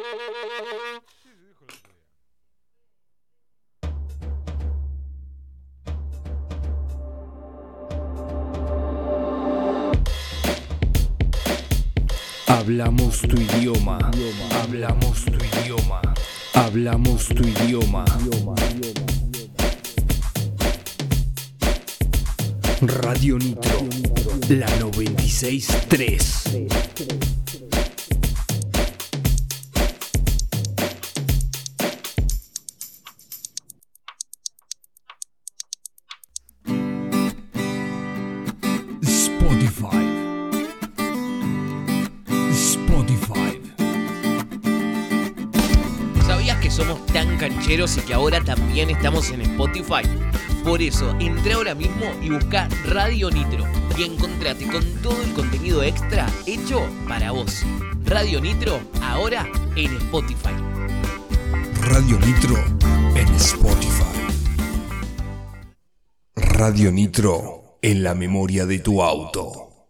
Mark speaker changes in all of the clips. Speaker 1: Sí, se dijo el otro día.
Speaker 2: Hablamos tu idioma, hablamos tu idioma, hablamos tu idioma. Radio Nitro, la 963. Spotify. Spotify.
Speaker 3: ¿Sabías que somos tan cancheros y que ahora también estamos en Spotify? Por eso, entra ahora mismo y busca Radio Nitro y encontrate con todo el contenido extra hecho para vos. Radio Nitro, ahora en Spotify.
Speaker 2: Radio Nitro en Spotify. Radio Nitro en la memoria de tu auto.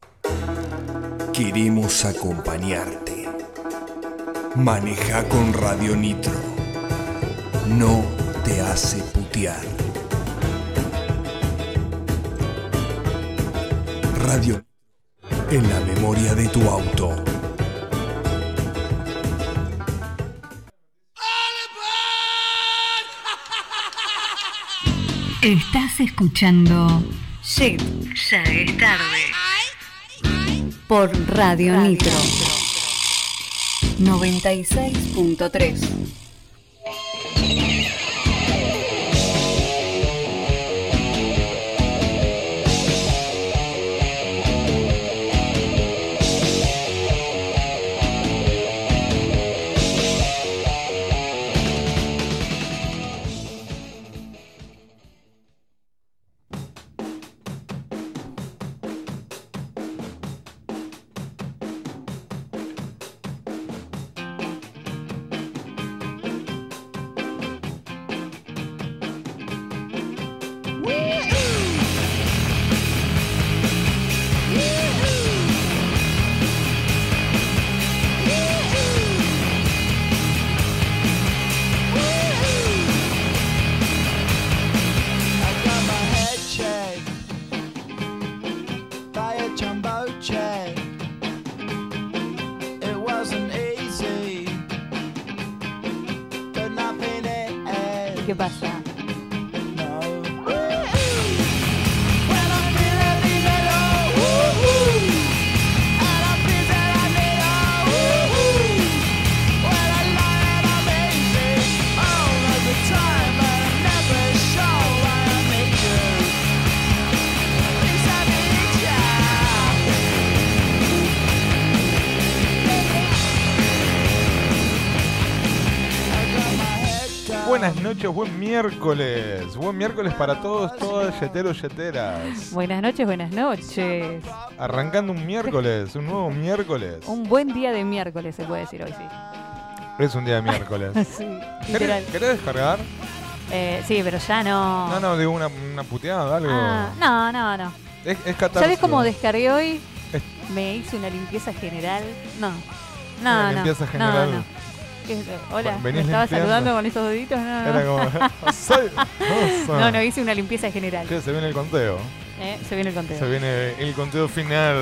Speaker 2: Queremos acompañarte. Maneja con Radio Nitro. No te hace putear. Radio en la memoria de tu auto.
Speaker 4: Estás escuchando Shit, ya es tarde. Por Radio Nitro 96.3.
Speaker 5: I got my head checked by a jumbo check. It wasn't easy, but nothing it
Speaker 6: ¿Qué pasa?
Speaker 5: no. When I feel that dinero, woo-hoo, and I feel that I need a woo-hoo. When I lie and I'm easy all of the time, but I'm never sure why I need you. At least I need ya.
Speaker 1: Buenas noches, buen miércoles. Buen miércoles para todos, todas yeteros, yeteras.
Speaker 6: Buenas noches, buenas noches.
Speaker 1: Arrancando un miércoles, un nuevo miércoles.
Speaker 6: Un buen día de miércoles se puede decir hoy, sí.
Speaker 1: Es un día de
Speaker 4: Ah,
Speaker 1: miércoles.
Speaker 6: Sí, literal.
Speaker 1: ¿Querés, querés descargar?
Speaker 6: Eh, sí, pero ya no.
Speaker 1: No, no, digo una, una puteada, algo.
Speaker 6: Ah, no, no, no.
Speaker 1: Es, es catarsis.
Speaker 6: ¿Sabes cómo descargué hoy?
Speaker 1: Es-
Speaker 6: Me hice una limpieza general. No. No,
Speaker 1: Una
Speaker 6: no.
Speaker 1: limpieza
Speaker 6: no,
Speaker 1: general.
Speaker 6: no. ¿Qué- Hola,
Speaker 1: Venís
Speaker 6: ¿me estabas
Speaker 1: limpiando.
Speaker 6: saludando con esos deditos? No, no.
Speaker 1: Era como. soy-
Speaker 7: Ah.
Speaker 6: No, no, hice una limpieza general.
Speaker 1: Che, se viene el conteo.
Speaker 6: Eh, se viene el conteo.
Speaker 1: Se viene el conteo final.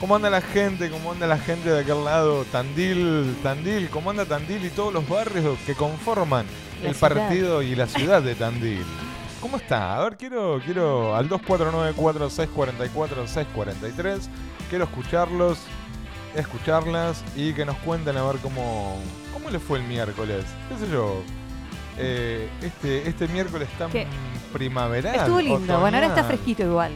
Speaker 1: ¿Cómo anda la gente? ¿Cómo anda la gente de aquel lado? Tandil, Tandil, ¿cómo anda Tandil y todos los barrios que conforman
Speaker 6: La
Speaker 1: el
Speaker 6: ciudad.
Speaker 1: partido y la ciudad de Tandil? ¿Cómo está? A ver, quiero, quiero al 2494-644-643. Quiero escucharlos, escucharlas y que nos cuenten a ver cómo, cómo les fue el miércoles. ¿Qué sé yo? Eh, este, este miércoles tan
Speaker 6: ¿Qué?
Speaker 1: primaveral.
Speaker 6: Estuvo lindo. Bueno, ahora está
Speaker 1: otoñal.
Speaker 6: fresquito igual.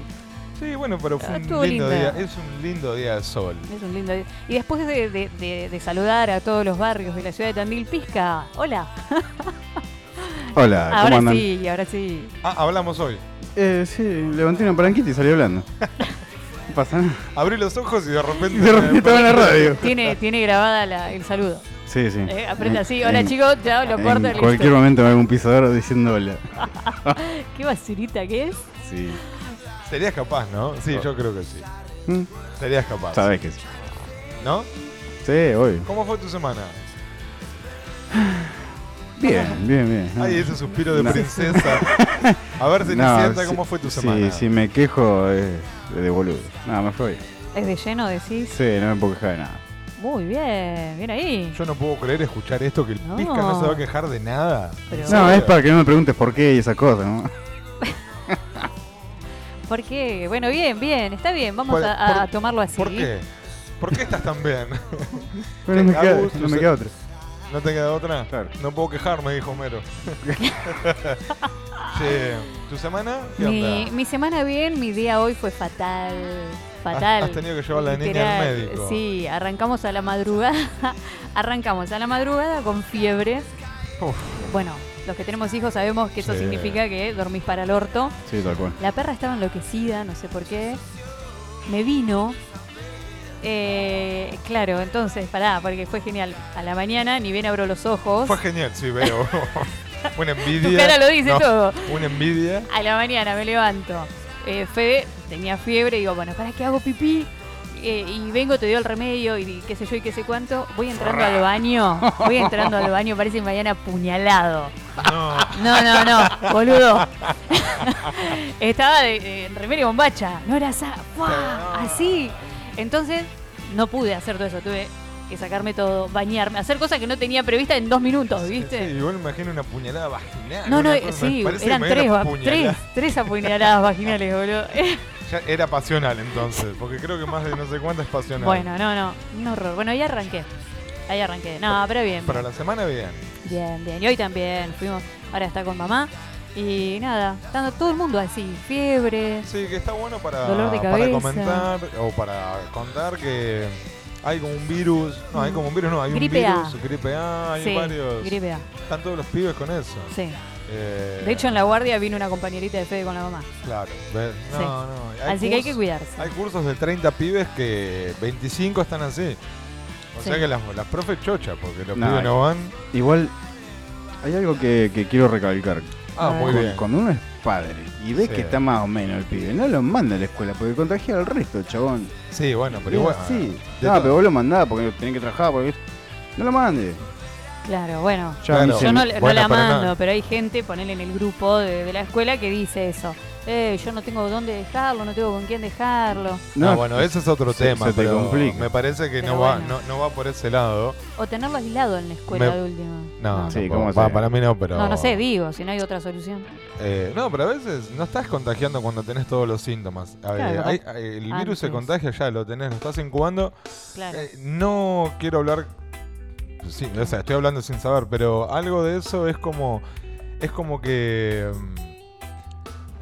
Speaker 1: Sí, bueno, pero fue un
Speaker 6: Ah, Estuvo
Speaker 1: lindo, día.
Speaker 6: linda.
Speaker 1: Es un lindo día de sol.
Speaker 6: Es un lindo día. Y después de, de- de- de saludar a todos los barrios de la ciudad de Tandil, pisca. Hola.
Speaker 7: Hola, Ah, ¿cómo
Speaker 6: ahora
Speaker 7: andan?
Speaker 6: sí, ahora sí.
Speaker 1: Ah, hablamos hoy.
Speaker 7: Eh, sí, levanté una palanquita y salí hablando. No pasa nada.
Speaker 1: Abrí los ojos y de repente.
Speaker 7: De repente estaba en la radio.
Speaker 6: Tiene, tiene grabada la- el saludo.
Speaker 7: Sí, sí.
Speaker 6: Eh, aprende así.
Speaker 7: En-
Speaker 6: Hola chicos, ya lo
Speaker 7: en
Speaker 6: corto. listo.
Speaker 7: cualquier momento me hago un pisador diciendo hola.
Speaker 6: Qué basurita que es.
Speaker 7: Sí.
Speaker 1: Serías capaz, ¿no? Sí, yo creo que sí.
Speaker 7: Mm,
Speaker 1: Serías capaz.
Speaker 7: Sabes que sí.
Speaker 1: ¿No?
Speaker 7: Sí, obvio.
Speaker 1: ¿Cómo fue tu semana?
Speaker 7: Bien, bien, bien.
Speaker 1: Ay, ese suspiro de
Speaker 7: No.
Speaker 1: princesa. A ver,
Speaker 7: No,
Speaker 1: Cenicienta,
Speaker 7: si-
Speaker 1: ¿cómo fue tu
Speaker 7: si-
Speaker 1: semana?
Speaker 7: Si me quejo es de boludo. Nada, me fue bien.
Speaker 6: ¿Es de lleno, decís?
Speaker 7: Sí, no me puedo quejar de nada.
Speaker 6: Muy bien, bien ahí.
Speaker 1: Yo no puedo creer escuchar esto, que el
Speaker 6: No.
Speaker 1: Pisca no se va a quejar de nada.
Speaker 6: Pero-
Speaker 1: ¿En
Speaker 7: No, eh.
Speaker 1: serio?
Speaker 7: es para que no me preguntes por qué y esas cosas, ¿no?
Speaker 6: ¿Por qué? Bueno, bien, bien, está bien, vamos
Speaker 1: ¿Cuál-
Speaker 6: a, a
Speaker 1: por-
Speaker 6: tomarlo así.
Speaker 1: ¿Por qué? ¿Por qué estás tan bien?
Speaker 7: Pero no me
Speaker 1: Tenga
Speaker 7: queda,
Speaker 1: gusto,
Speaker 7: no me
Speaker 1: se-
Speaker 7: queda otra.
Speaker 1: ¿No te queda otra?
Speaker 7: Claro.
Speaker 1: No puedo quejarme, dijo Homero. che, ¿tu semana? ¿Qué
Speaker 6: Mi,
Speaker 1: onda?
Speaker 6: mi semana bien, mi día hoy fue fatal. Fatal.
Speaker 1: Has- has tenido que llevar a la niña al médico.
Speaker 6: Sí, arrancamos a la madrugada. arrancamos a la madrugada con fiebre.
Speaker 1: Uf.
Speaker 6: Bueno, los que tenemos hijos sabemos que eso
Speaker 1: Sí.
Speaker 6: significa que dormís para el orto.
Speaker 7: Sí, tal cual.
Speaker 6: La perra estaba enloquecida, no sé por qué. Me vino. Eh, claro, entonces, pará, porque fue genial. A la mañana, ni bien abro los ojos.
Speaker 1: Fue genial, sí, veo. una envidia.
Speaker 6: Tu cara lo dice
Speaker 1: No,
Speaker 6: todo.
Speaker 1: Una envidia.
Speaker 6: A la mañana me levanto. Eh, Fede tenía fiebre y digo, bueno, ¿para qué hago pipí? Eh, y vengo, te dio el remedio y qué sé yo y qué sé cuánto. Voy entrando al baño. Voy entrando al baño, parece mañana apuñalado.
Speaker 1: No.
Speaker 6: No, no, no, boludo. Estaba de, de- en remera y bombacha. No era esa. ¡Fua! Ah, Así. Entonces, no pude hacer todo eso. Tuve que sacarme todo, bañarme, hacer cosas que no tenía prevista en dos minutos, ¿viste?
Speaker 1: Sí, igual me imagino una puñalada vaginal.
Speaker 6: No, no,
Speaker 1: una cosa-
Speaker 6: sí,
Speaker 1: parece que
Speaker 6: eran
Speaker 1: me dieron
Speaker 6: tres, va-
Speaker 1: puñalada.
Speaker 6: tres, tres apuñaladas vaginales, boludo. Eh,
Speaker 1: Ya era pasional entonces, porque creo que más de no sé cuánto es pasional.
Speaker 6: bueno, no, no, un horror. Bueno, ahí arranqué, ahí arranqué. No, pero bien,
Speaker 1: Para la semana, bien.
Speaker 6: bien, bien. Y hoy también fuimos, ahora está con mamá. Y nada, estando todo el mundo así, fiebre.
Speaker 1: Sí, que está bueno para,
Speaker 6: Dolor de
Speaker 1: para
Speaker 6: cabeza.
Speaker 1: comentar o para contar que hay como un virus. No, hay como un virus, no, hay
Speaker 6: Gripe
Speaker 1: un
Speaker 6: A.
Speaker 1: virus, gripe A, hay
Speaker 6: sí,
Speaker 1: varios.
Speaker 6: gripe A,
Speaker 1: Están todos los pibes con eso.
Speaker 6: sí.
Speaker 1: Eh,
Speaker 6: De hecho, en la guardia vino una compañerita de Fede con la mamá.
Speaker 1: Claro. ve- No,
Speaker 6: Sí.
Speaker 1: no. hay
Speaker 6: Así que hay
Speaker 1: cursos-
Speaker 6: que cuidarse.
Speaker 1: Hay cursos de 30 pibes que 25 están así. O
Speaker 6: Sí.
Speaker 1: sea que las, las profes chochas, porque los
Speaker 7: No,
Speaker 1: pibes
Speaker 7: hay-
Speaker 1: no van.
Speaker 7: Igual, hay algo que, que quiero recalcar.
Speaker 1: Ah, muy
Speaker 7: Cu-
Speaker 1: bien.
Speaker 7: Cuando uno es padre y ve
Speaker 1: Sí.
Speaker 7: que está más o menos el pibe, no lo manda a la escuela porque contagia al resto, chabón.
Speaker 1: Sí, bueno, pero
Speaker 7: Es
Speaker 1: igual. ah,
Speaker 7: así.
Speaker 1: de
Speaker 7: No,
Speaker 1: todo.
Speaker 7: pero vos lo mandás porque tenés que trabajar, porque... No lo mandes.
Speaker 6: Claro, bueno.
Speaker 7: Ya
Speaker 1: Claro.
Speaker 7: ni se-
Speaker 6: Yo no, le- no
Speaker 1: Bueno,
Speaker 6: la
Speaker 1: pero no.
Speaker 6: mando, pero hay gente, ponele en el grupo de, de la escuela, que dice eso. Eh, yo no tengo dónde dejarlo, no tengo con quién dejarlo.
Speaker 1: No, Ah, bueno, ese es otro
Speaker 7: se-
Speaker 1: tema.
Speaker 7: se te
Speaker 1: pero
Speaker 7: complica.
Speaker 1: Me parece que
Speaker 6: Pero
Speaker 1: no va,
Speaker 6: bueno.
Speaker 1: no, no va por ese lado.
Speaker 6: O tenerlo aislado en la escuela
Speaker 1: Me-
Speaker 6: de última.
Speaker 1: No, no,
Speaker 7: Sí,
Speaker 1: pa-
Speaker 7: ¿cómo
Speaker 1: pa-
Speaker 7: hacer?
Speaker 1: para mí no, pero.
Speaker 6: No, no sé, digo, si no hay otra solución.
Speaker 1: Eh, no, pero a veces no estás contagiando cuando tenés todos los síntomas. A ver,
Speaker 6: Claro. Ah,
Speaker 1: hay- hay- el virus se
Speaker 6: Antes.
Speaker 1: contagia ya, lo tenés, lo estás incubando.
Speaker 6: Claro.
Speaker 1: Eh, no quiero hablar. Sí, o sea, estoy hablando sin saber, pero algo de eso es como. Es como que. mm,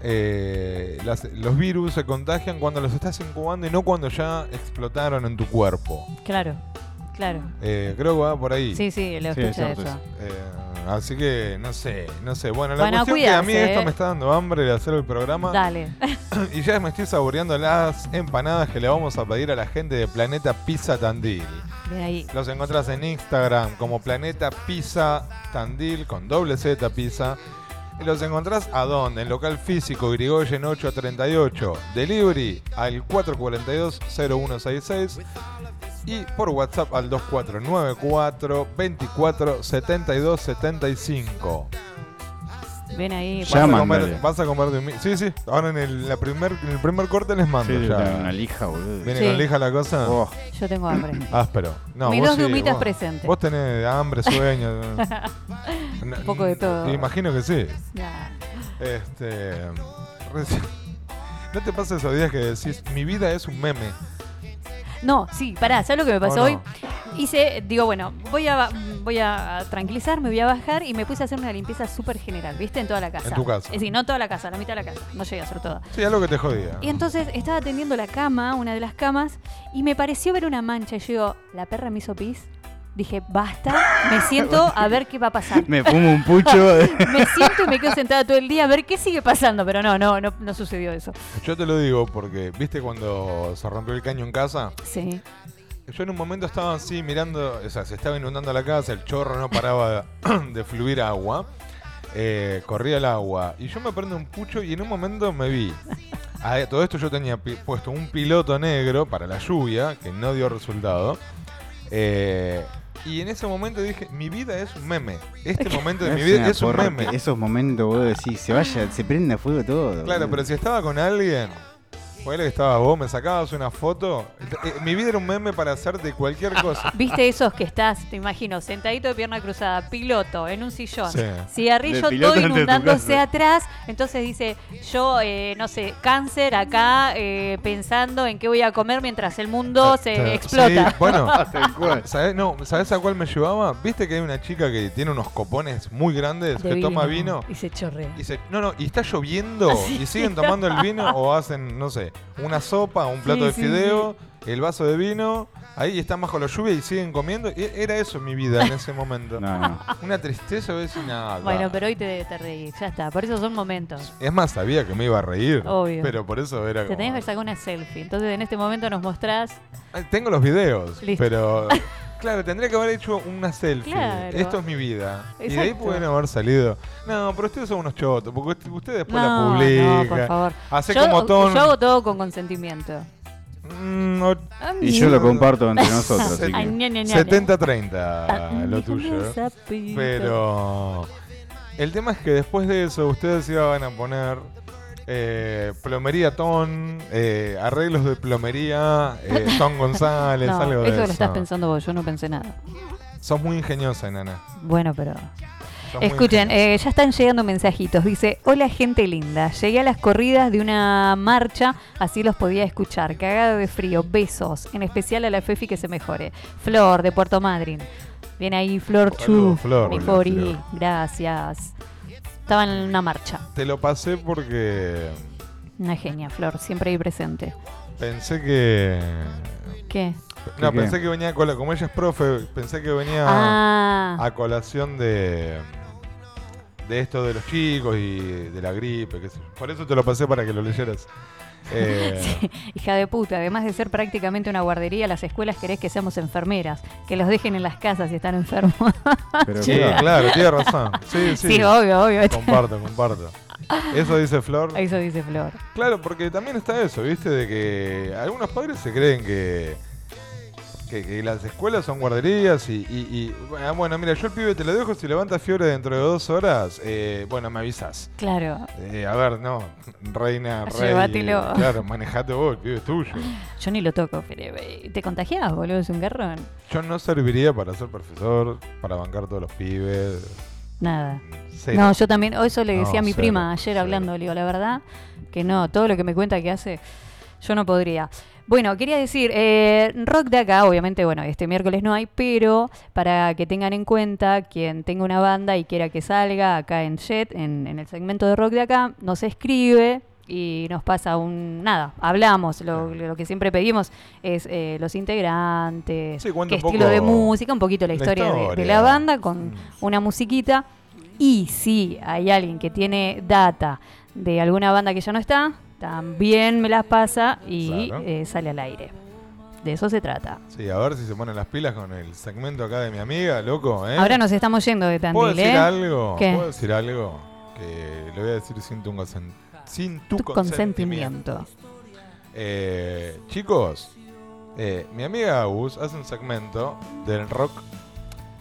Speaker 1: eh, las- los virus se contagian cuando los estás incubando y no cuando ya explotaron en tu cuerpo.
Speaker 6: Claro, claro.
Speaker 1: Eh, creo que va por ahí.
Speaker 6: Sí, sí, lo
Speaker 7: Sí,
Speaker 6: escuché
Speaker 7: cierto
Speaker 6: eso.
Speaker 1: Eh, así que no sé, no sé. Bueno, la
Speaker 6: Bueno,
Speaker 1: cuestión que a mí
Speaker 6: cuídense,
Speaker 1: esto
Speaker 6: eh.
Speaker 1: me está dando hambre de hacer el programa
Speaker 6: Dale.
Speaker 1: y ya me estoy saboreando las empanadas que le vamos a pedir a la gente de Planeta Pizza Tandil.
Speaker 6: De ahí.
Speaker 1: Los encontrás en Instagram como Planeta Pizza Tandil con doble Z Pizza. Y los encontrás a dónde? En local físico Grigoyen 838. Delivery al 442-0166. Y por WhatsApp al 2494 247275
Speaker 6: Ven ahí.
Speaker 7: Ya
Speaker 1: vas a,
Speaker 7: mándale.
Speaker 1: comer, vas a comer de un mi- Sí, sí. Ahora en el, la primer, en el primer corte les mando
Speaker 7: Sí,
Speaker 1: ya.
Speaker 7: una, una lija, boludo.
Speaker 1: Viene
Speaker 6: Sí.
Speaker 1: con lija la cosa.
Speaker 7: Oh,
Speaker 6: Yo tengo hambre.
Speaker 1: Áspero. No,
Speaker 6: Mis
Speaker 1: vos
Speaker 6: dos
Speaker 1: sí,
Speaker 6: gomitas
Speaker 1: vos-
Speaker 6: presentes.
Speaker 1: Vos tenés hambre, sueño. Un
Speaker 6: poco de todo.
Speaker 1: Imagino que sí.
Speaker 6: Nah.
Speaker 1: Este. reci- ¿No te pasa esos días que decís, mi vida es un meme?
Speaker 6: No, sí, pará, ¿sabes lo que me pasó
Speaker 1: Oh,
Speaker 6: hoy?
Speaker 1: no.
Speaker 6: Hice, digo, bueno, voy a, ba- voy a tranquilizarme, voy a bajar y me puse a hacer una limpieza súper general, ¿viste? En toda la casa.
Speaker 1: En tu casa.
Speaker 6: Es decir, no toda la casa, la mitad de la casa. No llegué a hacer toda.
Speaker 1: Sí, algo que te jodía.
Speaker 6: Y entonces estaba tendiendo la cama, una de las camas, y me pareció ver una mancha. Y yo digo, la perra me hizo pis. Dije, basta, me siento a ver qué va a pasar.
Speaker 7: me fumo un pucho.
Speaker 6: Me siento y me quedo sentada todo el día a ver qué sigue pasando, pero no, no, no, no sucedió eso.
Speaker 1: Yo te lo digo porque, ¿viste cuando se rompió el caño en casa?
Speaker 6: Sí.
Speaker 1: Yo en un momento estaba así mirando, o sea, se estaba inundando la casa, el chorro no paraba de, de fluir agua, eh, corría el agua, y yo me prendo un pucho y en un momento me vi. A todo esto yo tenía pi- puesto un piloto negro para la lluvia, que no dio resultado. eh, Y en ese momento dije, mi vida es un meme. Este momento de
Speaker 7: Es
Speaker 1: mi vida
Speaker 7: una
Speaker 1: es un
Speaker 7: porra-
Speaker 1: meme.
Speaker 7: Esos momentos, boludo, decís, se vaya, se prende a fuego todo.
Speaker 1: Claro,
Speaker 7: boludo.
Speaker 1: pero si estaba con alguien, fue que estaba vos, me sacabas una foto. eh, mi vida era un meme para hacer de cualquier cosa.
Speaker 6: ¿Viste esos que estás, te imagino, sentadito de pierna cruzada, piloto, en un sillón,
Speaker 1: Sí.
Speaker 6: cigarrillo
Speaker 7: Del
Speaker 6: todo
Speaker 7: piloto ante tu
Speaker 6: inundándose
Speaker 7: casa.
Speaker 6: atrás? Entonces dice, yo, eh, no sé, cáncer acá, eh, pensando en qué voy a comer mientras el mundo se
Speaker 1: Sí,
Speaker 6: explota.
Speaker 1: bueno,
Speaker 7: Tal cual.
Speaker 1: ¿sabés, no, ¿sabés a cuál me llevaba? ¿Viste que hay una chica que tiene unos copones muy grandes,
Speaker 6: De
Speaker 1: que toma vino?
Speaker 6: Y se chorrea.
Speaker 1: Y se- no, no, y está lloviendo y siguen tomando el vino o hacen, no sé, una sopa, un plato
Speaker 6: Sí,
Speaker 1: de
Speaker 6: sí,
Speaker 1: fideo, el vaso de vino, ahí están bajo la lluvia y siguen comiendo. E- Era eso mi vida en ese momento.
Speaker 7: No, no.
Speaker 1: Una tristeza es nada.
Speaker 6: Bueno, pero hoy te, te reí, ya está. Por eso son momentos.
Speaker 1: Es más, sabía que me iba a reír.
Speaker 6: Obvio.
Speaker 1: Pero por eso era
Speaker 6: Te
Speaker 1: como-
Speaker 6: tenés que sacar una selfie. Entonces en este momento nos mostrás.
Speaker 1: Ay, Ah, Tengo los videos,
Speaker 6: Listo.
Speaker 1: pero... Claro, tendría que haber hecho una selfie.
Speaker 6: Claro.
Speaker 1: Esto es mi vida. Y de ahí
Speaker 6: Exacto.
Speaker 1: pueden haber salido. No, pero ustedes son unos chotos, porque ust- ustedes después la
Speaker 6: No,
Speaker 1: publican.
Speaker 6: no, por favor.
Speaker 1: Hace
Speaker 6: yo,
Speaker 1: como todo... un-
Speaker 6: yo hago todo con consentimiento. Ah,
Speaker 1: Mm, o-
Speaker 7: Y yo lo comparto entre nosotros.
Speaker 6: Ay,
Speaker 7: así que-
Speaker 6: ña, ña, ña, ña. Ah,
Speaker 1: 70-30 lo
Speaker 6: déjame
Speaker 1: tuyo.
Speaker 6: un sapito.
Speaker 1: Pero el tema es que después de eso ustedes iban a poner eh, plomería Ton, eh, arreglos de plomería eh, Ton González,
Speaker 6: No, eso,
Speaker 1: algo de eso.
Speaker 6: lo estás pensando vos, yo no pensé nada.
Speaker 1: Sos muy ingeniosa, nana.
Speaker 6: Bueno, pero.
Speaker 1: Sos muy
Speaker 6: Escuchen,
Speaker 1: ingeniosa.
Speaker 6: eh, ya están llegando mensajitos. Dice: Hola, gente linda. Llegué a las corridas de una marcha, así los podía escuchar. Cagado de frío, besos. En especial a la Fefi que se mejore. Flor de Puerto Madryn. Viene ahí, Flor Chu.
Speaker 1: Saludos, Flor.
Speaker 6: Mi
Speaker 1: Hola,
Speaker 6: Cori,
Speaker 1: Flor.
Speaker 6: gracias. Estaba en una marcha.
Speaker 1: Te lo pasé porque
Speaker 6: Una genia, Flor, siempre ahí presente.
Speaker 1: pensé que.
Speaker 6: ¿Qué?
Speaker 1: No,
Speaker 7: ¿Qué, qué?
Speaker 1: pensé que venía a cola- Como ella es profe, pensé que venía.
Speaker 6: Ah,
Speaker 1: a colación de de esto de los chicos y de la gripe, qué sé yo. Por eso te lo pasé para que lo leyeras. Eh,
Speaker 6: hija de puta, además de ser prácticamente una guardería, las escuelas querés que seamos enfermeras, que los dejen en las casas si están enfermos.
Speaker 7: pero
Speaker 1: sí,
Speaker 7: claro.
Speaker 1: claro, tiene razón. Sí, sí.
Speaker 6: Sí, obvio, obvio.
Speaker 1: Comparto, comparto. Eso dice Flor.
Speaker 6: Eso dice Flor.
Speaker 1: Claro, porque también está eso, ¿viste? De que algunos padres se creen que, que, que las escuelas son guarderías y, y- y, ah, bueno, mira, yo el pibe te lo dejo, si levanta fiebre dentro de dos horas, eh, bueno, me avisas.
Speaker 6: Claro,
Speaker 1: Eh, a ver, no, reina, rey.
Speaker 6: Ah, Llévatelo.
Speaker 1: Claro, manejate vos, el pibe es tuyo.
Speaker 6: yo ni lo toco, pero eh, te contagiás, boludo, es un garrón.
Speaker 1: Yo no serviría para ser profesor, para bancar todos los pibes.
Speaker 6: Nada.
Speaker 1: Cero.
Speaker 6: No, yo también, o eso le
Speaker 1: No,
Speaker 6: decía a mi
Speaker 1: cero,
Speaker 6: prima ayer
Speaker 1: cero.
Speaker 6: hablando, le digo, la verdad que no, todo lo que me cuenta que hace, yo no podría. Bueno, quería decir, eh, rock de acá, obviamente, bueno, este miércoles no hay, pero para que tengan en cuenta, quien tenga una banda y quiera que salga acá en Jet, en, en el segmento de rock de acá, nos escribe y nos pasa un... Nada, hablamos, lo, lo que siempre pedimos es eh, los integrantes,
Speaker 1: Sí, cuenta
Speaker 6: qué
Speaker 1: un poco
Speaker 6: estilo de música, un poquito la
Speaker 1: la
Speaker 6: historia, de- De,
Speaker 1: historia.
Speaker 6: la banda con
Speaker 1: Mm.
Speaker 6: una musiquita. Y si hay alguien que tiene data de alguna banda que ya no está, también me las pasa y
Speaker 1: Claro.
Speaker 6: eh, sale al aire. De eso se trata.
Speaker 1: Sí, a ver si se ponen las pilas con el segmento acá de mi amiga, loco, ¿eh?
Speaker 6: Ahora nos estamos yendo de
Speaker 1: ¿Puedo
Speaker 6: Tandil,
Speaker 1: decir
Speaker 6: ¿eh?
Speaker 1: algo?
Speaker 6: ¿Qué?
Speaker 1: ¿Puedo decir algo? Que lo voy a decir sin tu, consen- sin tu
Speaker 6: Tu
Speaker 1: consentimiento.
Speaker 6: consentimiento.
Speaker 1: Eh, chicos, eh, mi amiga Agus hace un segmento del rock,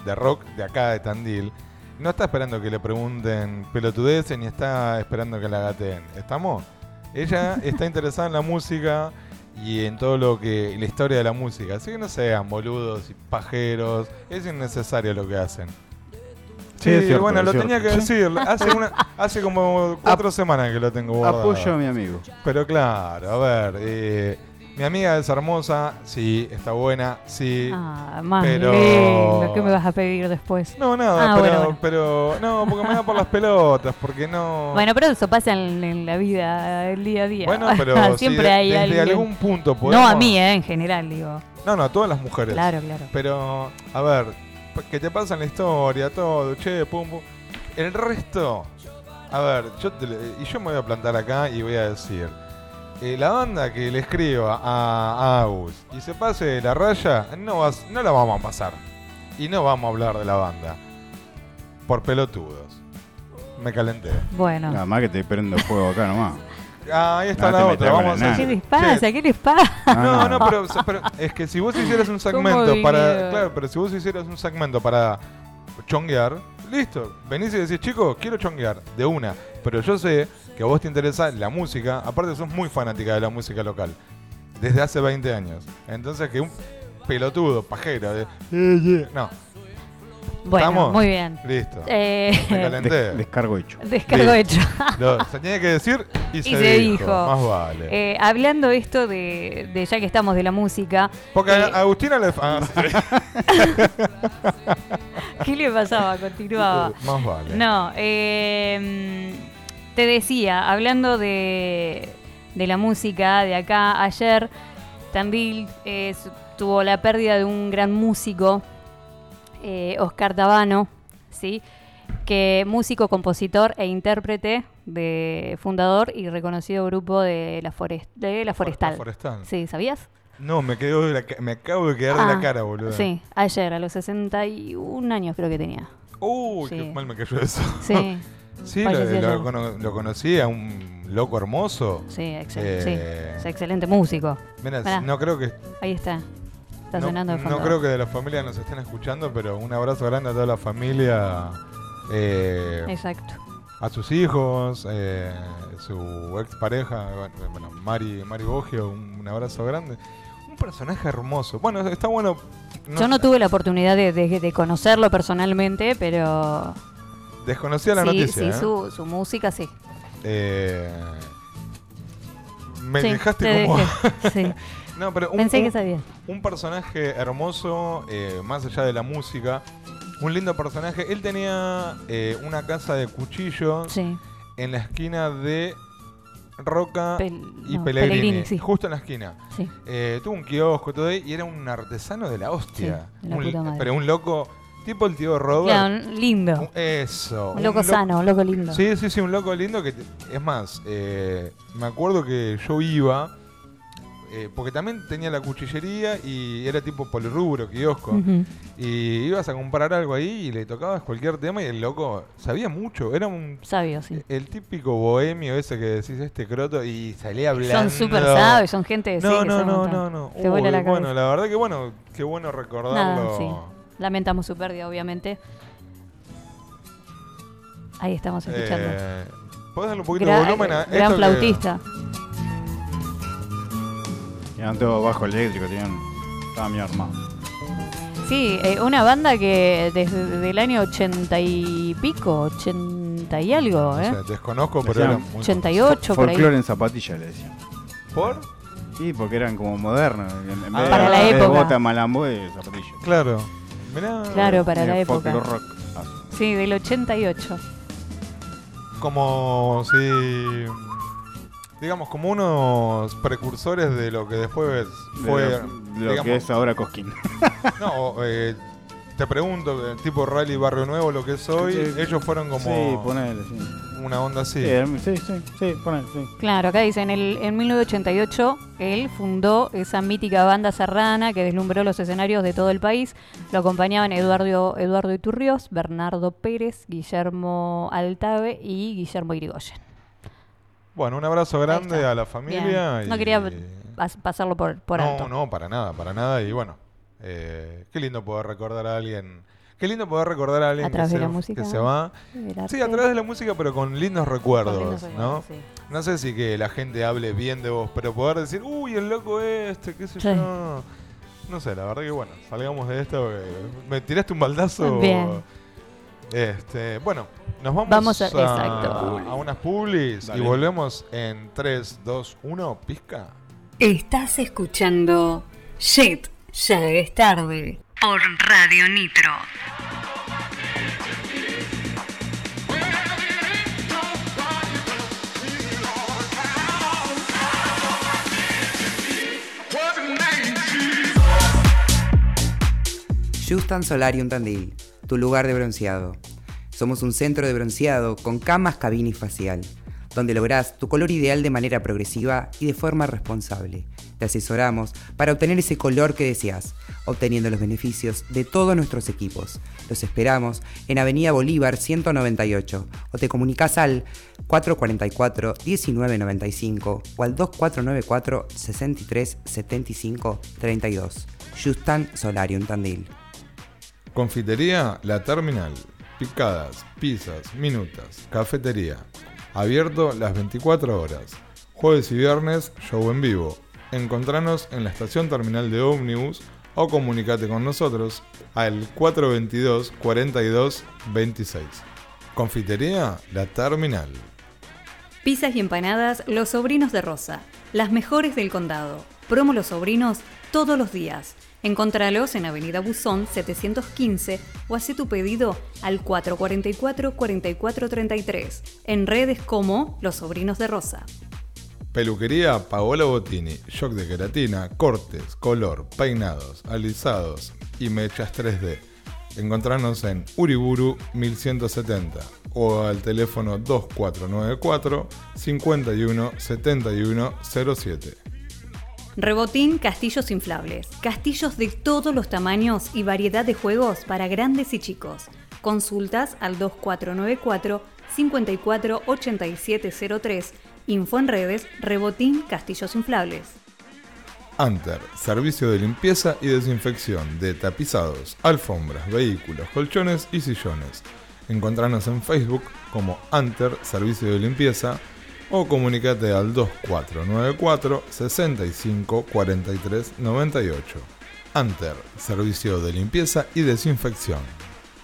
Speaker 1: de rock de acá de Tandil. No está esperando que le pregunten pelotudeces ni está esperando que la gaten. ¿Estamos? Ella está interesada en la música y en todo lo que. la historia de la música. Así que no sean boludos y pajeros. Es innecesario lo que hacen.
Speaker 7: Sí, es cierto,
Speaker 1: bueno,
Speaker 7: es
Speaker 1: lo
Speaker 7: cierto.
Speaker 1: tenía que decir. Hace, una, hace como cuatro semanas que lo tengo guardado.
Speaker 7: Apoyo a mi amigo.
Speaker 1: Pero claro, a ver, eh, mi amiga es hermosa, sí, está buena, sí.
Speaker 6: Ah, más
Speaker 1: Pero-
Speaker 6: lindo. ¿Qué me vas a pedir después?
Speaker 1: No, nada,
Speaker 6: Ah,
Speaker 1: pero,
Speaker 6: bueno,
Speaker 1: pero no, porque me da por las pelotas, porque no.
Speaker 6: Bueno, pero eso pasa en, en la vida, el día a día.
Speaker 1: Bueno, pero
Speaker 6: Siempre
Speaker 1: si de-
Speaker 6: hay
Speaker 1: desde
Speaker 6: alguien.
Speaker 1: algún punto podemos...
Speaker 6: No a mí, ¿eh? En general, digo.
Speaker 1: No, no, a todas las mujeres.
Speaker 6: Claro, claro.
Speaker 1: Pero, a ver, que te pasan la historia, todo, che, pum, pum. El resto, a ver, yo te le- y yo me voy a plantar acá y voy a decir, eh, la banda que le escriba a, a Agus y se pase de la raya, no, vas, no la vamos a pasar. Y no vamos a hablar de la banda. Por pelotudos. Me calenté.
Speaker 6: Bueno.
Speaker 7: Nada más que te prendo fuego acá nomás.
Speaker 1: Ah, ahí está
Speaker 7: No
Speaker 1: la
Speaker 7: te
Speaker 1: otra.
Speaker 7: metas
Speaker 1: Vamos
Speaker 7: con
Speaker 1: a
Speaker 7: el
Speaker 6: ¿Qué
Speaker 1: hacer-
Speaker 6: les pasa? ¿Qué les pasa?
Speaker 7: Ah,
Speaker 1: No, no, pero, pero es que si vos hicieras un segmento para.
Speaker 6: vinieron?
Speaker 1: Claro, pero si vos hicieras un segmento para chonguear, listo. Venís y decís, chicos, quiero chonguear, de una. Pero yo sé que a vos te interesa la música, aparte sos muy fanática de la música local, desde hace 20 años. Entonces que un pelotudo, pajero, de, "Eh, yeah". no,
Speaker 6: Bueno,
Speaker 1: ¿Estamos?
Speaker 6: muy bien.
Speaker 1: listo. Me
Speaker 6: Eh,
Speaker 7: Des-
Speaker 1: calenté.
Speaker 7: descargo hecho.
Speaker 6: descargo hecho.
Speaker 1: Lo- se tenía que decir y, se,
Speaker 6: se
Speaker 1: dijo.
Speaker 6: dijo.
Speaker 1: Más vale.
Speaker 6: Eh, hablando esto de, de ya que estamos de la música,
Speaker 1: Porque
Speaker 6: eh,
Speaker 1: a Agustina le. ah, sí.
Speaker 6: ¿qué le pasaba? Continuaba.
Speaker 1: Más vale.
Speaker 6: No, eh, mm, te decía, hablando de, de la música de acá, ayer Tandil eh, s- tuvo la pérdida de un gran músico, eh, Oscar Tabano, ¿sí? que músico, compositor e intérprete de fundador y reconocido grupo de la, forest, de la
Speaker 1: Fore-
Speaker 6: Forestal.
Speaker 1: Forestal.
Speaker 6: Sí, ¿sabías?
Speaker 1: No, me, quedo de la ca- me acabo de quedar de
Speaker 6: Ah,
Speaker 1: la cara, boludo.
Speaker 6: Sí, ayer, a los 61 años creo que tenía.
Speaker 1: Uy,
Speaker 6: Sí.
Speaker 1: qué mal me cayó eso.
Speaker 6: Sí,
Speaker 1: Sí, lo,
Speaker 6: Falleció
Speaker 1: lo
Speaker 6: ayer.
Speaker 1: cono- lo conocí a un loco hermoso.
Speaker 6: sí, excel-
Speaker 1: Eh.
Speaker 6: sí, es excelente músico.
Speaker 1: Mira,
Speaker 6: Pará.
Speaker 1: no creo que.
Speaker 6: Ahí está. Está
Speaker 1: no,
Speaker 6: sonando de
Speaker 1: no
Speaker 6: fondo.
Speaker 1: creo que de la familia nos estén escuchando, pero un abrazo grande a toda la familia. eh,
Speaker 6: Exacto.
Speaker 1: a sus hijos, eh, su expareja, bueno, bueno, Mari, Mari Boggio, un, un abrazo grande. Un personaje hermoso. Bueno, está bueno.
Speaker 6: Yo no tuve la oportunidad de, de- de conocerlo personalmente, pero
Speaker 1: Desconocía la
Speaker 6: sí,
Speaker 1: noticia.
Speaker 6: sí,
Speaker 1: ¿eh?
Speaker 6: su, su música sí.
Speaker 1: Eh, me
Speaker 6: Sí,
Speaker 1: dejaste
Speaker 6: te
Speaker 1: como.
Speaker 6: dejé, sí.
Speaker 1: no, pero un,
Speaker 6: Pensé que
Speaker 1: un-
Speaker 6: sabía.
Speaker 1: un personaje hermoso, eh, más allá de la música. Un lindo personaje. Él tenía eh, una casa de cuchillos
Speaker 6: Sí.
Speaker 1: en la esquina de Roca
Speaker 6: Pel-
Speaker 1: y
Speaker 6: no,
Speaker 1: Pellegrini.
Speaker 6: sí.
Speaker 1: Justo en la esquina.
Speaker 6: sí.
Speaker 1: Eh, tuvo un kiosco todo ahí, y era un artesano de la hostia.
Speaker 6: Sí, la
Speaker 1: Un-
Speaker 6: puta madre.
Speaker 1: pero un loco, tipo el tío Robert.
Speaker 6: Claro, un- lindo.
Speaker 1: Un- Eso.
Speaker 6: Un loco
Speaker 1: lo-
Speaker 6: sano, un loco lindo.
Speaker 1: Sí, sí, sí, un loco lindo que... te- Es más, eh, me acuerdo que yo iba, eh, porque también tenía la cuchillería y era tipo polirrubro, kiosco.
Speaker 6: Ujú.
Speaker 1: Y ibas a comprar algo ahí y le tocabas cualquier tema y el loco sabía mucho. Era un...
Speaker 6: Sabio, sí.
Speaker 1: El típico bohemio ese que decís este croto y salía
Speaker 6: Son
Speaker 1: hablando.
Speaker 6: súper sabios, son gente de sí
Speaker 1: No,
Speaker 6: que
Speaker 1: no,
Speaker 6: sabe un
Speaker 1: no,
Speaker 6: montón.
Speaker 1: no, no.
Speaker 6: Te vuela
Speaker 1: Uy,
Speaker 6: la
Speaker 1: bueno,
Speaker 6: cabeza.
Speaker 1: la verdad que bueno, qué bueno recordarlo.
Speaker 6: Nada, sí. Lamentamos su pérdida, obviamente. Ahí estamos escuchando.
Speaker 1: Eh, ¿Podés darle un poquito
Speaker 6: Gra- eh,
Speaker 1: de volumen a esto
Speaker 6: gran
Speaker 1: que-
Speaker 6: flautista.
Speaker 7: Eran todos bajo eléctrico, tenían. Estaba mi armado.
Speaker 6: Sí, eh, una banda que desde el año 80 y pico, 80 y algo,
Speaker 1: No
Speaker 6: ¿eh?
Speaker 1: sé, desconozco, pero
Speaker 7: Decían
Speaker 1: era muy-
Speaker 6: 88 por ahí.
Speaker 7: Folclore en zapatilla le decían.
Speaker 1: ¿Por?
Speaker 7: Sí, porque eran como modernos. En, en
Speaker 1: Ah.
Speaker 7: vez
Speaker 1: Para
Speaker 7: de,
Speaker 1: la
Speaker 7: en vez de
Speaker 6: época.
Speaker 7: bota malambo y zapatilla.
Speaker 1: Claro. Mirá,
Speaker 6: Claro, para
Speaker 7: Era
Speaker 6: la época.
Speaker 7: folclore rock. Ah,
Speaker 6: Sí, del 88.
Speaker 1: como si. Digamos, como unos precursores de lo que después
Speaker 7: de
Speaker 1: fue.
Speaker 7: lo- de lo,
Speaker 1: digamos,
Speaker 7: que es ahora Cosquín.
Speaker 1: No, eh, te pregunto, eh, tipo Rally Barrio Nuevo, lo que es hoy,
Speaker 7: Sí.
Speaker 1: ellos fueron como
Speaker 7: Sí, ponele, sí.
Speaker 1: una onda así.
Speaker 7: Sí, eh. era- sí, sí, sí, ponele, sí.
Speaker 6: Claro, acá dicen, el, en 1988 él fundó esa mítica banda serrana que deslumbró los escenarios de todo el país. Lo acompañaban Eduardo, Eduardo Iturrios, Bernardo Pérez, Guillermo Altave y Guillermo Irigoyen.
Speaker 1: Bueno, un abrazo grande
Speaker 6: está.
Speaker 1: a la familia.
Speaker 6: Bien. No
Speaker 1: y-
Speaker 6: quería pas- pasarlo por, por
Speaker 1: no,
Speaker 6: alto.
Speaker 1: no, para nada, para nada. Y bueno, eh, qué lindo poder recordar a alguien. Qué lindo poder recordar a alguien
Speaker 6: A
Speaker 1: que
Speaker 6: través
Speaker 1: se,
Speaker 6: de la música.
Speaker 1: que se va.
Speaker 6: El
Speaker 1: Sí, a
Speaker 6: arte.
Speaker 1: través de la música, pero con lindos recuerdos,
Speaker 6: Con lindos recuerdos,
Speaker 1: ¿no?
Speaker 6: sí.
Speaker 1: No sé si que la gente hable bien de vos, pero poder decir, uy, el loco este, qué sé
Speaker 6: Sí.
Speaker 1: yo. No sé, la verdad que bueno, salgamos de esto. porque Me tiraste un baldazo.
Speaker 6: Bien.
Speaker 1: Este, bueno, nos vamos,
Speaker 6: Vamos a-
Speaker 1: a,
Speaker 6: exacto.
Speaker 1: a unas publis
Speaker 7: Dale.
Speaker 1: y volvemos en 3, 2, 1, pizca.
Speaker 4: Estás escuchando Shit, ya es tarde. Por Radio Nitro.
Speaker 8: Justan Solarium Tandil, tu lugar de bronceado. Somos un centro de bronceado con camas, cabina y facial, donde lográs tu color ideal de manera progresiva y de forma responsable, Te asesoramos para obtener ese color que deseas, obteniendo los beneficios de todos nuestros equipos. Los esperamos en Avenida Bolívar 198 o te comunicas al 444-1995 o al 2494-6375-32. Justan Solarium Tandil.
Speaker 1: Confitería La Terminal. Picadas, pizzas, minutas, cafetería. Abierto las 24 horas. Jueves y viernes, show en vivo. Encontranos en la estación terminal de ómnibus o comunicate con nosotros al 422 42 26. Confitería La Terminal.
Speaker 6: Pizzas y empanadas Los Sobrinos de Rosa. Las mejores del condado. Promo Los Sobrinos todos los días. Encontralos en Avenida Buzón 715 o haz tu pedido al 444-4433 en redes como Los Sobrinos de Rosa.
Speaker 1: Peluquería Paola Botini, shock de queratina, cortes, color, peinados, alisados y mechas 3D. Encontranos en Uriburu 1170 o al teléfono 2494 51 71 07.
Speaker 6: Rebotín Castillos Inflables. Castillos de todos los tamaños y variedad de juegos para grandes y chicos. Consultas al 2494 548703. Info en redes Rebotín Castillos Inflables.
Speaker 1: Anter, servicio de limpieza y desinfección de tapizados, alfombras, vehículos, colchones y sillones. Encontranos en Facebook como Anter Servicio de Limpieza o comunícate al 2494 65 43 98. Anter, servicio de limpieza y desinfección.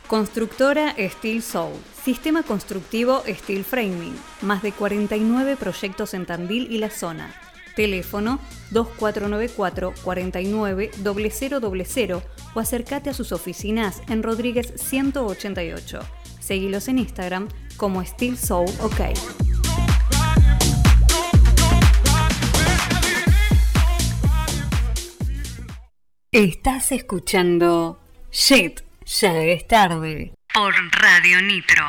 Speaker 6: Constructora Steel Soul. Sistema constructivo Steel Framing. Más de 49 proyectos en Tandil y la zona. Teléfono 2494 49 000 o acércate a sus oficinas en Rodríguez 188. Seguilos en Instagram como Steel Soul OK. Estás escuchando Shit, ya es tarde. Por Radio Nitro.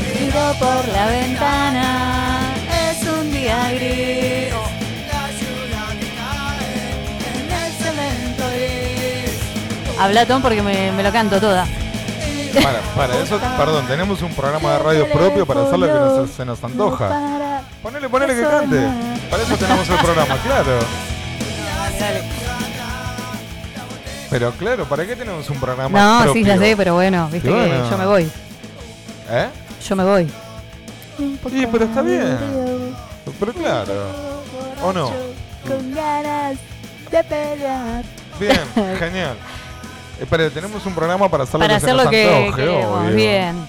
Speaker 5: Miro por la ventana, es un día gris. Habla Tom porque me, me lo canto toda.
Speaker 1: Para, para eso, perdón, tenemos un programa de radio propio para hacer lo que nos- se nos antoja.
Speaker 5: Para-
Speaker 1: Ponele, ponele que cante. Para eso tenemos el programa, claro. Pero claro, ¿para qué tenemos un programa
Speaker 5: No,
Speaker 1: propio?
Speaker 5: sí, ya sé, pero bueno, viste
Speaker 1: Y
Speaker 5: que
Speaker 1: bueno.
Speaker 5: yo me voy.
Speaker 1: ¿Eh?
Speaker 5: Yo me voy.
Speaker 1: Sí, pero está bien. Pero claro. ¿O no?
Speaker 9: Con ganas de pelear.
Speaker 1: Bien, genial. Eh, pero tenemos un programa para hacer lo
Speaker 5: Para
Speaker 1: que se
Speaker 5: hacer
Speaker 1: nos
Speaker 5: lo que
Speaker 1: antoje,
Speaker 5: queremos.
Speaker 1: obvio.
Speaker 5: Bien.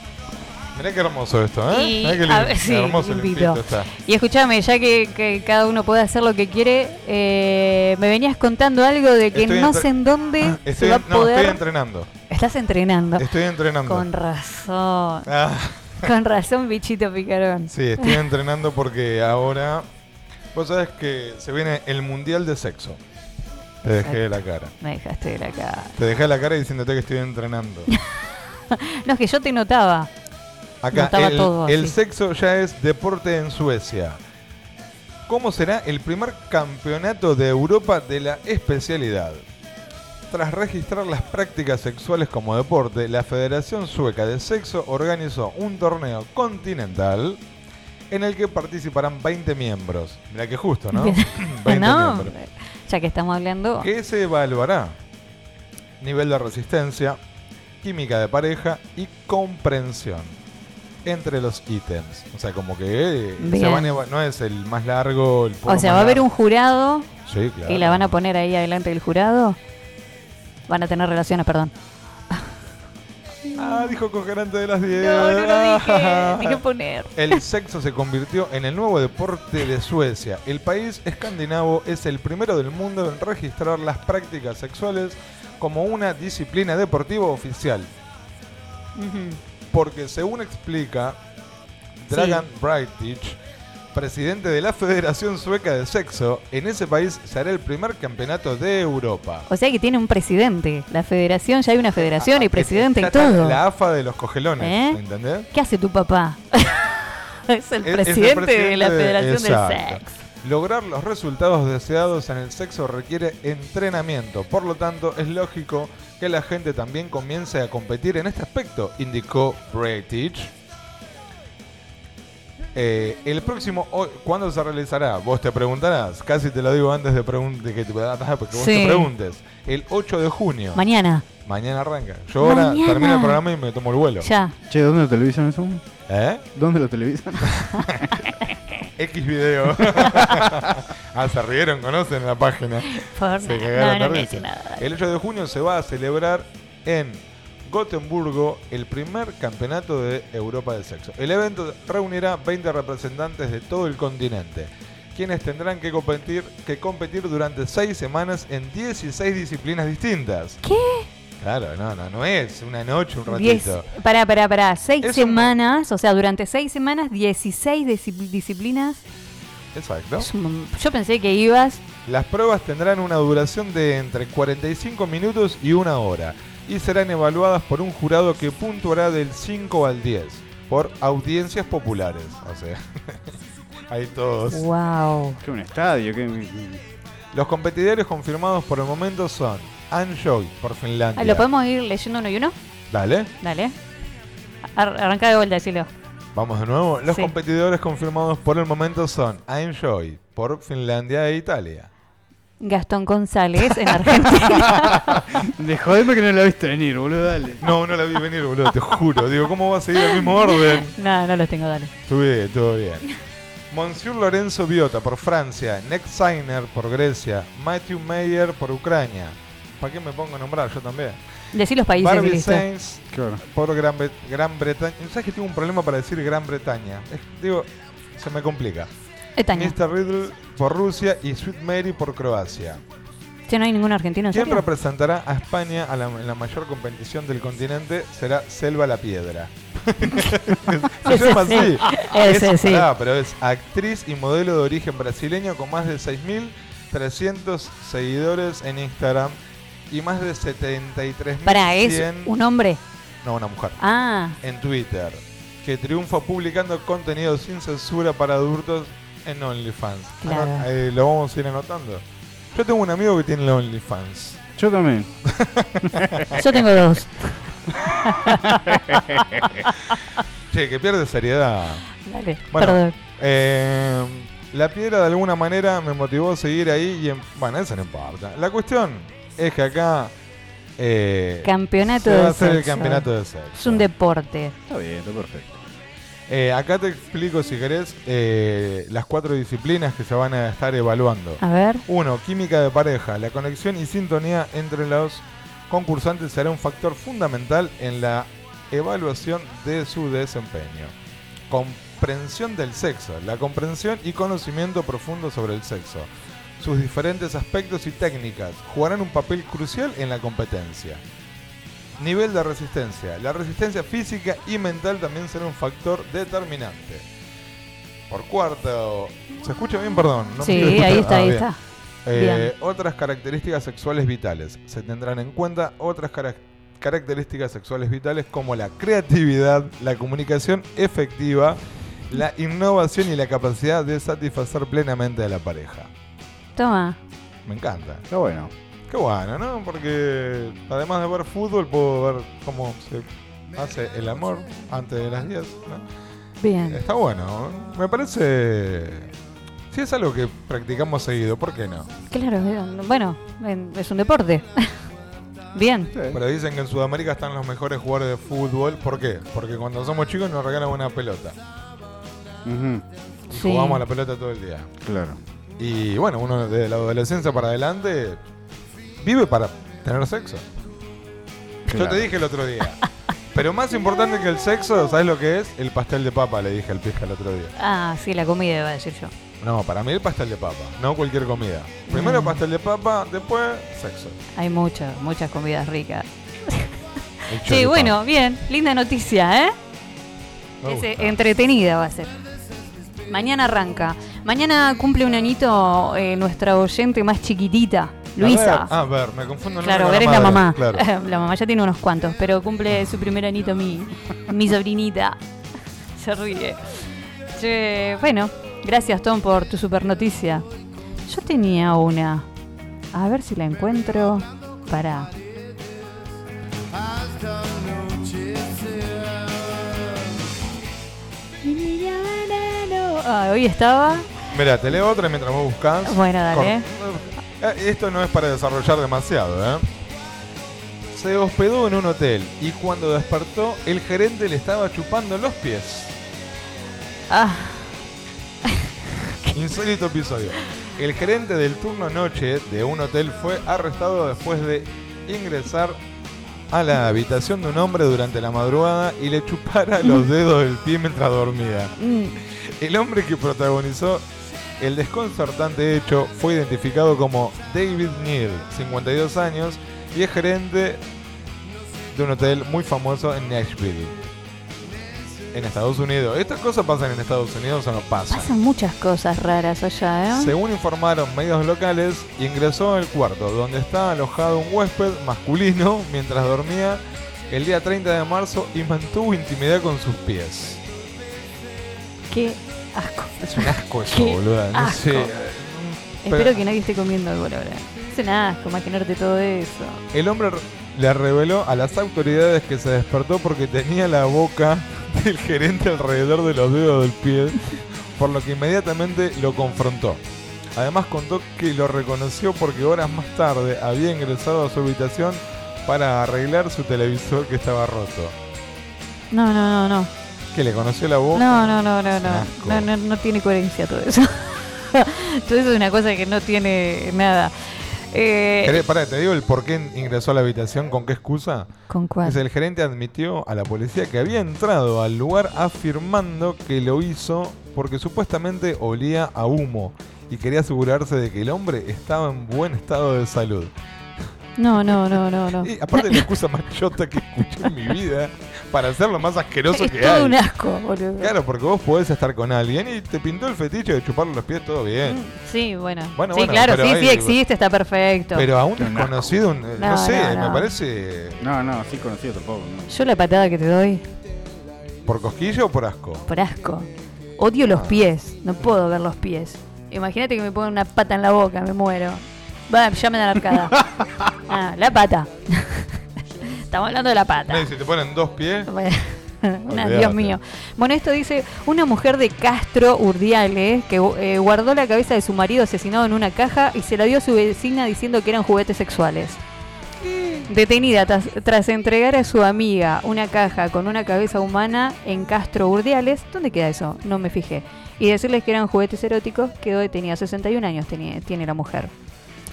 Speaker 1: Mirá qué hermoso esto, ¿eh?
Speaker 5: Y-
Speaker 1: Mirá qué
Speaker 5: a
Speaker 1: lindo,
Speaker 5: ver, sí,
Speaker 1: hermoso
Speaker 5: limpito.
Speaker 1: limpito está.
Speaker 5: Y escúchame, ya que, que cada uno puede hacer lo que quiere, eh, me venías contando algo de que
Speaker 1: Estoy
Speaker 5: no
Speaker 1: entre-
Speaker 5: sé en dónde se
Speaker 1: Ah, Estoy,
Speaker 5: va a
Speaker 1: no,
Speaker 5: poder.
Speaker 1: estoy entrenando.
Speaker 5: Estás entrenando.
Speaker 1: Estoy entrenando.
Speaker 5: Con razón.
Speaker 1: Ah.
Speaker 5: Con razón, bichito picarón.
Speaker 1: Sí, estoy entrenando porque ahora. Vos sabés que se viene el mundial de sexo. Te dejé de la cara.
Speaker 5: Me dejaste de la cara.
Speaker 1: Te dejé de la cara diciéndote que estoy entrenando.
Speaker 5: No, es que yo te notaba.
Speaker 1: Acá,
Speaker 5: Notaba
Speaker 1: el,
Speaker 5: todo
Speaker 1: el
Speaker 5: así.
Speaker 1: sexo ya es deporte en Suecia. ¿Cómo será el primer campeonato de Europa de la especialidad? Tras registrar las prácticas sexuales como deporte, la Federación Sueca de Sexo organizó un torneo continental en el que participarán 20 miembros. Mira que justo, ¿no? 20
Speaker 5: ¿No?
Speaker 1: miembros.
Speaker 5: Ya que estamos hablando.
Speaker 1: ¿Qué se evaluará? Nivel de resistencia, química de pareja y comprensión entre los ítems. O sea, como que eh, se
Speaker 5: Bien.
Speaker 1: van eva- no es el más largo, el
Speaker 5: O
Speaker 1: foro
Speaker 5: sea,
Speaker 1: más
Speaker 5: va a haber
Speaker 1: largo.
Speaker 5: un jurado
Speaker 1: Sí, claro.
Speaker 5: y la van a poner ahí adelante del jurado. Van a tener relaciones, perdón.
Speaker 1: Ah, dijo coger antes de las 10.
Speaker 5: No, no lo dije. Dije poner.
Speaker 1: El sexo se convirtió en el nuevo deporte de Suecia. El país escandinavo es el primero del mundo en registrar las prácticas sexuales como una disciplina deportiva oficial. Porque según explica Dragan Braitich, presidente de la Federación Sueca de Sexo, en ese país se hará el primer campeonato de Europa.
Speaker 6: O sea que tiene un presidente. La federación, ya hay una federación y presidente
Speaker 1: Ya
Speaker 6: y
Speaker 1: está
Speaker 6: todo.
Speaker 1: La AFA de los cogelones,
Speaker 6: ¿Eh?
Speaker 1: ¿entendés?
Speaker 6: ¿Qué hace tu papá? es el
Speaker 1: Es- es
Speaker 6: presidente, de la Federación del
Speaker 1: Exacto.
Speaker 6: Sex.
Speaker 1: Lograr los resultados deseados en el sexo requiere entrenamiento, por lo tanto es lógico que la gente también comience a competir en este aspecto, indicó British. Eh, el próximo, hoy- ¿cuándo se realizará? Vos te preguntarás, casi te lo digo antes de, pregun- de que te, ah, porque vos
Speaker 6: Sí.
Speaker 1: te preguntes. El 8 de junio,
Speaker 6: Mañana,
Speaker 1: mañana arranca. Yo ahora
Speaker 6: Mañana.
Speaker 1: termino el programa y me tomo el vuelo.
Speaker 6: ya.
Speaker 7: Che, ¿dónde lo televisan eso?
Speaker 1: ¿Eh?
Speaker 7: ¿Dónde lo televisan?
Speaker 1: X video. ah, se rieron, conocen la página.
Speaker 6: Por
Speaker 1: Se
Speaker 6: nada.
Speaker 1: cagaron
Speaker 6: no,
Speaker 1: de
Speaker 6: no,
Speaker 1: risa.
Speaker 6: no, no, no.
Speaker 1: El 8 de junio se va a celebrar en Gotemburgo el primer campeonato de Europa de sexo. El evento reunirá 20 representantes de todo el continente, quienes tendrán que competir, que competir durante 6 semanas en 16 disciplinas distintas. ¿Qué? Claro, no, no, no es una noche, un
Speaker 6: Diez,
Speaker 1: ratito.
Speaker 6: pará, pará, pará. Seis
Speaker 1: Es un-
Speaker 6: semanas, o sea, durante seis semanas, 16 discipl- disciplinas.
Speaker 1: Exacto.
Speaker 6: Es un- Yo pensé que ibas.
Speaker 1: Las pruebas tendrán una duración de entre 45 minutos y una hora y serán evaluadas por un jurado que puntuará del 5 al 10 por audiencias populares. O sea, hay todos.
Speaker 6: ¡Wow!
Speaker 7: Que un estadio, que...
Speaker 1: Los competidores confirmados por el momento son Anjoy por Finlandia.
Speaker 6: Ah, ¿Lo podemos ir leyendo uno y uno?
Speaker 1: Dale,
Speaker 6: Dale. Ar- arranca de vuelta, decilo.
Speaker 1: vamos de nuevo. Los
Speaker 6: Sí.
Speaker 1: competidores confirmados por el momento son Anjoy por Finlandia e Italia.
Speaker 6: Gastón González en Argentina.
Speaker 7: De joderme que no la viste venir, boludo, dale.
Speaker 1: No, no la vi venir, boludo, te juro. Digo, ¿cómo va a seguir el mismo orden?
Speaker 6: no, no los tengo, dale.
Speaker 1: Estuvo bien, estuvo bien. Monsieur Lorenzo Biota por Francia, Nick Sainer por Grecia, Matthew Mayer por Ucrania. ¿Para qué me pongo a nombrar yo también?
Speaker 6: Decí los países y
Speaker 1: Barbie
Speaker 6: listo.
Speaker 1: Sainz
Speaker 7: Claro.
Speaker 1: por Gran, Bre- Gran Bretaña. ¿Sabes que tengo un problema para decir Gran Bretaña? Es- digo, se me complica.
Speaker 6: Etaña.
Speaker 1: Mr. Riddle por Rusia y Sweet Mary por Croacia.
Speaker 6: Che, no hay ningún argentino en
Speaker 1: Quien
Speaker 6: serio?
Speaker 1: representará a España a la- en la mayor competición del continente será Selva la Piedra. Se
Speaker 6: Ese
Speaker 1: llama
Speaker 6: sí.
Speaker 1: así.
Speaker 6: Ese
Speaker 1: Es-
Speaker 6: sí.
Speaker 1: pará, pero es actriz y modelo de origen brasileño con más de 6.300 seguidores en Instagram y más de 73.100
Speaker 6: Pará, es un hombre.
Speaker 1: no una mujer
Speaker 6: Ah,
Speaker 1: en Twitter que triunfa publicando contenido sin censura para adultos en OnlyFans. Ah, no,
Speaker 6: Claro.
Speaker 1: eh, lo vamos a ir anotando. Yo tengo un amigo que tiene el OnlyFans.
Speaker 7: Yo también.
Speaker 6: yo tengo dos.
Speaker 1: Che, que pierde seriedad.
Speaker 6: Dale,
Speaker 1: Bueno,
Speaker 6: perdón.
Speaker 1: Eh, la piedra de alguna manera me motivó a seguir ahí y en- bueno, eso no importa. La cuestión es que acá eh,
Speaker 6: Campeonato
Speaker 1: se va
Speaker 6: de
Speaker 1: a hacer el
Speaker 6: sexo.
Speaker 1: campeonato de sexo.
Speaker 6: Es un deporte.
Speaker 7: Está bien, está perfecto.
Speaker 1: Eh, acá te explico si querés eh, las cuatro disciplinas que se van a estar evaluando.
Speaker 6: A ver.
Speaker 1: Uno, química de pareja. La conexión y sintonía entre los concursantes será un factor fundamental en la evaluación de su desempeño. Comprensión del sexo. La comprensión y conocimiento profundo sobre el sexo. Sus diferentes aspectos y técnicas jugarán un papel crucial en la competencia. Nivel de resistencia. La resistencia física y mental también será un factor determinante. Por cuarto, ¿se escucha bien? Perdón. no me
Speaker 6: sí,
Speaker 1: quiero
Speaker 6: ahí
Speaker 1: escuchar.
Speaker 6: está,
Speaker 1: Ah,
Speaker 6: ahí
Speaker 1: bien.
Speaker 6: está.
Speaker 1: Eh, otras características sexuales vitales. Se tendrán en cuenta otras carac- características sexuales vitales como la creatividad, la comunicación efectiva, la innovación y la capacidad de satisfacer plenamente a la pareja.
Speaker 6: Toma.
Speaker 1: Me encanta.
Speaker 7: Está bueno.
Speaker 1: Qué bueno, ¿no? Porque además de ver fútbol, puedo ver cómo se hace el amor antes de las 10. ¿no?
Speaker 6: Bien.
Speaker 1: Está bueno. Me parece... Si es algo que practicamos seguido, ¿por qué no?
Speaker 6: Claro, eh, bueno, en- es un deporte. Bien.
Speaker 1: Pero dicen que en Sudamérica están los mejores jugadores de fútbol. ¿Por qué? Porque cuando somos chicos nos regalan una pelota.
Speaker 7: Ujú,
Speaker 1: Y
Speaker 6: Sí.
Speaker 1: jugamos a la pelota todo el día.
Speaker 7: Claro.
Speaker 1: Y bueno, uno desde la adolescencia para adelante vive para tener sexo. Yo
Speaker 7: Claro.
Speaker 1: te dije el otro día. Pero más importante que el sexo, ¿sabes lo que es? El pastel de papa, le dije al pija el otro día.
Speaker 6: Ah, sí, la comida iba a decir yo.
Speaker 1: No, para mí el pastel de papa, no cualquier comida. Primero
Speaker 6: Mm.
Speaker 1: pastel de papa, después sexo.
Speaker 6: Hay muchas, muchas comidas ricas.
Speaker 1: El
Speaker 6: Sí,
Speaker 1: choripán.
Speaker 6: bueno, bien. Linda noticia, ¿eh?
Speaker 1: Me
Speaker 6: Es,
Speaker 1: gusta.
Speaker 6: eh, entretenida va a ser.
Speaker 4: Mañana arranca. Mañana cumple un añito eh, nuestra oyente más chiquitita, Luisa.
Speaker 1: Ah, ver, me confundo. el
Speaker 6: Claro,
Speaker 1: nombre
Speaker 6: ver es
Speaker 1: con
Speaker 6: la mamá.
Speaker 1: madre, claro.
Speaker 6: la mamá ya tiene unos cuantos, pero cumple su primer anito mi, mi sobrinita. Se ríe. Che, bueno, gracias Tom por tu super noticia. Yo tenía una. A ver si la encuentro. Para. Ah, hoy estaba.
Speaker 1: Mira, te leo otra mientras vos buscas.
Speaker 6: Bueno, dale.
Speaker 1: Esto no es para desarrollar demasiado, ¿eh? Se hospedó en un hotel y cuando despertó, el gerente le estaba chupando los pies.
Speaker 6: Ah,
Speaker 1: Insólito episodio. El gerente del turno noche de un hotel fue arrestado después de ingresar a la habitación de un hombre durante la madrugada y le chupara los dedos del pie mientras dormía.
Speaker 6: mm,
Speaker 1: El hombre que protagonizó el desconcertante hecho fue identificado como David Neal, 52 años, y es gerente de un hotel muy famoso en Nashville. En Estados Unidos. ¿Estas cosas pasan en Estados Unidos o no pasan?
Speaker 6: pasan muchas cosas raras allá, ¿eh?
Speaker 1: Según informaron medios locales, ingresó al cuarto donde está alojado un huésped masculino mientras dormía el día 30 de marzo y mantuvo intimidad con sus pies.
Speaker 6: Qué asco.
Speaker 1: Es un asco eso,
Speaker 6: Qué
Speaker 1: boluda. No
Speaker 6: asco.
Speaker 1: sé.
Speaker 6: Espero que nadie esté comiendo algo ahora. Es un asco imaginarte todo eso.
Speaker 1: El hombre re- le reveló a las autoridades que se despertó porque tenía la boca del gerente alrededor de los dedos del pie, por lo que inmediatamente lo confrontó. Además contó que lo reconoció porque horas más tarde había ingresado a su habitación para arreglar su televisor que estaba roto.
Speaker 6: No, no, no, no.
Speaker 1: Que le conoció la boca.
Speaker 6: No, no, no, no,
Speaker 1: Es un
Speaker 6: no.
Speaker 1: asco.
Speaker 6: No, no, no tiene coherencia todo eso. todo eso es una cosa que no tiene nada. Eh,
Speaker 1: Geré- pará, te digo el por qué ingresó a la habitación, con qué excusa.
Speaker 6: ¿Con cuál?
Speaker 1: Dice, el gerente admitió a la policía que había entrado al lugar afirmando que lo hizo porque supuestamente olía a humo y quería asegurarse de que el hombre estaba en buen estado de salud.
Speaker 6: No, no, no, no, no.
Speaker 1: Y aparte la excusa más chota que escuché en mi vida para hacer lo más asqueroso
Speaker 6: Es
Speaker 1: que
Speaker 6: todo
Speaker 1: hay.
Speaker 6: un asco, boludo.
Speaker 1: Claro, porque vos podés estar con alguien y te pintó el fetiche de chuparle los pies, todo
Speaker 6: Mm,
Speaker 1: bien.
Speaker 6: Sí, bueno.
Speaker 1: Bueno,
Speaker 6: sí,
Speaker 1: bueno,
Speaker 6: claro,
Speaker 1: pero
Speaker 6: sí,
Speaker 1: hay-
Speaker 6: sí existe, está perfecto.
Speaker 1: Pero a un
Speaker 7: Qué asco.
Speaker 1: desconocido, un- eh, no,
Speaker 6: No,
Speaker 1: sé,
Speaker 6: no, no.
Speaker 1: me parece
Speaker 7: No, no, sí conocido tampoco. no.
Speaker 6: Yo la patada que te doy,
Speaker 1: por cosquillo o por asco.
Speaker 6: por asco. Odio los pies, no puedo ver los pies. Imagínate que me ponen una pata en la boca, me muero. Va, llamen a la arcada. Ah, la pata. Estamos hablando de la pata.
Speaker 1: Mira, y Si te ponen dos pies,
Speaker 6: Bueno, una-
Speaker 1: Olvídate.
Speaker 6: Dios mío. Bueno, esto dice una mujer de Castro Urdiales que eh, guardó la cabeza de su marido asesinado en una caja y se la dio a su vecina diciendo que eran juguetes sexuales. Detenida tras, tras entregar a su amiga una caja con una cabeza humana en Castro Urdiales, ¿dónde queda eso? No me fijé. Y decirles que eran juguetes eróticos, quedó detenida. 61 años tenía- tiene la mujer.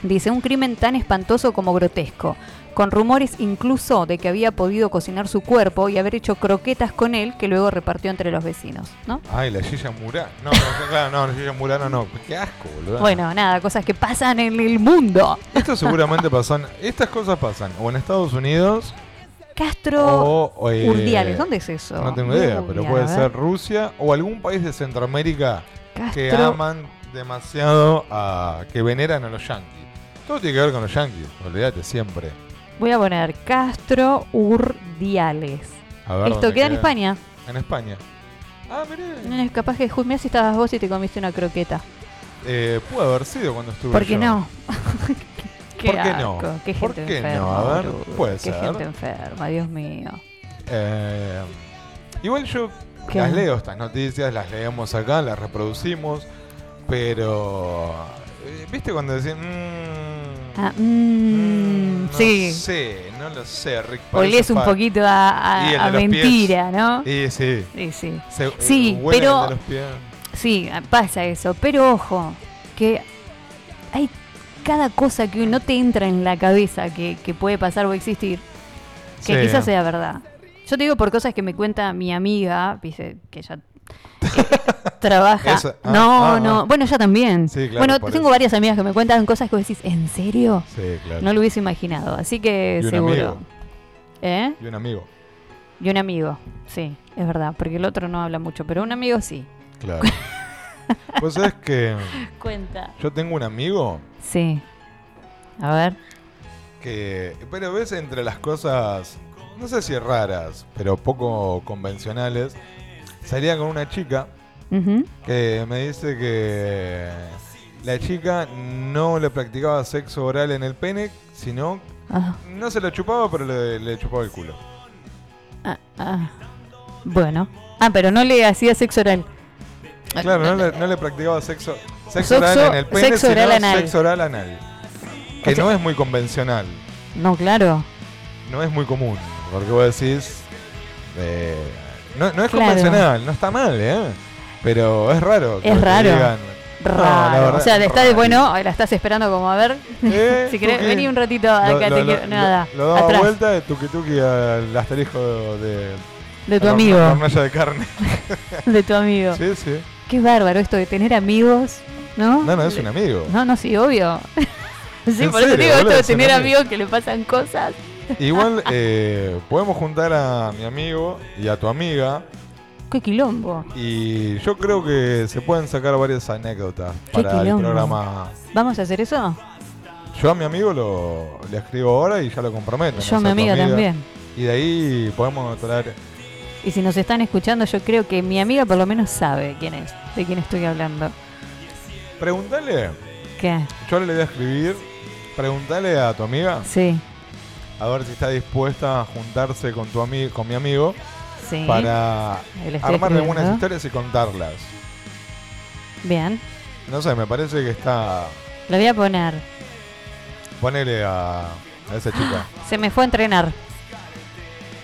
Speaker 6: Dice, un crimen tan espantoso como grotesco, con rumores incluso de que había podido cocinar su cuerpo y haber hecho croquetas con él que luego repartió entre los vecinos, ¿no?
Speaker 1: Ay, la Gilla Murano. No, no, claro, no, la Gilla Murano no. Qué asco, boludo.
Speaker 6: Bueno, nada, cosas que pasan en el mundo.
Speaker 1: Esto seguramente pasan. Estas cosas pasan o en Estados Unidos
Speaker 6: Castro
Speaker 1: o. o, eh,
Speaker 6: Urdiales, ¿dónde es eso?
Speaker 1: No tengo idea,
Speaker 6: Uy,
Speaker 1: pero
Speaker 6: a
Speaker 1: puede
Speaker 6: ver.
Speaker 1: ser Rusia o algún país de Centroamérica que
Speaker 6: Castro-
Speaker 1: aman demasiado a. que veneran a los yanquis. Todo tiene que ver con los yanquis, olvídate siempre.
Speaker 6: Voy a poner Castro Urdiales.
Speaker 1: A ver
Speaker 6: Esto
Speaker 1: dónde
Speaker 6: queda en España.
Speaker 1: En España. Ah, miré.
Speaker 6: Eh, Capaz que ju- mirá si estabas vos y te comiste una croqueta.
Speaker 1: Eh, pudo haber sido cuando estuve.
Speaker 6: ¿Por qué
Speaker 1: yo.
Speaker 6: no?
Speaker 1: ¿Por qué no?
Speaker 6: asco, Qué gente
Speaker 1: ¿Por qué no?
Speaker 6: enferma,
Speaker 1: A ver,
Speaker 6: boludo,
Speaker 1: puede
Speaker 6: qué
Speaker 1: ser.
Speaker 6: gente enferma, Dios mío.
Speaker 1: Eh, igual yo
Speaker 6: ¿Qué?
Speaker 1: las leo estas noticias, las leemos acá, las reproducimos, pero eh, viste cuando decían mm,
Speaker 6: Ah,
Speaker 1: mm,
Speaker 6: mm,
Speaker 1: no
Speaker 6: sí,
Speaker 1: sé, no lo sé, Rick.
Speaker 6: olés
Speaker 1: parece
Speaker 6: un
Speaker 1: fa-
Speaker 6: poquito a, a-
Speaker 1: Y el
Speaker 6: a
Speaker 1: de los
Speaker 6: mentira, ¿no?
Speaker 1: Y sí.
Speaker 6: Sí, sí,
Speaker 1: se-
Speaker 6: Sí,
Speaker 1: eh, huele
Speaker 6: pero-
Speaker 1: de los pies.
Speaker 6: sí, pasa eso. Pero ojo, que hay cada cosa que no te entra en la cabeza que, que puede pasar o existir, que
Speaker 1: Sí.
Speaker 6: quizás sea verdad. Yo te digo por cosas que me cuenta mi amiga, dice, que ya trabaja.
Speaker 1: Eso, ah,
Speaker 6: no,
Speaker 1: ah,
Speaker 6: no,
Speaker 1: ah.
Speaker 6: bueno, ella también.
Speaker 1: Sí, claro,
Speaker 6: bueno,
Speaker 1: por
Speaker 6: tengo
Speaker 1: eso.
Speaker 6: varias amigas que me cuentan cosas que vos decís, ¿en serio?
Speaker 1: Sí, claro.
Speaker 6: No lo hubiese imaginado, así que
Speaker 1: Y un
Speaker 6: seguro.
Speaker 1: amigo.
Speaker 6: ¿Eh?
Speaker 1: Y un amigo,
Speaker 6: Y un amigo, sí, es verdad, porque el otro no habla mucho, pero un amigo sí.
Speaker 1: claro. Vos sabés que
Speaker 6: Cuenta.
Speaker 1: yo tengo un amigo
Speaker 6: Sí. A ver.
Speaker 1: que, pero ves entre las cosas, no sé si raras, pero poco convencionales, salía con una chica
Speaker 6: Ujú.
Speaker 1: que me dice que la chica no le practicaba sexo oral en el pene, sino
Speaker 6: Ah,
Speaker 1: no se lo chupaba, pero le, le chupaba el culo.
Speaker 6: ah, ah. Bueno. Ah, pero no le hacía sexo oral.
Speaker 1: Claro, no le, no le practicaba sexo, sexo
Speaker 6: Sexo-
Speaker 1: oral en el pene,
Speaker 6: sexo
Speaker 1: sino
Speaker 6: oral anal.
Speaker 1: sexo oral anal. Que
Speaker 6: O sea-
Speaker 1: no es muy convencional,
Speaker 6: No, claro.
Speaker 1: no es muy común, porque vos decís... eh, no, no
Speaker 6: Claro.
Speaker 1: es convencional, no está mal, ¿eh? Pero es raro. que
Speaker 6: Es
Speaker 1: te
Speaker 6: raro.
Speaker 1: digan, "No, la
Speaker 6: Raro.
Speaker 1: verdad,
Speaker 6: o sea, de estar de
Speaker 1: raro".
Speaker 6: bueno, la estás esperando como a ver.
Speaker 1: Eh,
Speaker 6: si querés,
Speaker 1: tuqui.
Speaker 6: vení un ratito
Speaker 1: Lo-
Speaker 6: acá,
Speaker 1: lo-
Speaker 6: te
Speaker 1: lo-
Speaker 6: quiero-
Speaker 1: lo-
Speaker 6: nada.
Speaker 1: Lo daba
Speaker 6: atrás
Speaker 1: vuelta de tuki tuki al asterisco de,
Speaker 6: de tu
Speaker 1: la hor-
Speaker 6: amigo.
Speaker 1: la hornalla de carne.
Speaker 6: de tu amigo.
Speaker 1: sí, sí.
Speaker 6: Qué bárbaro esto de tener amigos, ¿no?
Speaker 1: No, no, es un amigo.
Speaker 6: No, no, sí, obvio. sí,
Speaker 1: En
Speaker 6: por eso te
Speaker 1: serio,
Speaker 6: digo esto
Speaker 1: boludo,
Speaker 6: de
Speaker 1: es un
Speaker 6: tener
Speaker 1: amigo.
Speaker 6: amigos que le pasan cosas.
Speaker 1: Igual eh, podemos juntar a mi amigo y a tu amiga
Speaker 6: Qué quilombo.
Speaker 1: y yo creo que se pueden sacar varias anécdotas para el
Speaker 6: quilombo.
Speaker 1: programa.
Speaker 6: ¿Vamos a hacer eso?
Speaker 1: Yo a mi amigo lo, le escribo ahora y ya lo comprometo.
Speaker 6: Yo a mi amiga también.
Speaker 1: Y de ahí podemos traer...
Speaker 6: Y si nos están escuchando, yo creo que mi amiga por lo menos sabe quién es, de quién estoy hablando.
Speaker 1: Preguntale,
Speaker 6: ¿Qué?
Speaker 1: yo ahora le voy a escribir, preguntale a tu amiga
Speaker 6: Sí,
Speaker 1: a ver si está dispuesta a juntarse con, tu ami con mi amigo
Speaker 6: sí.
Speaker 1: para
Speaker 6: Ahí le estoy
Speaker 1: armar
Speaker 6: escribiendo.
Speaker 1: algunas historias y contarlas.
Speaker 6: Bien,
Speaker 1: No sé, me parece que está...
Speaker 6: lo voy a poner.
Speaker 1: Ponele a, a esa chica.
Speaker 6: Se me fue a entrenar.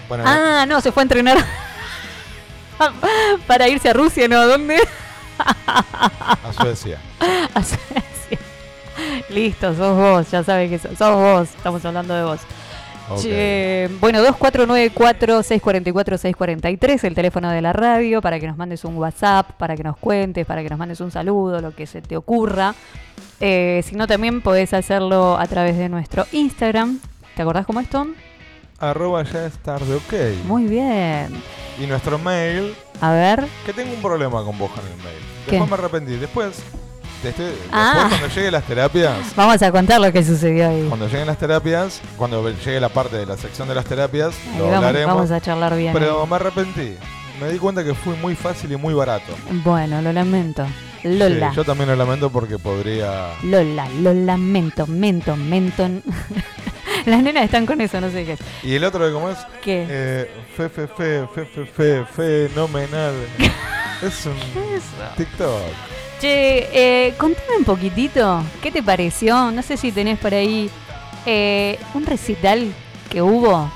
Speaker 1: Ponele-
Speaker 6: Ah, no, se fue a entrenar. para irse a Rusia, ¿no? ¿A dónde?
Speaker 1: a Suecia.
Speaker 6: Así es. Listo, sos vos, ya sabes que sos, sos vos, estamos hablando de vos.
Speaker 1: Ok.
Speaker 6: Che, bueno, 2494-644-643, el teléfono de la radio, para que nos mandes un WhatsApp, para que nos cuentes, para que nos mandes un saludo, lo que se te ocurra. Eh, si no, también podés hacerlo a través de nuestro Instagram. ¿Te acordás cómo es, Tom?
Speaker 1: Arroba ya es tarde, ok.
Speaker 6: Muy bien.
Speaker 1: Y nuestro mail,
Speaker 6: A ver.
Speaker 1: que tengo un problema con vos con el mail.
Speaker 6: ¿Qué?
Speaker 1: Después me arrepentí. Después, te estoy- después
Speaker 6: Ah.
Speaker 1: cuando lleguen las terapias,
Speaker 6: Vamos a contar lo que sucedió ahí.
Speaker 1: cuando lleguen las terapias, cuando llegue la parte de la sección de las terapias,
Speaker 6: Ahí
Speaker 1: lo
Speaker 6: vamos,
Speaker 1: hablaremos.
Speaker 6: vamos a charlar bien.
Speaker 1: pero me arrepentí. Me di cuenta que fue muy fácil y muy barato.
Speaker 6: ahí. Bueno, lo lamento. Lola.
Speaker 1: Sí, yo también lo lamento porque podría...
Speaker 6: Lola, lo lamento, mento, menton. Las nenas están con eso, no sé qué es.
Speaker 1: Y el otro, ¿cómo es?
Speaker 6: ¿Qué?
Speaker 1: Eh, fe, fe, fe, fe, fe, fe, fenomenal. es un TikTok.
Speaker 6: Che, eh, contame un poquitito, ¿qué te pareció? No sé si tenés por ahí eh, un recital que hubo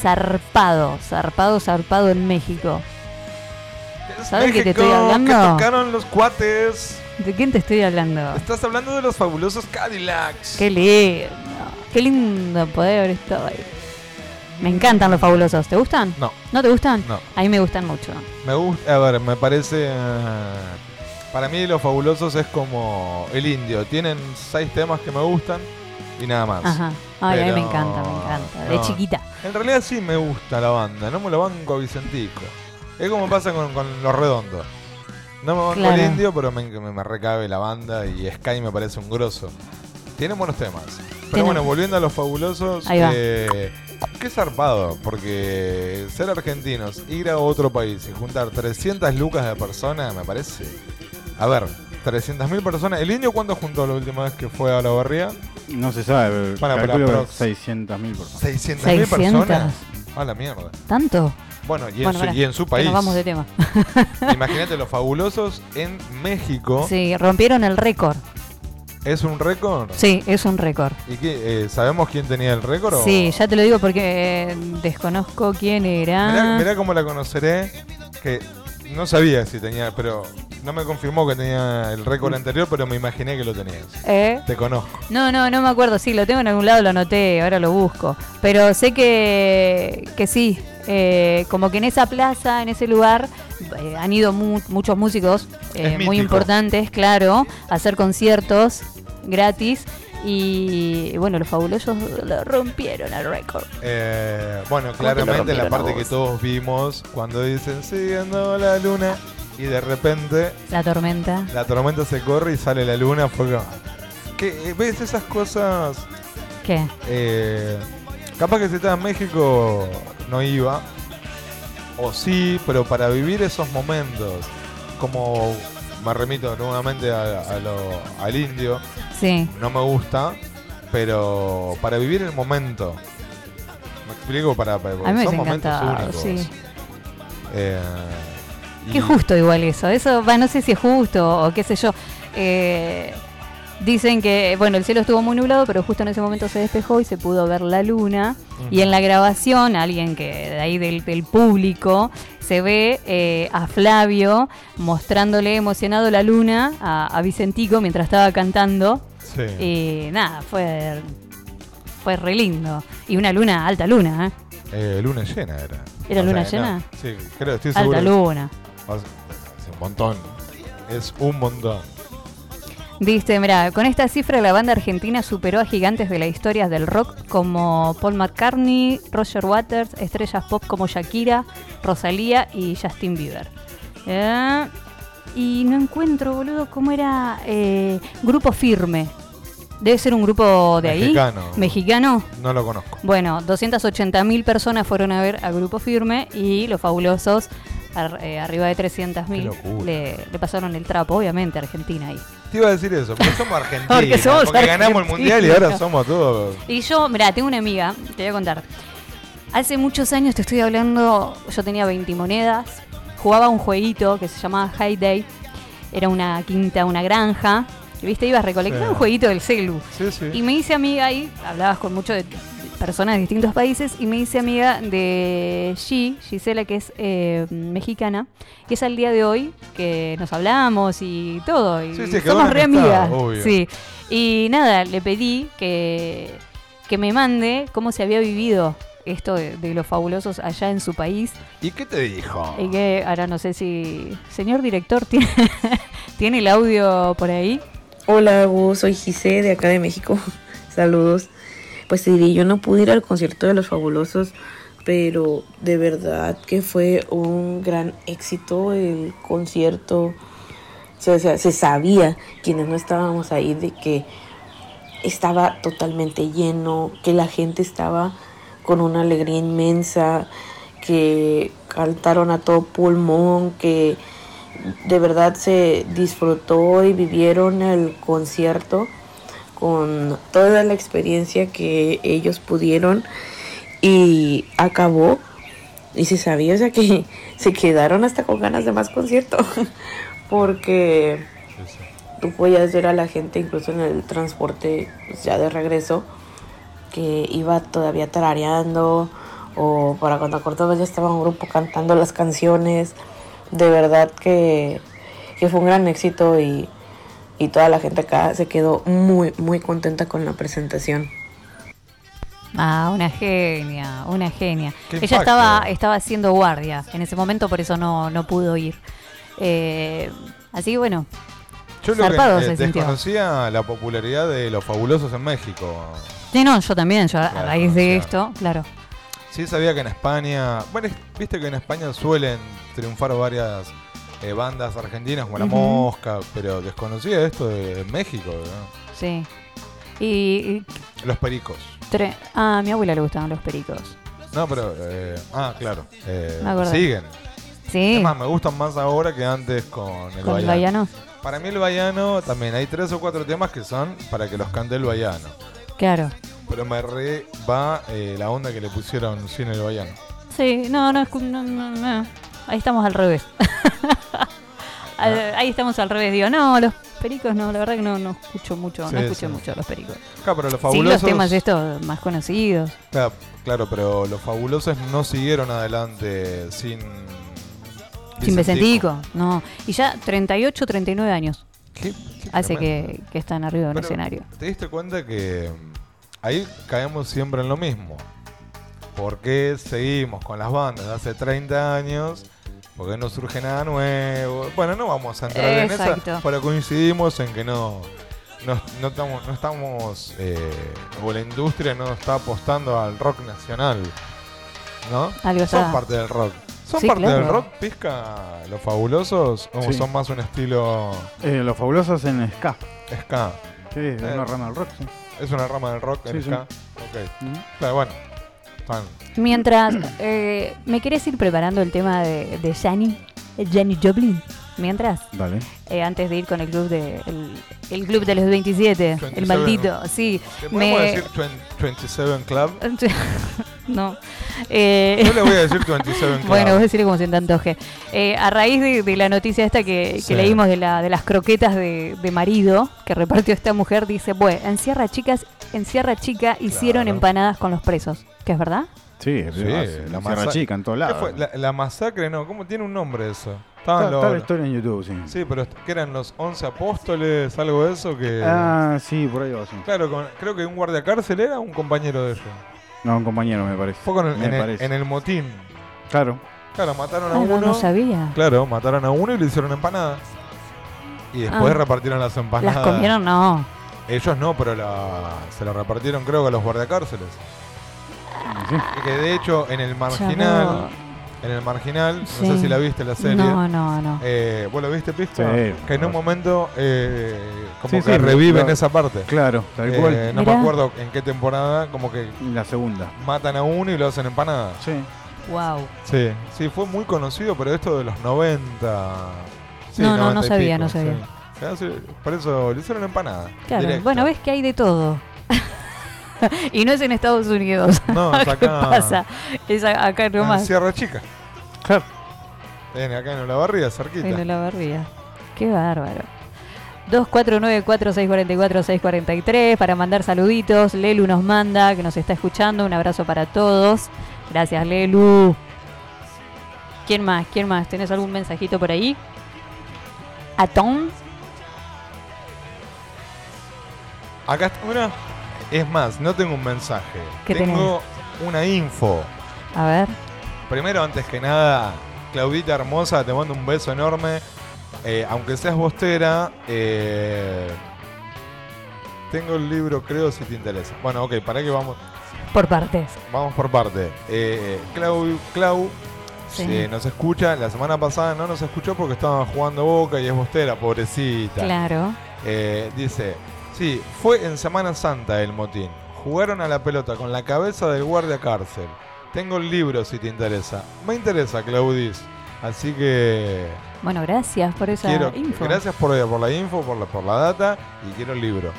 Speaker 6: zarpado, zarpado, zarpado en México. ¿Sabes qué te estoy
Speaker 1: México,
Speaker 6: hablando?
Speaker 1: Que tocaron los cuates.
Speaker 6: ¿De quién te estoy hablando?
Speaker 1: Estás hablando de los fabulosos Cadillacs.
Speaker 6: Qué lindo, qué lindo poder haber estado ahí. Me encantan los fabulosos, ¿te gustan?
Speaker 1: No,
Speaker 6: ¿No te gustan?
Speaker 1: No.
Speaker 6: A mí me gustan mucho.
Speaker 1: me gusta. A ver, me parece. eh, para mí, los fabulosos es como el indio. Tienen seis temas que me gustan y nada más.
Speaker 6: Ajá. Ay, a mí me
Speaker 1: Pero-
Speaker 6: encanta, me encanta. De
Speaker 1: no.
Speaker 6: chiquita.
Speaker 1: En realidad, sí me gusta la banda. No me lo banco a Vicentico. Es como pasa con, con Los Redondos. No me banco
Speaker 6: Claro.
Speaker 1: el indio, pero me, me, me recabe la banda y Sky me parece un grosso. Tienen buenos temas. Pero
Speaker 6: Tienen-
Speaker 1: bueno, volviendo a los fabulosos,
Speaker 6: Ahí va.
Speaker 1: eh, qué zarpado, porque ser argentinos, ir a otro país y juntar 300 lucas de persona, me parece. A ver, 300.000 personas. ¿El indio cuánto juntó la última vez que fue a la barría?
Speaker 7: No se sabe,
Speaker 1: Para,
Speaker 7: pero
Speaker 1: para,
Speaker 7: calculo
Speaker 1: pero-
Speaker 7: 600.000 personas.
Speaker 1: 600.000 personas.
Speaker 6: 600.
Speaker 1: A la mierda.
Speaker 6: ¿Tanto?
Speaker 1: Bueno, y en,
Speaker 6: Bueno,
Speaker 1: su,
Speaker 6: pará,
Speaker 1: y en su
Speaker 6: Que
Speaker 1: país.
Speaker 6: nos vamos de tema.
Speaker 1: Imagínate los fabulosos en México.
Speaker 6: Sí, rompieron el récord.
Speaker 1: ¿Es un récord?
Speaker 6: Sí, es un récord.
Speaker 1: ¿Y qué? eh, ¿Sabemos quién tenía el récord? o-
Speaker 6: Sí, ya te lo digo porque eh, desconozco quién era.
Speaker 1: Mirá, mirá cómo la conoceré. Que no sabía si tenía, pero no me confirmó que tenía el
Speaker 6: Mm.
Speaker 1: récord anterior, pero me imaginé que lo tenías.
Speaker 6: ¿Eh?
Speaker 1: Te conozco.
Speaker 6: No, no, no me acuerdo. Sí, lo tengo en algún lado, lo anoté, ahora lo busco. Pero sé que, que sí, eh, como que en esa plaza, en ese lugar, eh, han ido mu- muchos músicos eh,
Speaker 1: Es
Speaker 6: muy
Speaker 1: mítico.
Speaker 6: importantes, claro, a hacer conciertos gratis. Y, y bueno, los fabulosos lo rompieron al récord.
Speaker 1: Eh, bueno,
Speaker 6: te lo
Speaker 1: claramente la
Speaker 6: rompieron a
Speaker 1: parte que
Speaker 6: vos?
Speaker 1: todos vimos cuando dicen siguiendo la luna. Y y de repente
Speaker 6: La tormenta.
Speaker 1: la tormenta se corre y sale la luna. Fue como- que, eh, ¿Ves esas cosas?
Speaker 6: ¿Qué?
Speaker 1: Eh, capaz que si estaba en México no iba. O sí, pero para vivir esos momentos, como me remito nuevamente a- a lo- al indio,
Speaker 6: Sí.
Speaker 1: no me gusta, pero para vivir el momento. Me explico para, para-
Speaker 6: A mí me
Speaker 1: son
Speaker 6: hubiese
Speaker 1: momentos
Speaker 6: encantado.
Speaker 1: únicos.
Speaker 6: Sí.
Speaker 1: Eh, y-
Speaker 6: Qué justo igual eso. Eso, va, no sé si es justo o qué sé yo. Eh, dicen que, bueno, el cielo estuvo muy nublado, pero justo en ese momento se despejó y se pudo ver la luna. Y en la grabación, alguien que de ahí del, del público se ve eh, a Flavio mostrándole emocionado la luna a, a Vicentico mientras estaba cantando.
Speaker 1: sí.
Speaker 6: Y nada, fue, fue re lindo. Y una luna, alta luna, ¿eh?
Speaker 1: Eh, luna llena era.
Speaker 6: ¿Era luna
Speaker 1: no,
Speaker 6: llena?
Speaker 1: sí, creo, estoy seguro.
Speaker 6: Alta luna.
Speaker 1: O sea, Es un montón. Es un montón.
Speaker 6: Dice, mira, con esta cifra la banda argentina superó a gigantes de la historia del rock como Paul McCartney, Roger Waters, estrellas pop como Shakira, Rosalía y Justin Bieber. Eh, y no encuentro, boludo, cómo era eh, Grupo Firme. Debe ser un grupo de
Speaker 1: Mexicano.
Speaker 6: ahí. Mexicano.
Speaker 1: No lo conozco.
Speaker 6: Bueno, 280.000 personas fueron a ver a Grupo Firme y los fabulosos, ar- eh, arriba de
Speaker 1: Qué
Speaker 6: 300.000,
Speaker 1: locura.
Speaker 6: le, le pasaron el trapo, obviamente, a Argentina ahí.
Speaker 1: Te iba a decir eso, porque somos argentinos.
Speaker 6: Porque somos
Speaker 1: ganamos el mundial y
Speaker 6: argentinos.
Speaker 1: ahora somos todos.
Speaker 6: Y yo, mira, tengo una amiga, te voy a contar. Hace muchos años te estoy hablando, yo tenía 20 monedas, jugaba un jueguito que se llamaba High Day, era una quinta, una granja, y, viste, ibas recolectando
Speaker 1: Sí.
Speaker 6: un jueguito del celu.
Speaker 1: Sí, sí.
Speaker 6: Y me hice amiga ahí, hablabas con muchos de personas de distintos países, y me hice amiga de G, Gisela, que es eh, mexicana, que es al día de hoy que nos hablamos y todo, y
Speaker 1: Sí, sí, quedó
Speaker 6: somos
Speaker 1: una
Speaker 6: re
Speaker 1: amistad,
Speaker 6: amigas.
Speaker 1: obvio.
Speaker 6: Sí. Y nada, le pedí que, que me mande cómo se había vivido esto de, de los fabulosos allá en su país.
Speaker 1: ¿Y qué te dijo?
Speaker 6: Y que ahora no sé si. Señor director, ¿tiene, ¿tiene el audio por ahí?
Speaker 10: Hola, Gus, soy Gise de acá de México. Saludos. Pues te diré, yo no pude ir al concierto de Los Fabulosos, pero de verdad que fue un gran éxito el concierto. O sea, se sabía, quienes no estábamos ahí, de que estaba totalmente lleno, que la gente estaba con una alegría inmensa, que cantaron a todo pulmón, que de verdad se disfrutó y vivieron el concierto con toda la experiencia que ellos pudieron y acabó y se sabía, o sea que se quedaron hasta con ganas de más concierto porque tú podías ver a la gente incluso en el transporte pues, ya de regreso que iba todavía tarareando o para cuando cortaba ya estaba un grupo cantando las canciones de verdad que, que fue un gran éxito y, y toda la gente acá se quedó muy muy contenta con la presentación
Speaker 6: Ah, una genia, una genia.
Speaker 1: Qué
Speaker 6: Ella
Speaker 1: impacto.
Speaker 6: estaba, estaba haciendo guardia en ese momento, por eso no, no pudo ir. Eh, así que bueno,
Speaker 1: Yo lo
Speaker 6: Zarpado
Speaker 1: que eh,
Speaker 6: se sintió.
Speaker 1: desconocía la popularidad de los fabulosos en México.
Speaker 6: sí, no, yo también, yo a
Speaker 1: Claro,
Speaker 6: raíz de
Speaker 1: claro.
Speaker 6: esto, claro.
Speaker 1: Sí sabía que en España, bueno, es- viste que en España suelen triunfar varias eh, bandas argentinas como La
Speaker 6: Ujú.
Speaker 1: Mosca, pero desconocía esto de, de México, ¿no?
Speaker 6: Sí. Y, y
Speaker 1: Los Pericos.
Speaker 6: tre- ah, a mi abuela le gustaban los pericos.
Speaker 1: No, pero, eh, ah, claro, eh,
Speaker 6: Me acordé.
Speaker 1: siguen.
Speaker 6: Sí,
Speaker 1: Es más, me gustan más ahora que antes con el
Speaker 6: con el
Speaker 1: Baiano.
Speaker 6: baiano.
Speaker 1: Para mí el Bayano también, hay tres o cuatro temas que son para que los cante el Bayano.
Speaker 6: Claro.
Speaker 1: Pero me re va eh, la onda que le pusieron sin el Bayano.
Speaker 6: Sí, no, no, escu- no, no, no. ahí estamos al revés. Al-
Speaker 1: Ah.
Speaker 6: ahí estamos al revés, digo, no, los pericos no, la verdad que no, no escucho mucho,
Speaker 1: Sí,
Speaker 6: no escucho
Speaker 1: sí.
Speaker 6: mucho los pericos.
Speaker 1: Acá, pero los
Speaker 6: Sí,
Speaker 1: fabulosos...
Speaker 6: los temas este. estos más conocidos.
Speaker 1: Claro, claro, pero los fabulosos no siguieron adelante sin.
Speaker 6: Sin Vicentico, no. Y ya 38, 39 años
Speaker 1: ¿Qué- qué
Speaker 6: hace
Speaker 1: tremendo.
Speaker 6: que, que están arriba de un
Speaker 1: Pero,
Speaker 6: escenario.
Speaker 1: ¿Te diste cuenta que mm, ahí caemos siempre en lo mismo? ¿Por qué seguimos con las bandas de hace 30 años? ¿Por qué no surge nada nuevo? Bueno, no vamos a entrar en
Speaker 6: Exacto.
Speaker 1: esa, pero coincidimos en que no. No, no estamos, no estamos eh, o la industria no está apostando al rock nacional, ¿no?
Speaker 6: Algo
Speaker 1: Son
Speaker 6: está-
Speaker 1: parte del rock, ¿Son
Speaker 6: Sí,
Speaker 1: parte
Speaker 6: claro.
Speaker 1: del rock pisca los fabulosos o
Speaker 7: Sí.
Speaker 1: son más un estilo
Speaker 7: Eh, los fabulosos en ska.
Speaker 1: ska?
Speaker 7: Sí, es
Speaker 1: Eh.
Speaker 7: una rama del rock, sí.
Speaker 1: Es una rama del rock, el
Speaker 7: Sí, sí.
Speaker 1: ska. Ok.
Speaker 7: Ujú.
Speaker 1: Claro, bueno. Están-
Speaker 6: Mientras, eh, ¿me querés ir preparando el tema de, de Gianni? Eh, Gianni Joplin. Mientras,
Speaker 7: Dale.
Speaker 6: eh, antes de ir con el club de el, el club de los 27,
Speaker 1: 27,
Speaker 6: el maldito, sí.
Speaker 1: ¿Te podemos
Speaker 6: Me,
Speaker 1: decir 20- 27 Club?
Speaker 6: no. Eh,
Speaker 1: Yo le voy a decir 27 Club.
Speaker 6: Bueno, vos decirle como se te antoje. Eh, a raíz de, de la noticia esta que, que
Speaker 1: Sí.
Speaker 6: leímos de, la, de las croquetas de, de marido que repartió esta mujer, dice, bueno, en Sierra Chicas, en Sierra Chica hicieron
Speaker 1: Claro.
Speaker 6: empanadas con los presos, que es verdad.
Speaker 7: Sí,
Speaker 1: Sí, la
Speaker 7: la Sierra
Speaker 1: masa-
Speaker 7: Chica en todos
Speaker 1: ¿Qué
Speaker 7: lados.
Speaker 1: fue? La, la masacre, no. ¿Cómo tiene un nombre eso?
Speaker 7: Está,
Speaker 1: Estaban
Speaker 7: está la
Speaker 1: los.
Speaker 7: historia en YouTube, sí.
Speaker 1: Sí, pero est- que eran los 11 apóstoles, algo de eso que.
Speaker 7: Ah, sí, por ahí va, sí.
Speaker 1: Claro, con- creo que un guardia cárcel era un compañero de ellos.
Speaker 7: No, un compañero me parece.
Speaker 1: Fue con el-
Speaker 7: Me
Speaker 1: en, el,
Speaker 7: parece.
Speaker 1: en el motín.
Speaker 7: Claro.
Speaker 1: Claro, mataron a
Speaker 6: Ah,
Speaker 1: uno.
Speaker 6: no, no sabía.
Speaker 1: Claro, mataron a uno y le hicieron empanadas. Y después
Speaker 6: Ah.
Speaker 1: repartieron las empanadas.
Speaker 6: ¿Las comieron? No.
Speaker 1: Ellos no, pero la- se las repartieron creo que a los guardacárceles.
Speaker 7: Sí.
Speaker 1: Que de hecho en el
Speaker 6: Ya
Speaker 1: marginal, en el marginal,
Speaker 6: Sí.
Speaker 1: no sé si la viste la
Speaker 6: no,
Speaker 1: serie.
Speaker 6: no, no, no.
Speaker 1: Eh, ¿Vos la viste, Pisco?
Speaker 7: Sí.
Speaker 1: que en un momento eh, como
Speaker 7: Sí,
Speaker 1: que
Speaker 7: sí,
Speaker 1: reviven
Speaker 7: lo-
Speaker 1: esa parte.
Speaker 7: Claro, tal
Speaker 1: Eh,
Speaker 7: cual.
Speaker 1: no me
Speaker 6: Mirá.
Speaker 1: acuerdo en qué temporada, como que
Speaker 7: La segunda.
Speaker 1: matan a uno y lo hacen empanadas.
Speaker 7: Sí.
Speaker 6: Wow.
Speaker 1: Sí, sí, fue muy conocido, pero esto de los 90. sí,
Speaker 6: No, no, no
Speaker 1: 90 y
Speaker 6: sabía, no
Speaker 1: sí.
Speaker 6: sabía.
Speaker 1: Ah, sí, Por eso le hicieron empanada.
Speaker 6: Claro.
Speaker 1: directo.
Speaker 6: Bueno, ves que hay de todo. y no es en Estados Unidos.
Speaker 1: No, es
Speaker 6: ¿Qué
Speaker 1: acá.
Speaker 6: pasa? Es a- acá
Speaker 1: Ah. En
Speaker 6: nomás,
Speaker 1: Sierra Chica.
Speaker 7: Claro.
Speaker 1: Ven, acá en Olavarría, cerquita.
Speaker 6: en la barría. Qué bárbaro. 2494-644-643 para mandar saluditos. Lelu nos manda, que nos está escuchando. Un abrazo para todos. Gracias, Lelu. ¿Quién más? ¿Quién más? ¿Tenés algún mensajito por ahí? ¿Atón?
Speaker 1: Acá está una. Es más, no tengo un mensaje.
Speaker 6: ¿Qué
Speaker 1: tengo una info.
Speaker 6: A ver.
Speaker 1: Primero, antes que nada, Claudita hermosa, te mando un beso enorme. Eh, aunque seas bostera, eh, tengo el libro, creo, si te interesa. Bueno, ok, para que vamos.
Speaker 6: Por partes.
Speaker 1: Vamos por parte. Eh, Clau, Clau
Speaker 6: Sí.
Speaker 1: eh, nos escucha. La semana pasada no nos escuchó porque estaba jugando boca y es bostera, pobrecita.
Speaker 6: Claro.
Speaker 1: Eh, dice: Sí, fue en Semana Santa el motín. Jugaron a la pelota con la cabeza del guardia cárcel. Tengo el libro si te interesa. Me interesa, Claudis. Así que
Speaker 6: Bueno, gracias por esa
Speaker 1: quiero.
Speaker 6: info.
Speaker 1: Gracias por, por la info, por la, por la data y quiero el libro.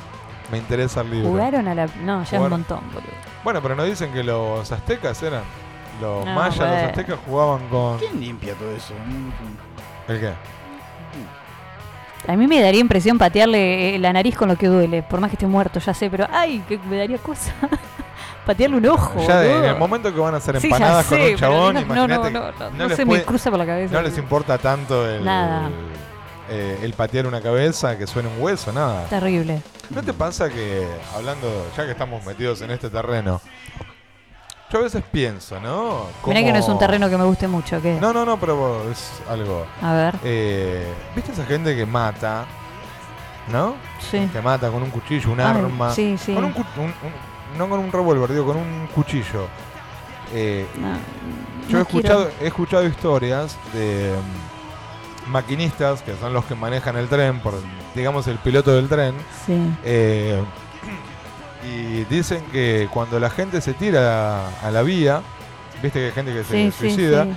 Speaker 1: Me interesa el libro.
Speaker 6: Jugaron a la. No, ya es un
Speaker 1: Jugaron.
Speaker 6: montón, boludo.
Speaker 1: Bueno, pero no dicen que los aztecas eran. Los
Speaker 6: No,
Speaker 1: mayas,
Speaker 6: bueno.
Speaker 1: los aztecas jugaban con.
Speaker 7: ¿Quién limpia todo eso? Mm,
Speaker 1: ¿El qué?
Speaker 6: A mí me daría impresión patearle eh, la nariz con lo que duele, por más que esté muerto, ya sé, pero ay, que me daría cosa. patearle un ojo.
Speaker 1: ya de- en
Speaker 6: boludo.
Speaker 1: el momento que van a hacer
Speaker 6: Sí, ya
Speaker 1: empanadas con
Speaker 6: sé,
Speaker 1: un
Speaker 6: pero
Speaker 1: chabón,
Speaker 6: no, no, no,
Speaker 1: imagínate.
Speaker 6: no,
Speaker 1: que
Speaker 6: no,
Speaker 1: no
Speaker 6: no
Speaker 1: les
Speaker 6: se
Speaker 1: puede-
Speaker 6: me cruza por la cabeza.
Speaker 1: no les importa tanto el.
Speaker 6: Nada.
Speaker 1: eh, el patear una cabeza que suene un hueso, nada.
Speaker 6: Terrible.
Speaker 1: ¿No te pasa que, hablando, ya que estamos metidos en este terreno, yo a veces pienso, ¿no?
Speaker 6: Mirá
Speaker 1: Cómo-
Speaker 6: que no es un terreno que me guste mucho, que.
Speaker 1: No, no, no, pero es algo.
Speaker 6: A ver,
Speaker 1: Eh, ¿Viste esa gente que mata? ¿No?
Speaker 6: sí.
Speaker 1: Que mata con un cuchillo, un
Speaker 6: Ay,
Speaker 1: arma.
Speaker 6: Sí, sí.
Speaker 1: Con un, cu- un- un- no con un revólver, digo, con un cuchillo. Eh,
Speaker 6: No,
Speaker 1: yo he,
Speaker 6: no quiero.
Speaker 1: escuchado, he escuchado historias de mm, maquinistas, que son los que manejan el tren, por, digamos el piloto del tren,
Speaker 6: Sí.
Speaker 1: eh, y dicen que cuando la gente se tira a, la vía, viste que hay gente que se
Speaker 6: Sí, sí,
Speaker 1: suicida,
Speaker 6: sí.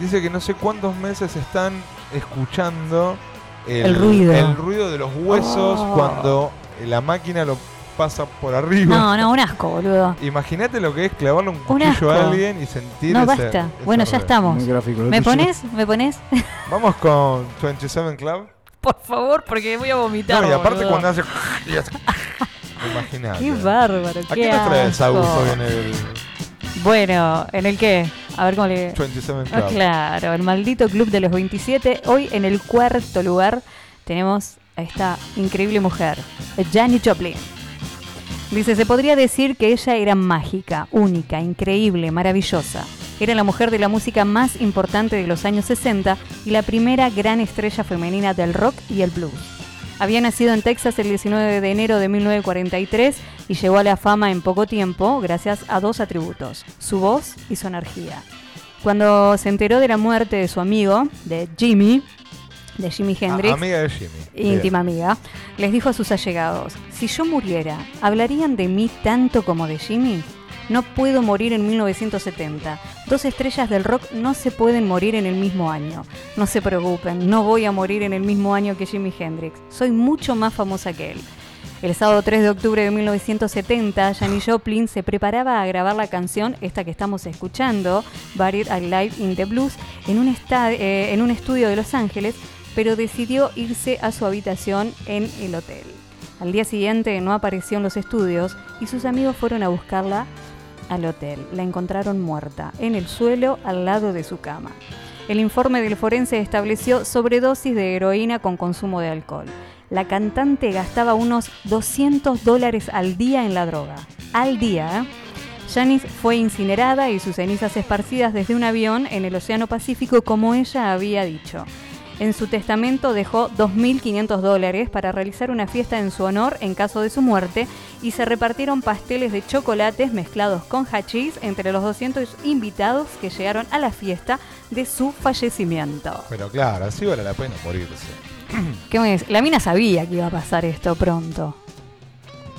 Speaker 1: dice que no sé cuántos meses están escuchando el,
Speaker 6: El ruido.
Speaker 1: el ruido de los huesos
Speaker 6: Oh.
Speaker 1: cuando la máquina lo pasa por arriba.
Speaker 6: No, no, un asco, boludo.
Speaker 1: Imagínate lo que es clavarle un
Speaker 6: Un
Speaker 1: cuchillo a
Speaker 6: asco.
Speaker 1: alguien y sentir
Speaker 6: No,
Speaker 1: ese-
Speaker 6: basta.
Speaker 1: ese
Speaker 6: Bueno, ya
Speaker 1: ruido.
Speaker 6: estamos.
Speaker 7: Muy gráfico. lo
Speaker 6: ¿Me
Speaker 7: tuyo.
Speaker 6: pones? ¿Me pones?
Speaker 1: Vamos con 27 Club.
Speaker 6: Por favor, porque voy a vomitar.
Speaker 1: No, y aparte
Speaker 6: boludo.
Speaker 1: cuando hace. y hace- Imagínate.
Speaker 6: Qué bárbaro,
Speaker 1: Ah, ¿A
Speaker 6: qué
Speaker 1: qué nos traes
Speaker 6: asco.
Speaker 1: Augusto en el
Speaker 6: Bueno, ¿en el qué? A ver cómo le.
Speaker 1: 27 Club?
Speaker 6: Ah, claro, el maldito club de los 27. Hoy en el cuarto lugar tenemos a esta increíble mujer, Janis Joplin. Dice, se podría decir que ella era mágica, única, increíble, maravillosa. Era la mujer de la música más importante de los años 60 y la primera gran estrella femenina del rock y el blues. Había nacido en Texas el 19 de enero de 1943 y llegó a la fama en poco tiempo gracias a dos atributos, su voz y su energía. Cuando se enteró de la muerte de su amigo, de Jimmy, de Jimi
Speaker 1: Ah, A-
Speaker 6: Hendrix,
Speaker 1: amiga de Jimmy.
Speaker 6: íntima amiga, les dijo a sus allegados, si yo muriera, ¿hablarían de mí tanto como de Jimmy? No puedo morir en 1970. Dos estrellas del rock no se pueden morir en el mismo año. No se preocupen, no voy a morir en el mismo año que Jimi Hendrix. Soy mucho más famosa que él. El sábado 3 de octubre de 1970, Janis Joplin se preparaba a grabar la canción, esta que estamos escuchando, Buried Alive in the Blues, en un, esta- eh, en un estudio de Los Ángeles, pero decidió irse a su habitación en el hotel. Al día siguiente no apareció en los estudios y sus amigos fueron a buscarla al hotel. La encontraron muerta, en el suelo, al lado de su cama. El informe del forense estableció sobredosis de heroína con consumo de alcohol. La cantante gastaba unos 200 dólares al día en la droga. Al día, ¿eh? Janis fue incinerada y sus cenizas esparcidas desde un avión en el Océano Pacífico como ella había dicho. En su testamento dejó 2.500 dólares para realizar una fiesta en su honor en caso de su muerte y se repartieron pasteles de chocolates mezclados con hachís entre los 200 invitados que llegaron a la fiesta de su fallecimiento.
Speaker 1: Pero claro, así vale la pena morirse.
Speaker 6: ¿Qué me decís? La mina sabía que iba a pasar esto pronto.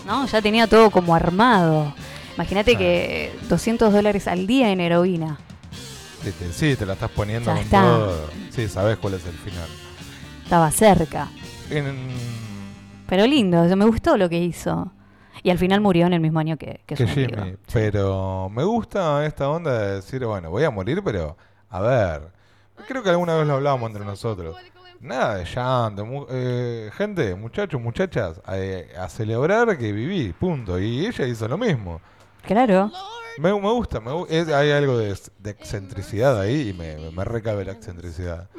Speaker 6: ¿No? Ya tenía todo como armado. Imagínate que 200 dólares al día en heroína.
Speaker 1: Sí, te, sí, te la estás poniendo
Speaker 6: Ya
Speaker 1: con
Speaker 6: está.
Speaker 1: todo. Sí, sabes cuál es el final.
Speaker 6: Estaba cerca.
Speaker 1: En-
Speaker 6: Pero lindo, me gustó lo que hizo. Y al final murió en el mismo año que, que su
Speaker 1: que
Speaker 6: amigo.
Speaker 1: Jimmy. Pero me gusta esta onda de decir, bueno, voy a morir, pero a ver. Creo que alguna vez lo hablábamos entre nosotros. Nada de llanto. mu- eh, gente, muchachos, muchachas, eh, a, celebrar que viví, punto. Y ella hizo lo mismo.
Speaker 6: Claro.
Speaker 1: Me, me gusta, me, gu- es- hay algo de, de excentricidad ahí y me, me- me recabe la excentricidad.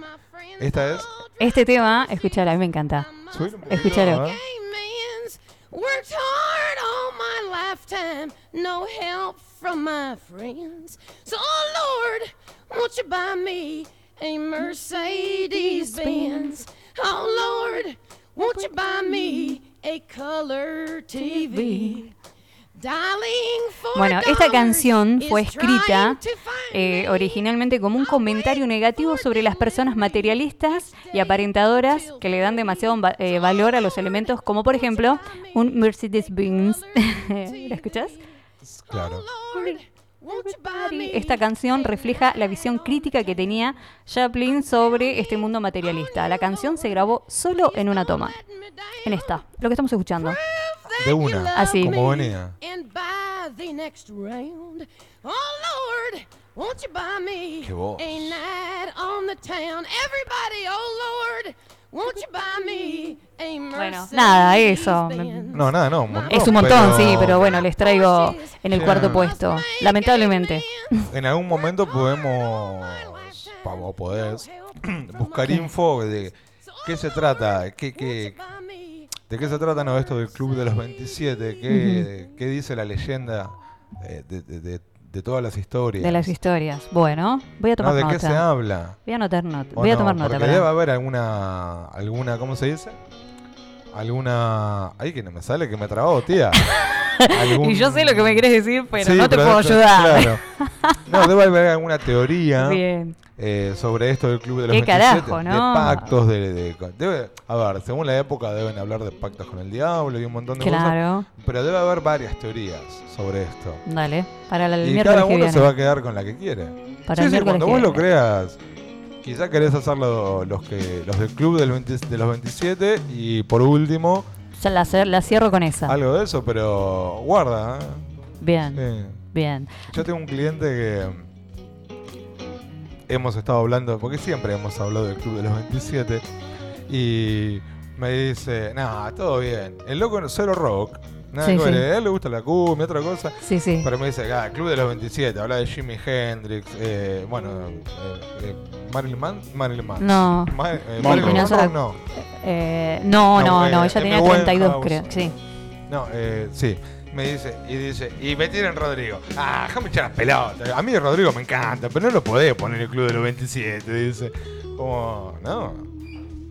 Speaker 1: Esta es...
Speaker 6: Este tema, escuchalo, a mí me encanta.
Speaker 1: subir un poquito,
Speaker 6: Escuchalo.
Speaker 1: a ver.
Speaker 5: man's worked hard all my lifetime, no help from my friends. So, oh Lord, won't you buy me a Mercedes Benz? Oh Lord, won't you buy me a color TV? Darling, for
Speaker 6: Bueno, esta
Speaker 5: dollars
Speaker 6: canción fue
Speaker 5: is
Speaker 6: escrita
Speaker 5: trying to find
Speaker 6: eh,
Speaker 5: me.
Speaker 6: originalmente como un comentario negativo sobre las personas materialistas y aparentadoras que le dan demasiado va- eh, valor a los elementos, como por ejemplo un Mercedes-Benz. ¿La escuchás?
Speaker 1: Claro.
Speaker 5: Lord, won't you buy me
Speaker 6: Esta canción refleja la visión crítica que tenía Chaplin sobre este mundo materialista. La canción se grabó solo en una toma. En esta, lo que estamos escuchando.
Speaker 1: De una.
Speaker 6: Así.
Speaker 1: Como venía.
Speaker 5: and buy the next round. Oh Lord, won't you buy me
Speaker 1: Qué voz.
Speaker 5: a night on the town? Everybody, oh Lord, won't you buy me a
Speaker 6: Bueno,
Speaker 5: Mercedes
Speaker 6: nada, eso.
Speaker 5: Benz?
Speaker 1: No, nada, no. un
Speaker 6: Es un montón,
Speaker 1: pero-
Speaker 6: sí, pero bueno, les traigo en el
Speaker 1: Ya.
Speaker 6: cuarto puesto. Lamentablemente.
Speaker 1: En algún momento podemos, pa- o podés, buscar info de qué se trata, qué, qué- de qué se trata no, esto del Club de los 27, qué, qué dice la leyenda eh, de, de- de- de todas las historias,
Speaker 6: De las historias. Bueno, voy a
Speaker 1: No,
Speaker 6: tomar
Speaker 1: de qué se
Speaker 6: nota.
Speaker 1: habla.
Speaker 6: Voy a anotar nota.
Speaker 1: ¿O
Speaker 6: Voy a
Speaker 1: no?
Speaker 6: tomar nota.
Speaker 1: Porque
Speaker 6: perdón.
Speaker 1: debe haber alguna, alguna, ¿cómo se dice? Alguna... Ay, que no me sale, que me trabó, tía.
Speaker 6: Y yo sé lo que me querés decir, pero
Speaker 1: Sí,
Speaker 6: no te
Speaker 1: pero
Speaker 6: puedo
Speaker 1: esto-
Speaker 6: ayudar.
Speaker 1: claro. No, debe haber alguna teoría.
Speaker 6: Bien.
Speaker 1: eh, sobre esto del Club de los
Speaker 6: Qué
Speaker 1: 27,
Speaker 6: carajo,
Speaker 1: de
Speaker 6: ¿no?
Speaker 1: pactos, de, de- debe- a ver, según la época deben hablar de pactos con el diablo y un montón de
Speaker 6: Claro.
Speaker 1: cosas, pero debe haber varias teorías sobre esto.
Speaker 6: Dale. Para el
Speaker 1: Y
Speaker 6: miércoles
Speaker 1: cada
Speaker 6: que
Speaker 1: uno
Speaker 6: viene.
Speaker 1: se va a quedar con la que quiere.
Speaker 6: Para
Speaker 1: sí,
Speaker 6: el
Speaker 1: sí,
Speaker 6: miércoles
Speaker 1: cuando
Speaker 6: que
Speaker 1: vos lo
Speaker 6: viene.
Speaker 1: creas, quizás querés hacerlo los que los del Club del 20 de los 27 y por último
Speaker 6: Ya la, cer- la cierro con esa.
Speaker 1: algo de eso, pero guarda. ¿eh?
Speaker 6: Bien,
Speaker 1: Sí.
Speaker 6: bien.
Speaker 1: Yo tengo un cliente que hemos estado hablando, porque siempre hemos hablado del Club de los 27, y me dice, nada, todo bien, el loco no- cero rock, nada
Speaker 6: Sí,
Speaker 1: que ver,
Speaker 6: sí.
Speaker 1: a él le gusta la cumbia, otra cosa,
Speaker 6: Sí, sí.
Speaker 1: pero me dice, ah, el Club de los 27, habla de Jimi Hendrix, eh, bueno, eh, eh, Marilyn Manson, Marilyn Manson.
Speaker 6: No.
Speaker 1: Ma- eh,
Speaker 6: Monroe.
Speaker 1: Marilyn Monroe,
Speaker 6: Espinosa-
Speaker 1: no,
Speaker 6: Eh, no,
Speaker 1: No,
Speaker 6: no,
Speaker 1: eh,
Speaker 6: no. Ella
Speaker 1: M.
Speaker 6: tenía
Speaker 1: Winehouse.
Speaker 6: 32, creo. Sí.
Speaker 1: no, eh, sí. Me dice, y dice, y me tiran Rodrigo. Ah, déjame echar las pelotas. A mí Rodrigo me encanta, pero no lo podés poner en el club de los 27, dice. Como, no.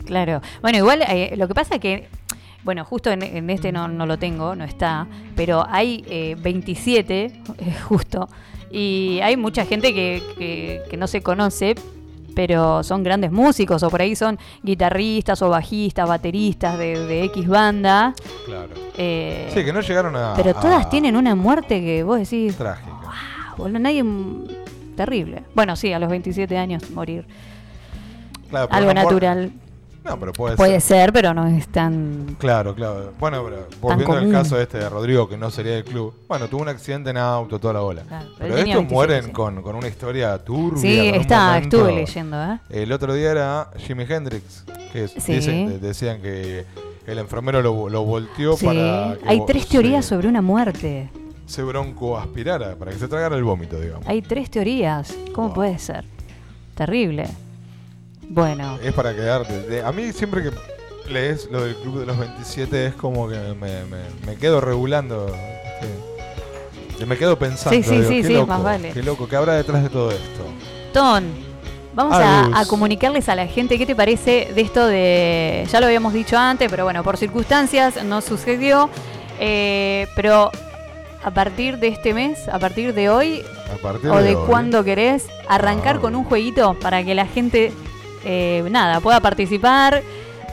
Speaker 6: Claro. Bueno, igual eh, lo que pasa es que Bueno, justo en, en este no, no lo tengo, no está, pero hay eh, 27, eh, justo, y hay mucha gente que, que- que no se conoce, pero son grandes músicos, o por ahí son guitarristas o bajistas, bateristas de, de X banda.
Speaker 1: Claro.
Speaker 6: eh,
Speaker 1: Sí, que no llegaron a.
Speaker 6: Pero todas
Speaker 1: a-
Speaker 6: tienen una muerte que vos decís,
Speaker 1: Trágica.
Speaker 6: "Ah, boludo, nadie... Terrible. Bueno, sí, a los 27 años morir.
Speaker 1: Claro, pero
Speaker 6: Algo
Speaker 1: no por-
Speaker 6: natural.
Speaker 1: No, pero puede,
Speaker 6: Puede
Speaker 1: ser.
Speaker 6: ser, pero no es tan...
Speaker 1: Claro, claro. Bueno, pero volviendo al
Speaker 6: común.
Speaker 1: caso este de Rodrigo, que no sería del club. Bueno, tuvo un accidente en auto, toda la bola.
Speaker 6: Claro, él
Speaker 1: pero
Speaker 6: tenía
Speaker 1: estos
Speaker 6: 27,
Speaker 1: mueren
Speaker 6: sí.
Speaker 1: con, con una historia turbia.
Speaker 6: Sí,
Speaker 1: con un
Speaker 6: está,
Speaker 1: momento-
Speaker 6: estuve leyendo, ¿eh?
Speaker 1: El otro día era Jimi Hendrix, que es-
Speaker 6: Sí.
Speaker 1: dicen- de- decían que el enfermero lo, lo volteó
Speaker 6: Sí.
Speaker 1: para. que
Speaker 6: Hay
Speaker 1: vo-
Speaker 6: tres teorías
Speaker 1: se,
Speaker 6: sobre una muerte.
Speaker 1: Se broncoaspirara, para que se tragara el vómito, digamos.
Speaker 6: Hay tres teorías. ¿Cómo
Speaker 1: Wow.
Speaker 6: puede ser? Terrible. Bueno,
Speaker 1: Es para quedarte. De- a mí siempre que lees lo del Club de los 27 es como que me, me- me quedo regulando. sí. Y Me quedo pensando.
Speaker 6: Sí, sí,
Speaker 1: digo,
Speaker 6: sí,
Speaker 1: qué
Speaker 6: sí,
Speaker 1: loco,
Speaker 6: más vale.
Speaker 1: Qué loco, ¿qué habrá detrás de todo esto?
Speaker 6: Ton, vamos a,
Speaker 1: Agus.
Speaker 6: a comunicarles a la gente qué te parece de esto de. Ya lo habíamos dicho antes, pero bueno, por circunstancias no sucedió. Eh, pero a partir de este mes, a partir de hoy,
Speaker 1: A partir
Speaker 6: o de
Speaker 1: hoy.
Speaker 6: cuando querés arrancar
Speaker 1: eh. Ah.
Speaker 6: con un jueguito para que la gente eh, nada pueda participar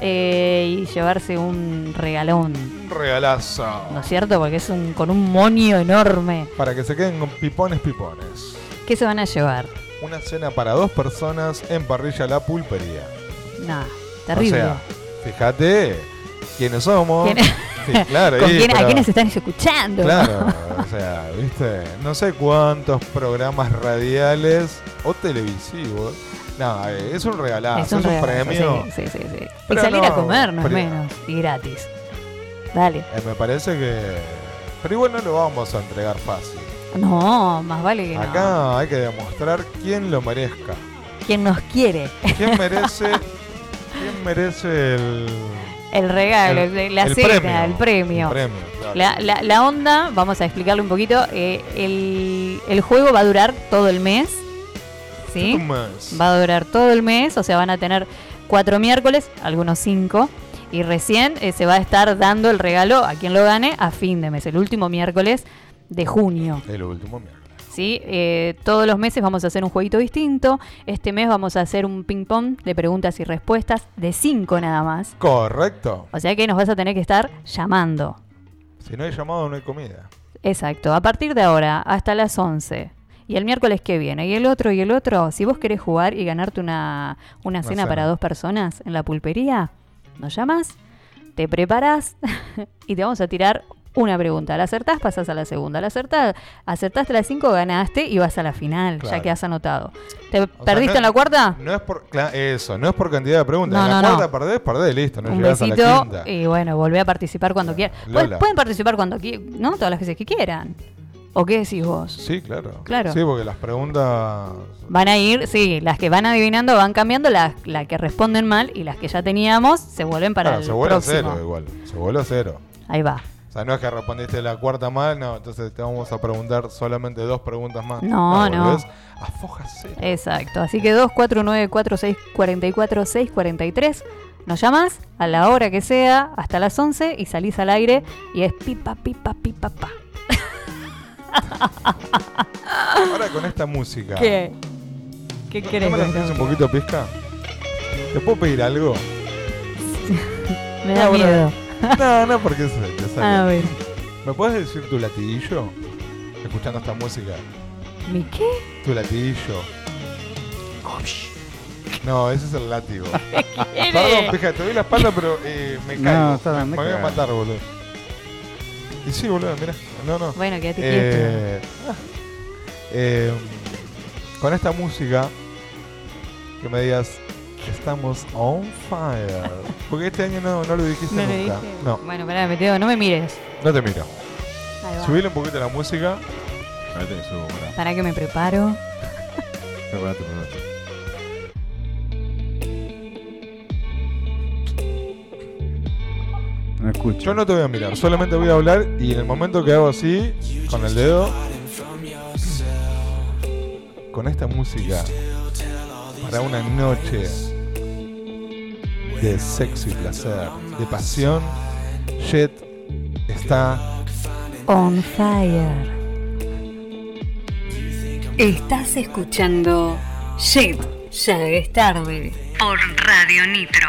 Speaker 6: eh, y llevarse un regalón
Speaker 1: Un regalazo.
Speaker 6: no es cierto porque es un con un monio enorme
Speaker 1: Para que se queden con pipones, pipones.
Speaker 6: qué se van a llevar
Speaker 1: Una cena para dos personas en parrilla La Pulpería.
Speaker 6: nada terrible
Speaker 1: O sea, fíjate quiénes somos.
Speaker 6: ¿Quién-
Speaker 1: Sí, claro.
Speaker 6: ¿Con
Speaker 1: y,
Speaker 6: quién- a
Speaker 1: pero-
Speaker 6: quiénes están escuchando
Speaker 1: Claro, o sea, viste, no sé cuántos programas radiales o televisivos. No, eh, es un regalazo, es un,
Speaker 6: regalazo,
Speaker 1: premio.
Speaker 6: sí, sí, sí, sí. y
Speaker 1: Pero
Speaker 6: salir a
Speaker 1: no,
Speaker 6: comer no es
Speaker 1: pero-
Speaker 6: menos y gratis dale
Speaker 1: Eh, me parece que. Pero igual no lo vamos a entregar fácil.
Speaker 6: no más vale que no
Speaker 1: Acá hay que demostrar quién lo merezca.
Speaker 6: quien nos quiere
Speaker 1: ¿Quién merece, quién merece el.
Speaker 6: el regalo la
Speaker 1: el
Speaker 6: cena
Speaker 1: premio,
Speaker 6: el premio
Speaker 1: el premio, claro. Este
Speaker 6: La, la- la onda, vamos a explicarle un poquito, eh, el, el juego va a durar todo el mes, ¿sí?
Speaker 1: Un mes.
Speaker 6: Va a durar todo el mes, o sea, van a tener cuatro miércoles, algunos cinco, y recién eh, se va a estar dando el regalo a quien lo gane a fin de mes, el último miércoles de junio.
Speaker 1: El último miércoles.
Speaker 6: ¿sí? Eh, todos los meses vamos a hacer un jueguito distinto. Este mes vamos a hacer un ping-pong de preguntas y respuestas de cinco nada más.
Speaker 1: Correcto.
Speaker 6: O sea que nos vas a tener que estar llamando.
Speaker 1: Si no hay llamado, no hay comida.
Speaker 6: Exacto, a partir de ahora hasta las 11. Y el miércoles que viene, y el otro, y el otro, si vos querés jugar y ganarte una, una
Speaker 1: Una
Speaker 6: cena
Speaker 1: cena.
Speaker 6: para dos personas en la pulpería, nos llamas, te preparás y te vamos a tirar una pregunta. La acertás, pasás a la segunda. La acertás, acertaste las cinco, ganaste y vas a la final,
Speaker 1: Claro.
Speaker 6: ya que has anotado. ¿Te
Speaker 1: O sea,
Speaker 6: perdiste
Speaker 1: no-
Speaker 6: en la cuarta?
Speaker 1: No es por, cla- eso, no es por cantidad de preguntas.
Speaker 6: No,
Speaker 1: en la
Speaker 6: no, no.
Speaker 1: cuarta perdés, perdés, listo, no
Speaker 6: un
Speaker 1: llegás a la
Speaker 6: besito
Speaker 1: quinta. Ah,
Speaker 6: y bueno, volvé a participar cuando quieras. Pues,
Speaker 1: Lola.
Speaker 6: Pueden participar cuando quieran, ¿no? Todas las veces que quieran. ¿O qué decís vos?
Speaker 1: Sí, claro.
Speaker 6: Claro.
Speaker 1: Sí, porque las preguntas.
Speaker 6: Van a ir, sí, las que van adivinando van cambiando, las la que responden mal y las que ya teníamos se vuelven para
Speaker 1: Claro,
Speaker 6: el
Speaker 1: Ah, se vuelve a
Speaker 6: próximo.
Speaker 1: cero igual. Se vuelve a cero.
Speaker 6: Ahí va.
Speaker 1: O sea, no es que respondiste la cuarta mal, no, entonces te vamos a preguntar solamente dos preguntas más.
Speaker 6: No, no.
Speaker 1: volvés A foja cero.
Speaker 6: Exacto. Así que 2494644643643. Nos llamas a la hora que sea, hasta las 11 y salís al aire y es pipa, pipa, pipa, pa.
Speaker 1: Ahora con esta música.
Speaker 6: ¿Qué? ¿Qué
Speaker 1: ¿No-
Speaker 6: querés?
Speaker 1: ¿No me la haces un poquito pizca? ¿Te puedo pedir algo?
Speaker 6: Me da
Speaker 1: No, bueno.
Speaker 6: miedo. Ah,
Speaker 1: no, no, porque se te sale.
Speaker 6: A ver.
Speaker 1: ¿Me puedes decir tu latiguillo? Escuchando esta música.
Speaker 6: ¿Mi qué?
Speaker 1: Tu latiguillo. No, ese es el látigo. Ah, Perdón, pija, te doy la espalda, pero eh, me
Speaker 7: No,
Speaker 1: caigo.
Speaker 7: está
Speaker 1: me,
Speaker 7: bien,
Speaker 1: me
Speaker 7: me
Speaker 1: voy a
Speaker 7: cago.
Speaker 1: matar, boludo. Y sí, boludo, mirá. No, no.
Speaker 6: Bueno, quédate quieto.
Speaker 1: Eh, ah. Eh, con esta música, que me digas, estamos on fire. Porque este año no, no lo dijiste
Speaker 6: No lo
Speaker 1: nunca.
Speaker 6: dije.
Speaker 1: No,
Speaker 6: Bueno, pará, me quedo, no me mires.
Speaker 1: no te miro.
Speaker 6: Ahí va.
Speaker 1: Subile un poquito la música.
Speaker 11: Espérate que subo, pará.
Speaker 6: Para que me preparo.
Speaker 11: Espérate, espérate.
Speaker 7: No escucho.
Speaker 1: Yo no te voy a mirar, solamente voy a hablar y en el momento que hago así, con el dedo, con esta música, para una noche de sexo y placer, de pasión Jet está.
Speaker 12: On fire.
Speaker 6: Estás escuchando Shit, ya es tarde. Por Radio Nitro.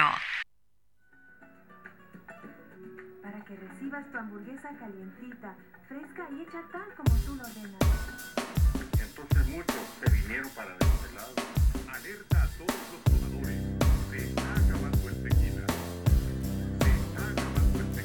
Speaker 10: Para que recibas tu hamburguesa calientita, fresca y hecha tal como tú lo ordenas.
Speaker 7: Entonces muchos se vinieron para de este lado. Alerta a todos los jugadores. Se está acabando el tequila. Se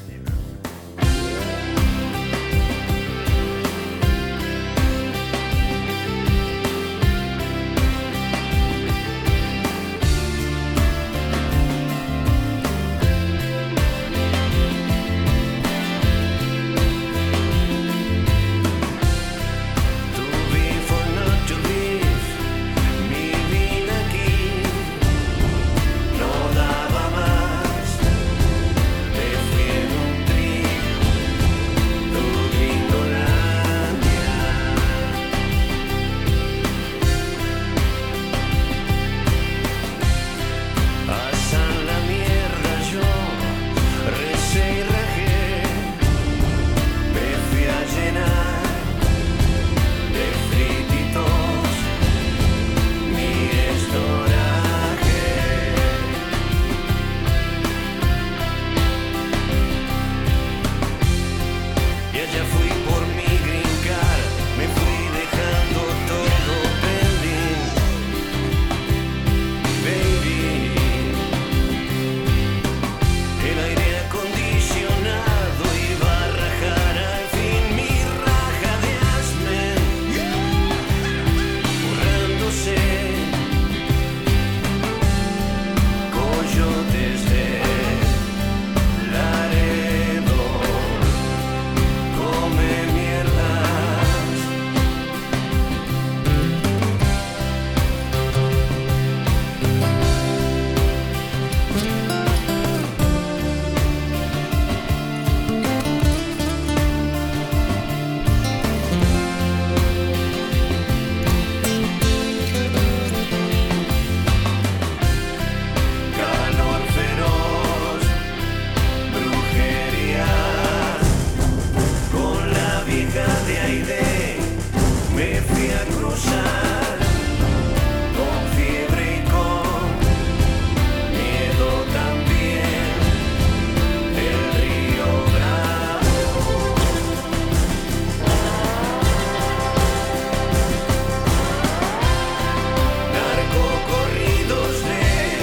Speaker 2: aire me fui a cruzar con fiebre y con miedo también del río Bravo. Narco corridos de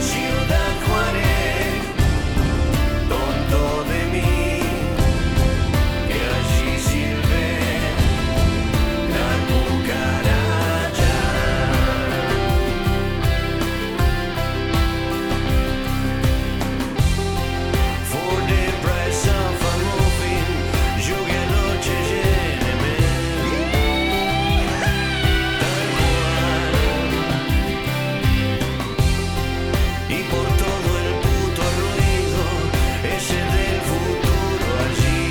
Speaker 2: Ciudad Juárez, tonto de mí que allí sirve la cucaracha. For the price of a muffin, yo que anoche lléneme. Tal cual. Y por todo el puto ruido, ese del futuro allí.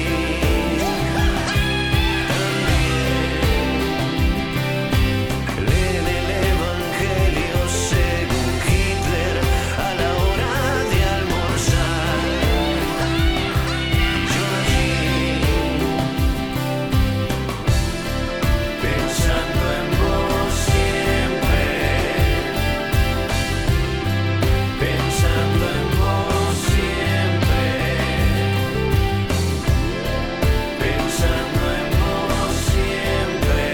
Speaker 2: Leen el Evangelio según Hitler a la hora de almorzar. Yo allí, pensando en vos siempre, pensando en vos siempre, pensando en vos siempre.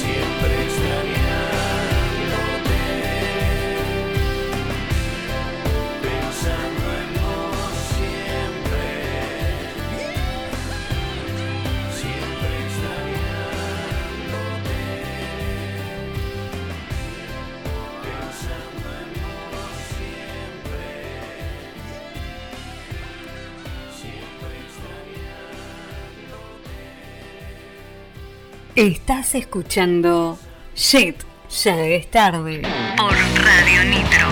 Speaker 2: Siempre extrañándote, pensando en vos siempre, siempre extrañándote, pensando en vos siempre, siempre extrañándote.
Speaker 6: Estás escuchando Shit, ya es tarde. Por Radio Nitro.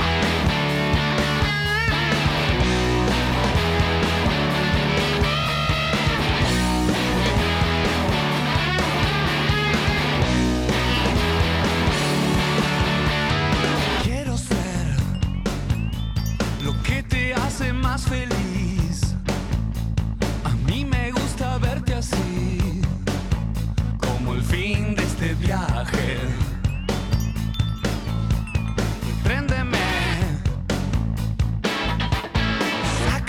Speaker 2: Quiero ser lo que te hace más feliz. A mí me gusta verte así, como el fin de este viaje. Préndeme. Este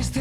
Speaker 2: Este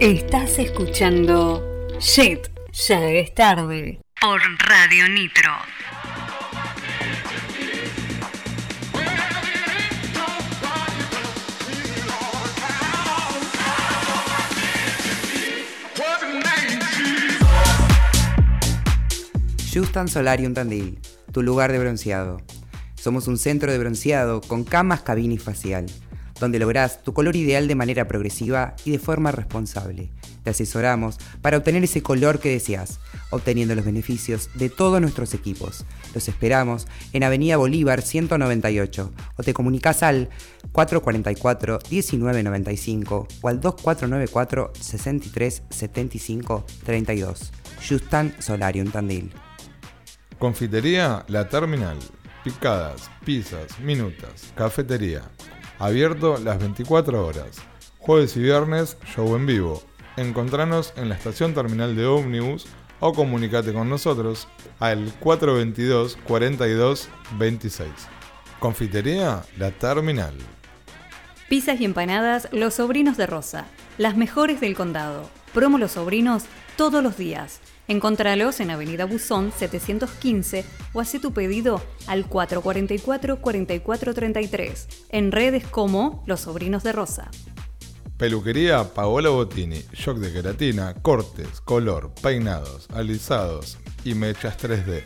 Speaker 6: Estás escuchando Shit, ya es tarde. Por Radio Nitro.
Speaker 8: Justan Solarium Tandil, tu lugar de bronceado. Somos un centro de bronceado con camas, cabina y facial, donde lográs tu color ideal de manera progresiva y de forma responsable. Te asesoramos para obtener ese color que deseas, obteniendo los beneficios de todos nuestros equipos. Los esperamos en Avenida Bolívar 198 o te comunicas al 444-1995 o al 2494-637532. Justan Solarium Tandil.
Speaker 1: Confitería La Terminal. Picadas, pizzas, minutas, cafetería. Abierto las 24 horas. Jueves y viernes, show en vivo. Encontranos en la estación terminal de ómnibus o comunicate con nosotros al 422 42 26. Confitería La Terminal.
Speaker 6: Pizzas y empanadas Los Sobrinos de Rosa, las mejores del condado. Promo Los Sobrinos todos los días. Encontralos en Avenida Buzón 715 o haz tu pedido al 444-4433 en redes como Los Sobrinos de Rosa.
Speaker 1: Peluquería Paola Botini, shock de queratina, cortes, color, peinados, alisados y mechas 3D.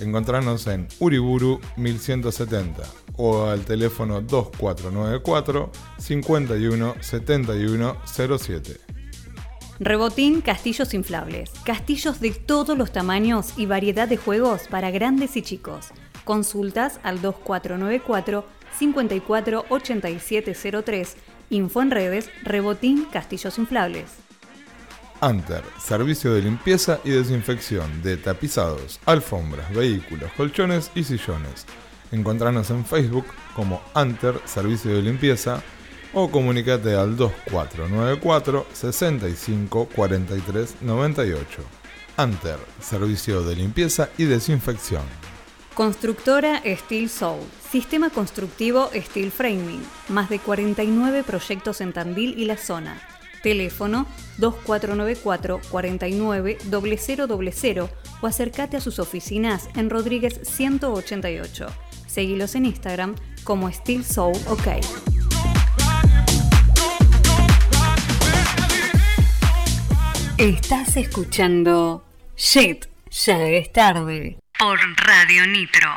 Speaker 1: Encontrarnos en Uriburu 1170 o al teléfono 2494 51 71 07.
Speaker 6: Rebotín Castillos Inflables. Castillos de todos los tamaños y variedad de juegos para grandes y chicos. Consultas al 2494 548703. Info en redes Rebotín Castillos Inflables.
Speaker 1: Anter, servicio de limpieza y desinfección de tapizados, alfombras, vehículos, colchones y sillones. Encontranos en Facebook como Anter, servicio de limpieza o comunícate al 2494 65 43 98. Anter, servicio de limpieza y desinfección.
Speaker 6: Constructora Steel Soul. Sistema constructivo Steel Framing. Más de 49 proyectos en Tandil y la zona. Teléfono 2494 49 000 o acércate a sus oficinas en Rodríguez 188. Seguilos en Instagram como Steel Soul OK. Estás escuchando Shit, ya es tarde. Por Radio Nitro.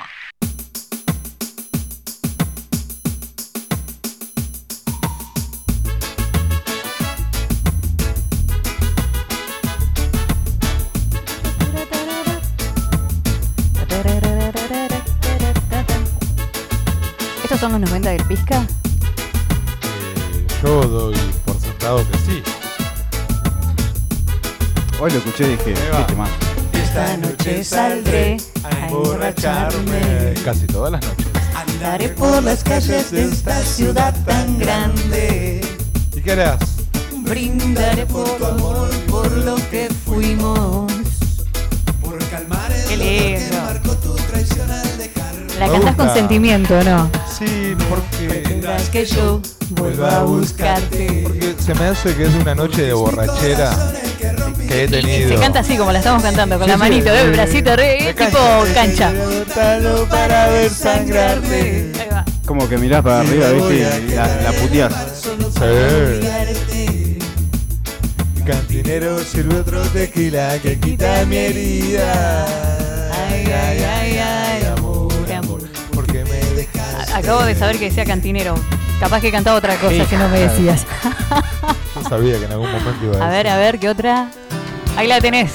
Speaker 13: ¿Estos son los 90 del Pisca?
Speaker 1: Yo doy por sentado que sí.
Speaker 7: Hoy lo escuché y dije, qué tema.
Speaker 10: Esta noche saldré a emborracharme.
Speaker 1: Casi todas las noches.
Speaker 10: Andaré por las calles de esta ciudad tan grande.
Speaker 1: ¿Y qué harás?
Speaker 10: Brindaré por tu amor, por lo que fuimos.
Speaker 13: Qué lindo. La
Speaker 1: Me
Speaker 13: cantás con
Speaker 1: gusta.
Speaker 13: sentimiento, ¿no?
Speaker 1: Sí, porque.
Speaker 10: Tendrás que yo vuelva a buscarte.
Speaker 1: Porque se me hace que es una noche de borrachera que he tenido.
Speaker 13: Se canta así como la estamos cantando, con
Speaker 1: Sí,
Speaker 13: la
Speaker 1: sí,
Speaker 13: manito,
Speaker 1: sí.
Speaker 13: el bracito, re, tipo cancha.
Speaker 10: Tótalo para ver sangrarte.
Speaker 7: Como que mirás para arriba, viste, y la, la puteás.
Speaker 10: Cantinero sirve otro tequila que quita mi herida. Ay, ay, ay, ay, amor, amor, porque me dejas.
Speaker 13: Acabo de saber que decía cantinero. Capaz que cantaba otra cosa que no me decías.
Speaker 1: Yo sabía que en algún momento iba a decir.
Speaker 13: A ver, a ver, ¿qué otra? Ahí la tenés.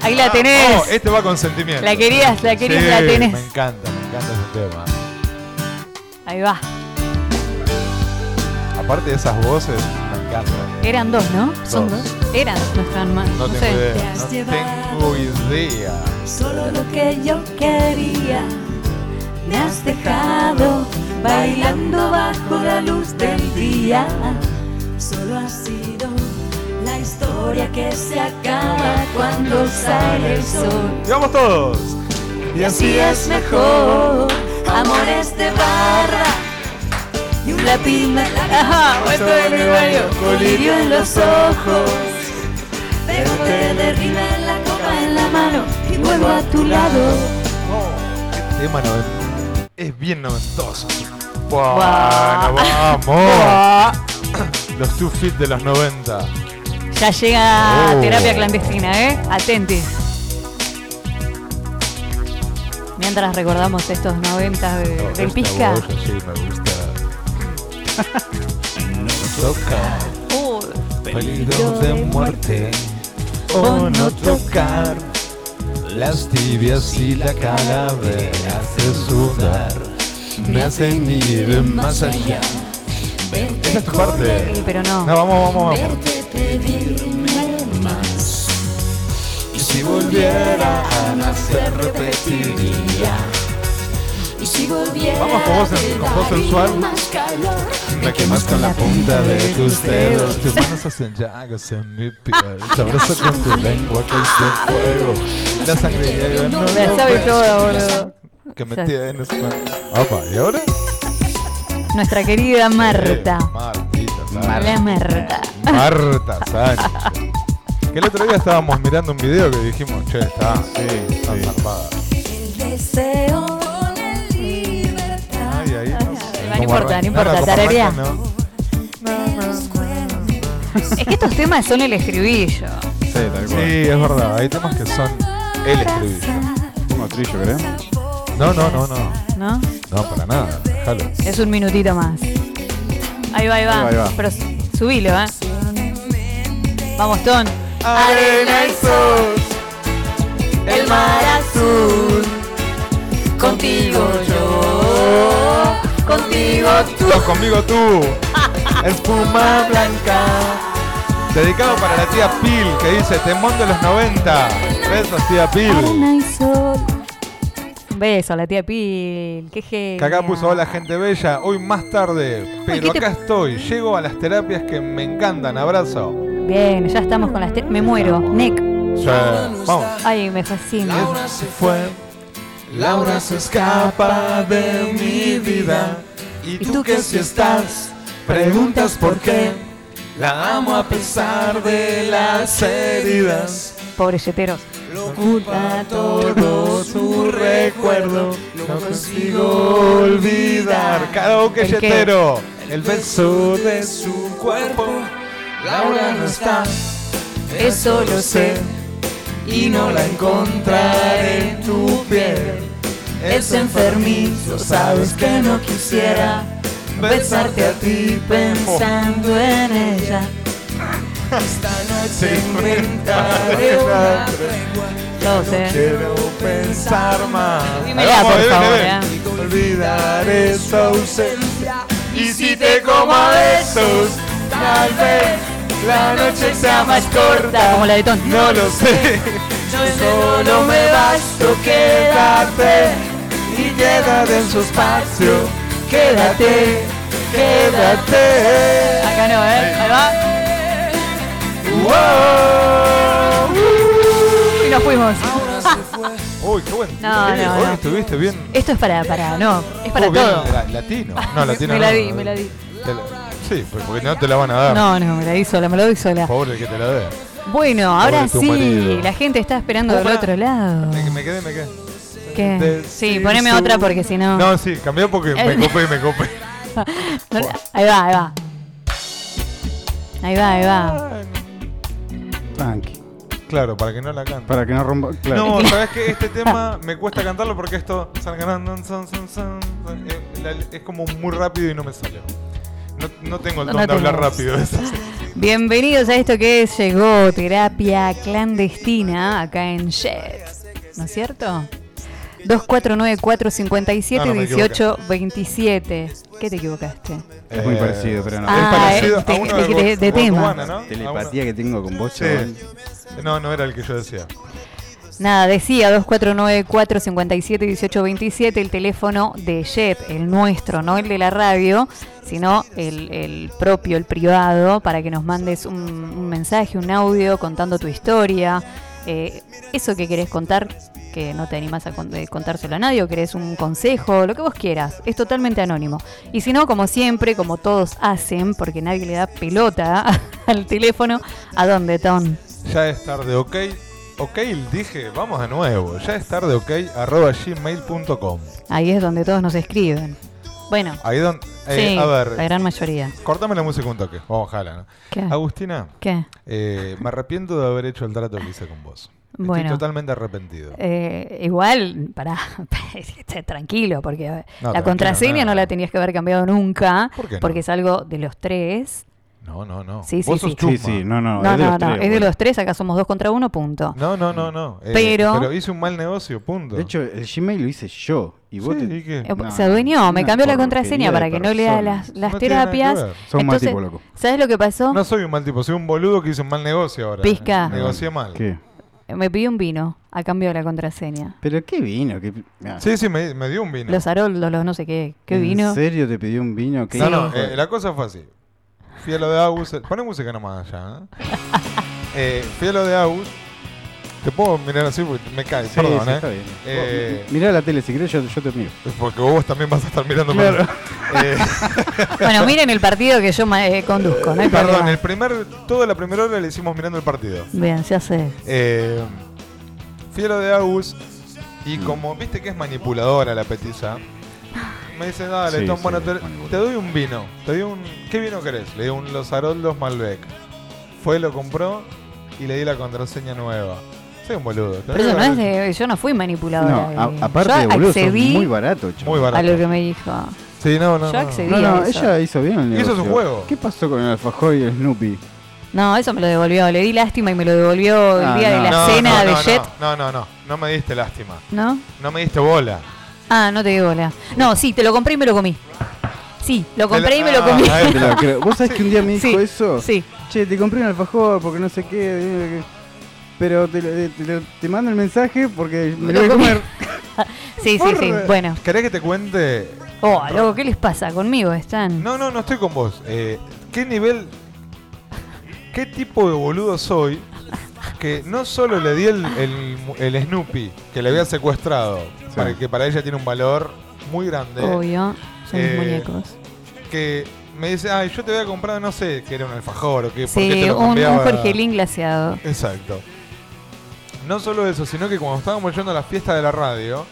Speaker 13: Ahí la
Speaker 1: Oh,
Speaker 13: tenés.
Speaker 1: este va con sentimiento.
Speaker 13: La querías, la querías,
Speaker 1: Sí,
Speaker 13: la tenés.
Speaker 1: Me encanta, me encanta ese tema.
Speaker 13: Ahí va.
Speaker 1: Aparte de esas voces, me encanta.
Speaker 13: Eran dos, ¿no? Son
Speaker 1: Dos.
Speaker 13: dos. Eran, no están mal. No,
Speaker 1: No tengo
Speaker 13: sé.
Speaker 1: idea. No tengo idea.
Speaker 10: Solo lo que yo quería me has dejado bailando bajo la luz del día. Solo ha sido la historia que se acaba cuando sale el sol.
Speaker 1: Y vamos todos.
Speaker 10: Y así es mejor, amores de barra y un lápiz me
Speaker 13: Ajá,
Speaker 10: colirio en los ojos.
Speaker 5: Pero te derribe la copa en la mano
Speaker 14: y vuelvo a tu lado.
Speaker 1: Tema noven- Es bien noventoso. Bueno, vamos. Los two fit de los 90.
Speaker 6: Ya llega
Speaker 1: Oh.
Speaker 6: terapia clandestina, ¿eh? Atentis. Mientras recordamos estos 90 de, del pizca.
Speaker 1: Esta voz, sí, me gusta. Nos toca.
Speaker 6: Uh,
Speaker 1: Peligro de muerte. O no tocar. Las tibias y la calavera hacen sudar. Me hacen ir más allá. Esta es tu parte.
Speaker 6: sí, pero no.
Speaker 1: No, vamos, vamos, vamos.
Speaker 5: Y si volviera a nacer repetiría. Y si volviera
Speaker 1: Vamos con voz- con voz sensual.
Speaker 5: más calor.
Speaker 1: Me quemas con la punta de tus dedos. Tus manos hacen llagas en mi piel. Te abrazo con tu lengua que es de fuego. La sangre llega no
Speaker 6: Me la sabe toda, boludo.
Speaker 1: Que me
Speaker 6: O sea,
Speaker 1: tienes mal. Opa, ¿y ahora?
Speaker 6: Nuestra querida Marta.
Speaker 1: Eh, Martita, Sánchez.
Speaker 6: La Marta.
Speaker 1: Marta Sánchez. Que el otro día estábamos mirando un video que dijimos, che, está, sí, está zarpada.
Speaker 5: El deseo de libertad.
Speaker 1: Ay, ahí no sé.
Speaker 6: No
Speaker 1: Como
Speaker 6: importa,
Speaker 1: arran-
Speaker 6: no importa,
Speaker 1: como
Speaker 6: tararea.
Speaker 1: arranca, ¿no?
Speaker 6: Es que estos temas son el estribillo.
Speaker 1: Sí, es verdad. Hay temas que son el estribillo.
Speaker 7: Como trillo, creo.
Speaker 1: No, no, no, no.
Speaker 6: ¿No?
Speaker 1: No, para nada. Déjalo.
Speaker 6: Es un minutito más. Ahí va, ahí va.
Speaker 1: Ahí va, ahí va.
Speaker 6: Pero subilo, ¿eh? Vamos, Ton.
Speaker 5: Arena y sol, el mar azul. Contigo yo, contigo tú.
Speaker 1: Tú conmigo tú. Espuma blanca. Dedicado para la tía Pil que dice Temón de los 90. Besos, tía Pil.
Speaker 6: Arena y sol. Un beso a la tía Pil. Qué genia.
Speaker 1: Que acá puso hola gente bella, hoy más tarde, pero
Speaker 6: ¿qué te-
Speaker 1: acá estoy, llego a las terapias que me encantan, abrazo.
Speaker 6: Bien, ya estamos con las... te- Me muero. Nick.
Speaker 1: Sí, Vamos.
Speaker 6: Ay, me fascina.
Speaker 1: se fue, Laura se escapa de mi vida. Y tú que si estás, preguntas por qué. La amo a pesar de las heridas.
Speaker 6: Pobrelleteros.
Speaker 5: Lo culpa todo su recuerdo.
Speaker 1: No consigo olvidar. Karaoke
Speaker 5: ¿El qué?
Speaker 1: yetero. El beso de su cuerpo.
Speaker 5: Laura no está, eso lo sé. Y no la encontraré en tu piel. Es enfermizo, sabes que no quisiera besarte a ti pensando en ella. Esta noche inventaré una tregua.
Speaker 6: Todos,
Speaker 5: No
Speaker 6: ¿eh?
Speaker 5: quiero pensar más.
Speaker 6: Dímela,
Speaker 5: Ahí vamos,
Speaker 6: por
Speaker 5: ahí ven,
Speaker 6: favor,
Speaker 5: ahí ven. Olvidar esa ausencia. Y si te como a besos, tal vez la noche sea más corta.
Speaker 6: Como la de Ton.
Speaker 1: No lo sé.
Speaker 5: Yo solo me basto quédate y quédate en su espacio. Quédate, quédate.
Speaker 6: Acá no, ¿eh? Ahí va. Y nos fuimos.
Speaker 1: Uy, qué buen.
Speaker 6: No,
Speaker 1: Hoy-
Speaker 6: no,
Speaker 1: hoy
Speaker 6: no.
Speaker 1: estuviste bien.
Speaker 6: Esto es para, para, no. Es para
Speaker 1: estuvo Oh, bien
Speaker 6: todo.
Speaker 1: la- latino. No, latino.
Speaker 6: me la
Speaker 1: no,
Speaker 6: di,
Speaker 1: no,
Speaker 6: me la di.
Speaker 1: te la- Sí, pues, porque no te la van a dar.
Speaker 6: No, no, me la di sola, me lo doy sola.
Speaker 1: Pobre el que te la dé.
Speaker 6: Bueno, ahora
Speaker 1: Pobre tu
Speaker 6: sí,
Speaker 1: marido.
Speaker 6: la gente está esperando del
Speaker 1: Opa.
Speaker 6: otro lado.
Speaker 1: Me, me quedé, me quedé.
Speaker 6: Mm. ¿Qué?
Speaker 1: Te-
Speaker 6: Sí, poneme
Speaker 1: su-
Speaker 6: otra porque si no.
Speaker 1: No, sí, cambió porque me
Speaker 6: El-
Speaker 1: copé, me copé.
Speaker 6: No la- Ahí va, ahí va. Ahí va, ahí va.
Speaker 7: Tranqui.
Speaker 1: Claro, para que no la cante.
Speaker 7: Para que no rompa. Claro.
Speaker 1: No, sabes que este tema me cuesta cantarlo porque esto san, ganan, nan, san, san, san, san, eh, la- es como muy rápido y no me sale. No, no tengo el
Speaker 6: No
Speaker 1: don de
Speaker 6: tengo.
Speaker 1: hablar rápido. es-
Speaker 6: Bienvenidos a esto que es llegó terapia clandestina acá en Jet. ¿No es cierto? 2494571827.
Speaker 1: No, no, me
Speaker 6: 18 27. ¿Qué te equivocaste?
Speaker 7: Es muy
Speaker 1: Eh,
Speaker 7: parecido, pero no.
Speaker 6: Ah,
Speaker 1: es parecido
Speaker 6: eh,
Speaker 1: a uno
Speaker 6: de-
Speaker 1: de,
Speaker 6: de- de tema.
Speaker 1: Gondwana, ¿no?
Speaker 7: Telepatía que tengo con vos,
Speaker 1: Sí.
Speaker 7: chaval.
Speaker 1: No, no era el que yo decía.
Speaker 6: Nada, decía 2494-571827, el teléfono de JEP, el nuestro, no el de la radio, sino el, el propio, el privado, para que nos mandes un, un mensaje, un audio contando tu historia, eh, eso que querés contar, que no te animás a con- eh, contárselo a nadie, o querés un consejo, lo que vos quieras, es totalmente anónimo. Y si no, como siempre, como todos hacen, porque nadie le da pelota al teléfono, ¿a dónde, Tom?
Speaker 1: Ya es tarde, ok. Ok, dije, vamos de nuevo. Ya es tarde, ok. arroba gmail.com.
Speaker 6: Ahí es donde todos nos escriben. Bueno,
Speaker 1: Ahí donde.
Speaker 6: sí,
Speaker 1: Eh, a ver.
Speaker 6: la gran mayoría.
Speaker 1: Cortame la música un toque. Vamos, jala, ¿no?
Speaker 6: ¿Qué?
Speaker 1: Agustina.
Speaker 6: ¿Qué?
Speaker 1: eh, me arrepiento de haber hecho el trato que hice con vos.
Speaker 6: Bueno.
Speaker 1: Estoy totalmente arrepentido.
Speaker 6: Eh, igual, pará, tranquilo, porque a ver,
Speaker 1: No,
Speaker 6: la
Speaker 1: tranquilo,
Speaker 6: contraseña
Speaker 1: nada.
Speaker 6: no la tenías que haber cambiado nunca,
Speaker 1: ¿Por qué no?
Speaker 6: porque es algo de los tres.
Speaker 1: No, no, no.
Speaker 6: Sí, sí,
Speaker 1: Vos sos
Speaker 6: sí.
Speaker 1: chusma.
Speaker 7: Sí, sí, no, no.
Speaker 6: No, no, no,
Speaker 7: es de los tres,
Speaker 6: es de
Speaker 7: boludo.
Speaker 6: los tres, acá somos dos contra uno, punto.
Speaker 1: No, no, no, no. Eh,
Speaker 6: Pero-
Speaker 1: hice un mal negocio, punto.
Speaker 7: De hecho, el Gmail lo hice yo. Y vos
Speaker 1: Sí,
Speaker 7: te-
Speaker 1: ¿y qué?
Speaker 6: Eh,
Speaker 7: No,
Speaker 6: se adueñó, me
Speaker 7: una
Speaker 6: cambió la
Speaker 7: porquería
Speaker 6: contraseña
Speaker 7: de
Speaker 6: para que no lea las, las
Speaker 1: No tiene nada que
Speaker 6: terapias.
Speaker 1: ver. Sos mal
Speaker 6: Entonces,
Speaker 1: tipo, loco.
Speaker 6: ¿sabes lo que pasó?
Speaker 1: No soy un mal tipo, soy un boludo que hizo un mal negocio ahora. Eh,
Speaker 6: Pizca.
Speaker 1: Negocié mal.
Speaker 7: ¿Qué?
Speaker 6: Me pidió un vino a cambio de la contraseña.
Speaker 7: Pero qué vino. qué- ah.
Speaker 1: Sí, sí, me, me dio un vino.
Speaker 6: Los Haroldos, los no sé qué, qué
Speaker 7: ¿En
Speaker 6: vino.
Speaker 7: serio te pidió un vino? ¿Qué
Speaker 1: No, no,
Speaker 7: hijo?
Speaker 1: eh, la cosa fue así. Fui a lo de Agus. eh, Poné música nomás allá. ¿eh? Eh, fui a lo de Agus. Te puedo mirar así porque me cae,
Speaker 7: Sí,
Speaker 1: perdón,
Speaker 7: sí,
Speaker 1: ¿eh?
Speaker 7: está bien.
Speaker 1: Eh,
Speaker 7: Vos, Mirá la tele si querés, yo, yo te miro.
Speaker 1: Porque vos también vas a estar mirando
Speaker 7: Claro.
Speaker 1: Eh,
Speaker 6: Bueno, miren el partido que yo ma- eh, conduzco, no hay
Speaker 1: Perdón,
Speaker 6: problema.
Speaker 1: el primer, toda la primera hora le hicimos mirando el partido.
Speaker 6: Bien, se hace.
Speaker 1: Eh, fui a lo de Agus y como viste que es manipuladora la petiza, me dice, dale,
Speaker 7: Sí,
Speaker 1: Tom,
Speaker 7: sí,
Speaker 1: bueno, te,
Speaker 7: es manipuladora.
Speaker 1: te doy un vino. Te doy un, ¿Qué vino querés? Le di un Los Aroldos Malbec. Fue, lo compró y le di la contraseña nueva. Soy un boludo. te
Speaker 6: Pero eso
Speaker 1: digo
Speaker 6: no es
Speaker 1: que-
Speaker 6: de. Yo no fui manipuladora.
Speaker 7: No,
Speaker 6: eh.
Speaker 7: a- aparte,
Speaker 6: yo
Speaker 7: boludo, sos
Speaker 6: accedí
Speaker 7: muy barato, chaval.
Speaker 1: Muy
Speaker 6: a
Speaker 1: barato.
Speaker 6: lo que me dijo.
Speaker 1: Sí, no, no,
Speaker 6: yo
Speaker 1: no.
Speaker 6: accedí.
Speaker 7: No, no,
Speaker 6: a eso.
Speaker 7: ella hizo bien el
Speaker 1: Y eso
Speaker 7: negocio.
Speaker 1: es un juego.
Speaker 7: ¿Qué pasó con el alfajor y el Snoopy?
Speaker 6: No, eso me lo devolvió. Le di lástima y me lo devolvió el
Speaker 7: Ah,
Speaker 6: día de
Speaker 7: no.
Speaker 6: la
Speaker 1: No,
Speaker 6: cena
Speaker 1: no,
Speaker 6: de
Speaker 1: no, no,
Speaker 6: Jet.
Speaker 1: No, no, no. No me diste lástima.
Speaker 6: ¿No?
Speaker 1: No me diste bola.
Speaker 6: Ah, no te digo la. No, sí, te lo compré y me lo comí. Sí, lo
Speaker 1: Te la-
Speaker 6: compré y me
Speaker 1: ah,
Speaker 6: lo comí.
Speaker 1: a ver,
Speaker 7: Te lo creo. ¿Vos sabés que un día me dijo
Speaker 6: Sí,
Speaker 7: eso?
Speaker 6: Sí.
Speaker 7: Che, te compré un alfajor porque no sé qué. eh, que- Pero te, te- te- te mando el mensaje porque me lo voy a comer.
Speaker 6: Sí, sí, sí.
Speaker 7: Porra.
Speaker 6: Bueno.
Speaker 1: ¿Querés que te cuente?
Speaker 6: Oh, loco, ¿qué les pasa conmigo? Están.
Speaker 1: No, no, no estoy con vos. Eh, ¿Qué nivel, qué tipo de boludo soy que no solo le di el, el, el Snoopy que le había secuestrado, para que para ella tiene un valor muy grande,
Speaker 6: Obvio, son mis
Speaker 1: Eh,
Speaker 6: muñecos.
Speaker 1: que me dice, ay, yo te voy a comprar, no sé, que era un alfajor o que por qué
Speaker 6: Sí,
Speaker 1: te lo
Speaker 6: un, un
Speaker 1: cambiaba?"
Speaker 6: Jorgelín glaseado.
Speaker 1: Exacto. No solo eso, sino que cuando estábamos yendo a la fiesta de la radio,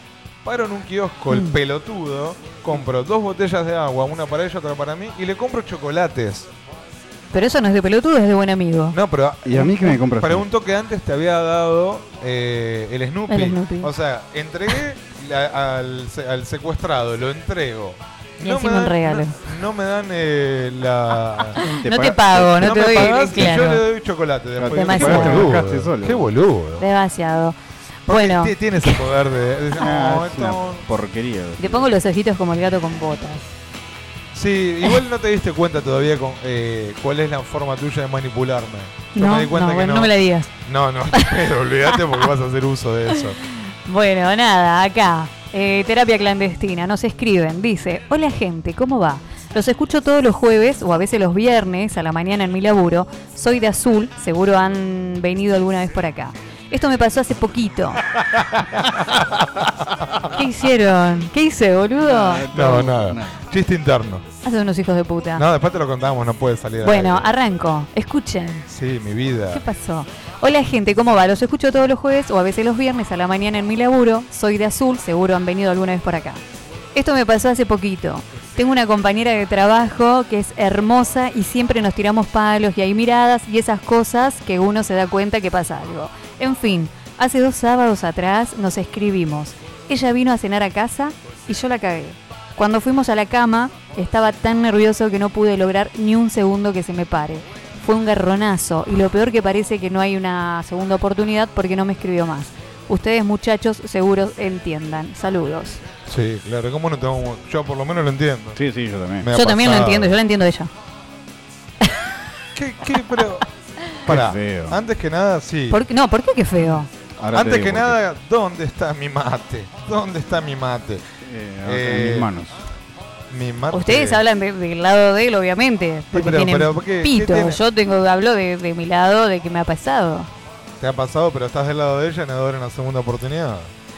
Speaker 1: paro en un kiosco, el pelotudo, compro dos botellas de agua, una para ella, otra para mí, y le compro chocolates.
Speaker 6: Pero eso no es de pelotudo, es de buen amigo.
Speaker 1: No, pero
Speaker 7: ¿Y a mí qué me compraste?
Speaker 1: para un toque antes te había dado eh, el, Snoopy.
Speaker 6: El Snoopy.
Speaker 1: O sea, entregué la- al, se- al secuestrado, lo entrego.
Speaker 6: Y encima un regalo.
Speaker 1: No, no me dan eh, la...
Speaker 6: No te pago, no, te
Speaker 1: me
Speaker 6: doy.
Speaker 1: pagás y
Speaker 6: claro.
Speaker 1: yo le doy chocolate. Después
Speaker 6: Demasiado.
Speaker 1: Qué
Speaker 7: Te bajaste
Speaker 1: boludo.
Speaker 7: solo.
Speaker 1: Qué boludo.
Speaker 6: Demasiado.
Speaker 1: Porque
Speaker 6: Bueno,
Speaker 1: ti- Tiene ese poder de... de-
Speaker 7: Ah,
Speaker 1: no,
Speaker 7: es una
Speaker 1: esto-
Speaker 7: porquería.
Speaker 6: te pongo los ojitos como el gato con botas.
Speaker 1: Sí, igual no te diste cuenta todavía con, eh, cuál es la forma tuya de manipularme. Yo
Speaker 6: no,
Speaker 1: me di cuenta
Speaker 6: no,
Speaker 1: que
Speaker 6: bueno,
Speaker 1: no.
Speaker 6: no me la digas.
Speaker 1: No, no, pero olvídate porque vas a hacer uso de eso.
Speaker 6: Bueno, nada, acá. eh, terapia clandestina, nos escriben, dice, hola gente, ¿cómo va? Los escucho todos los jueves o a veces los viernes a la mañana en mi laburo. Soy de azul, seguro han venido alguna vez por acá. Esto me pasó hace poquito. ¿Qué hicieron? ¿Qué hice, boludo?
Speaker 1: No, nada. Chiste interno.
Speaker 6: Hacen unos hijos de puta.
Speaker 1: No, después te lo contamos, no puede salir. al
Speaker 6: Bueno,
Speaker 1: aire.
Speaker 6: arranco. Escuchen.
Speaker 1: Sí, mi
Speaker 6: ¿Qué
Speaker 1: vida.
Speaker 6: pasó? Hola gente, ¿cómo va? Los escucho todos los jueves o a veces los viernes a la mañana en mi laburo. Soy de azul, seguro han venido alguna vez por acá. Esto me pasó hace poquito. Tengo una compañera de trabajo que es hermosa y siempre nos tiramos palos y hay miradas y esas cosas que uno se da cuenta que pasa algo. En fin, hace dos sábados atrás nos escribimos. Ella vino a cenar a casa y yo la cagué. Cuando fuimos a la cama, estaba tan nervioso que no pude lograr ni un segundo que se me pare. Fue un garronazo y lo peor que parece que no hay una segunda oportunidad porque no me escribió más. Ustedes muchachos seguro entiendan. Saludos.
Speaker 1: Sí, claro, ¿cómo no te vamos- Yo por lo menos lo entiendo.
Speaker 7: Sí, sí, yo también.
Speaker 1: Me ha
Speaker 6: yo también lo
Speaker 1: pasado.
Speaker 6: entiendo, yo la entiendo a ella.
Speaker 1: ¿Qué, qué, pero. Pará,
Speaker 7: feo.
Speaker 1: antes que nada, sí.
Speaker 6: ¿Por qué- No, ¿por qué qué feo?
Speaker 7: Ahora te
Speaker 1: antes
Speaker 7: digo
Speaker 1: que
Speaker 7: por qué.
Speaker 1: nada, ¿dónde está mi mate? ¿Dónde está mi mate?
Speaker 7: Eh, ahora tengo
Speaker 1: Eh,
Speaker 7: mis manos.
Speaker 1: Mi mate.
Speaker 6: Ustedes hablan de- del lado de él, obviamente, porque
Speaker 1: pero-
Speaker 6: tienen
Speaker 1: pero, ¿por qué? ¿Qué
Speaker 6: pito.
Speaker 1: tiene?
Speaker 6: Yo tengo, hablo de, de mi lado, de que me ha pasado.
Speaker 1: Te ha pasado, pero estás del lado de ella y no en una segunda oportunidad.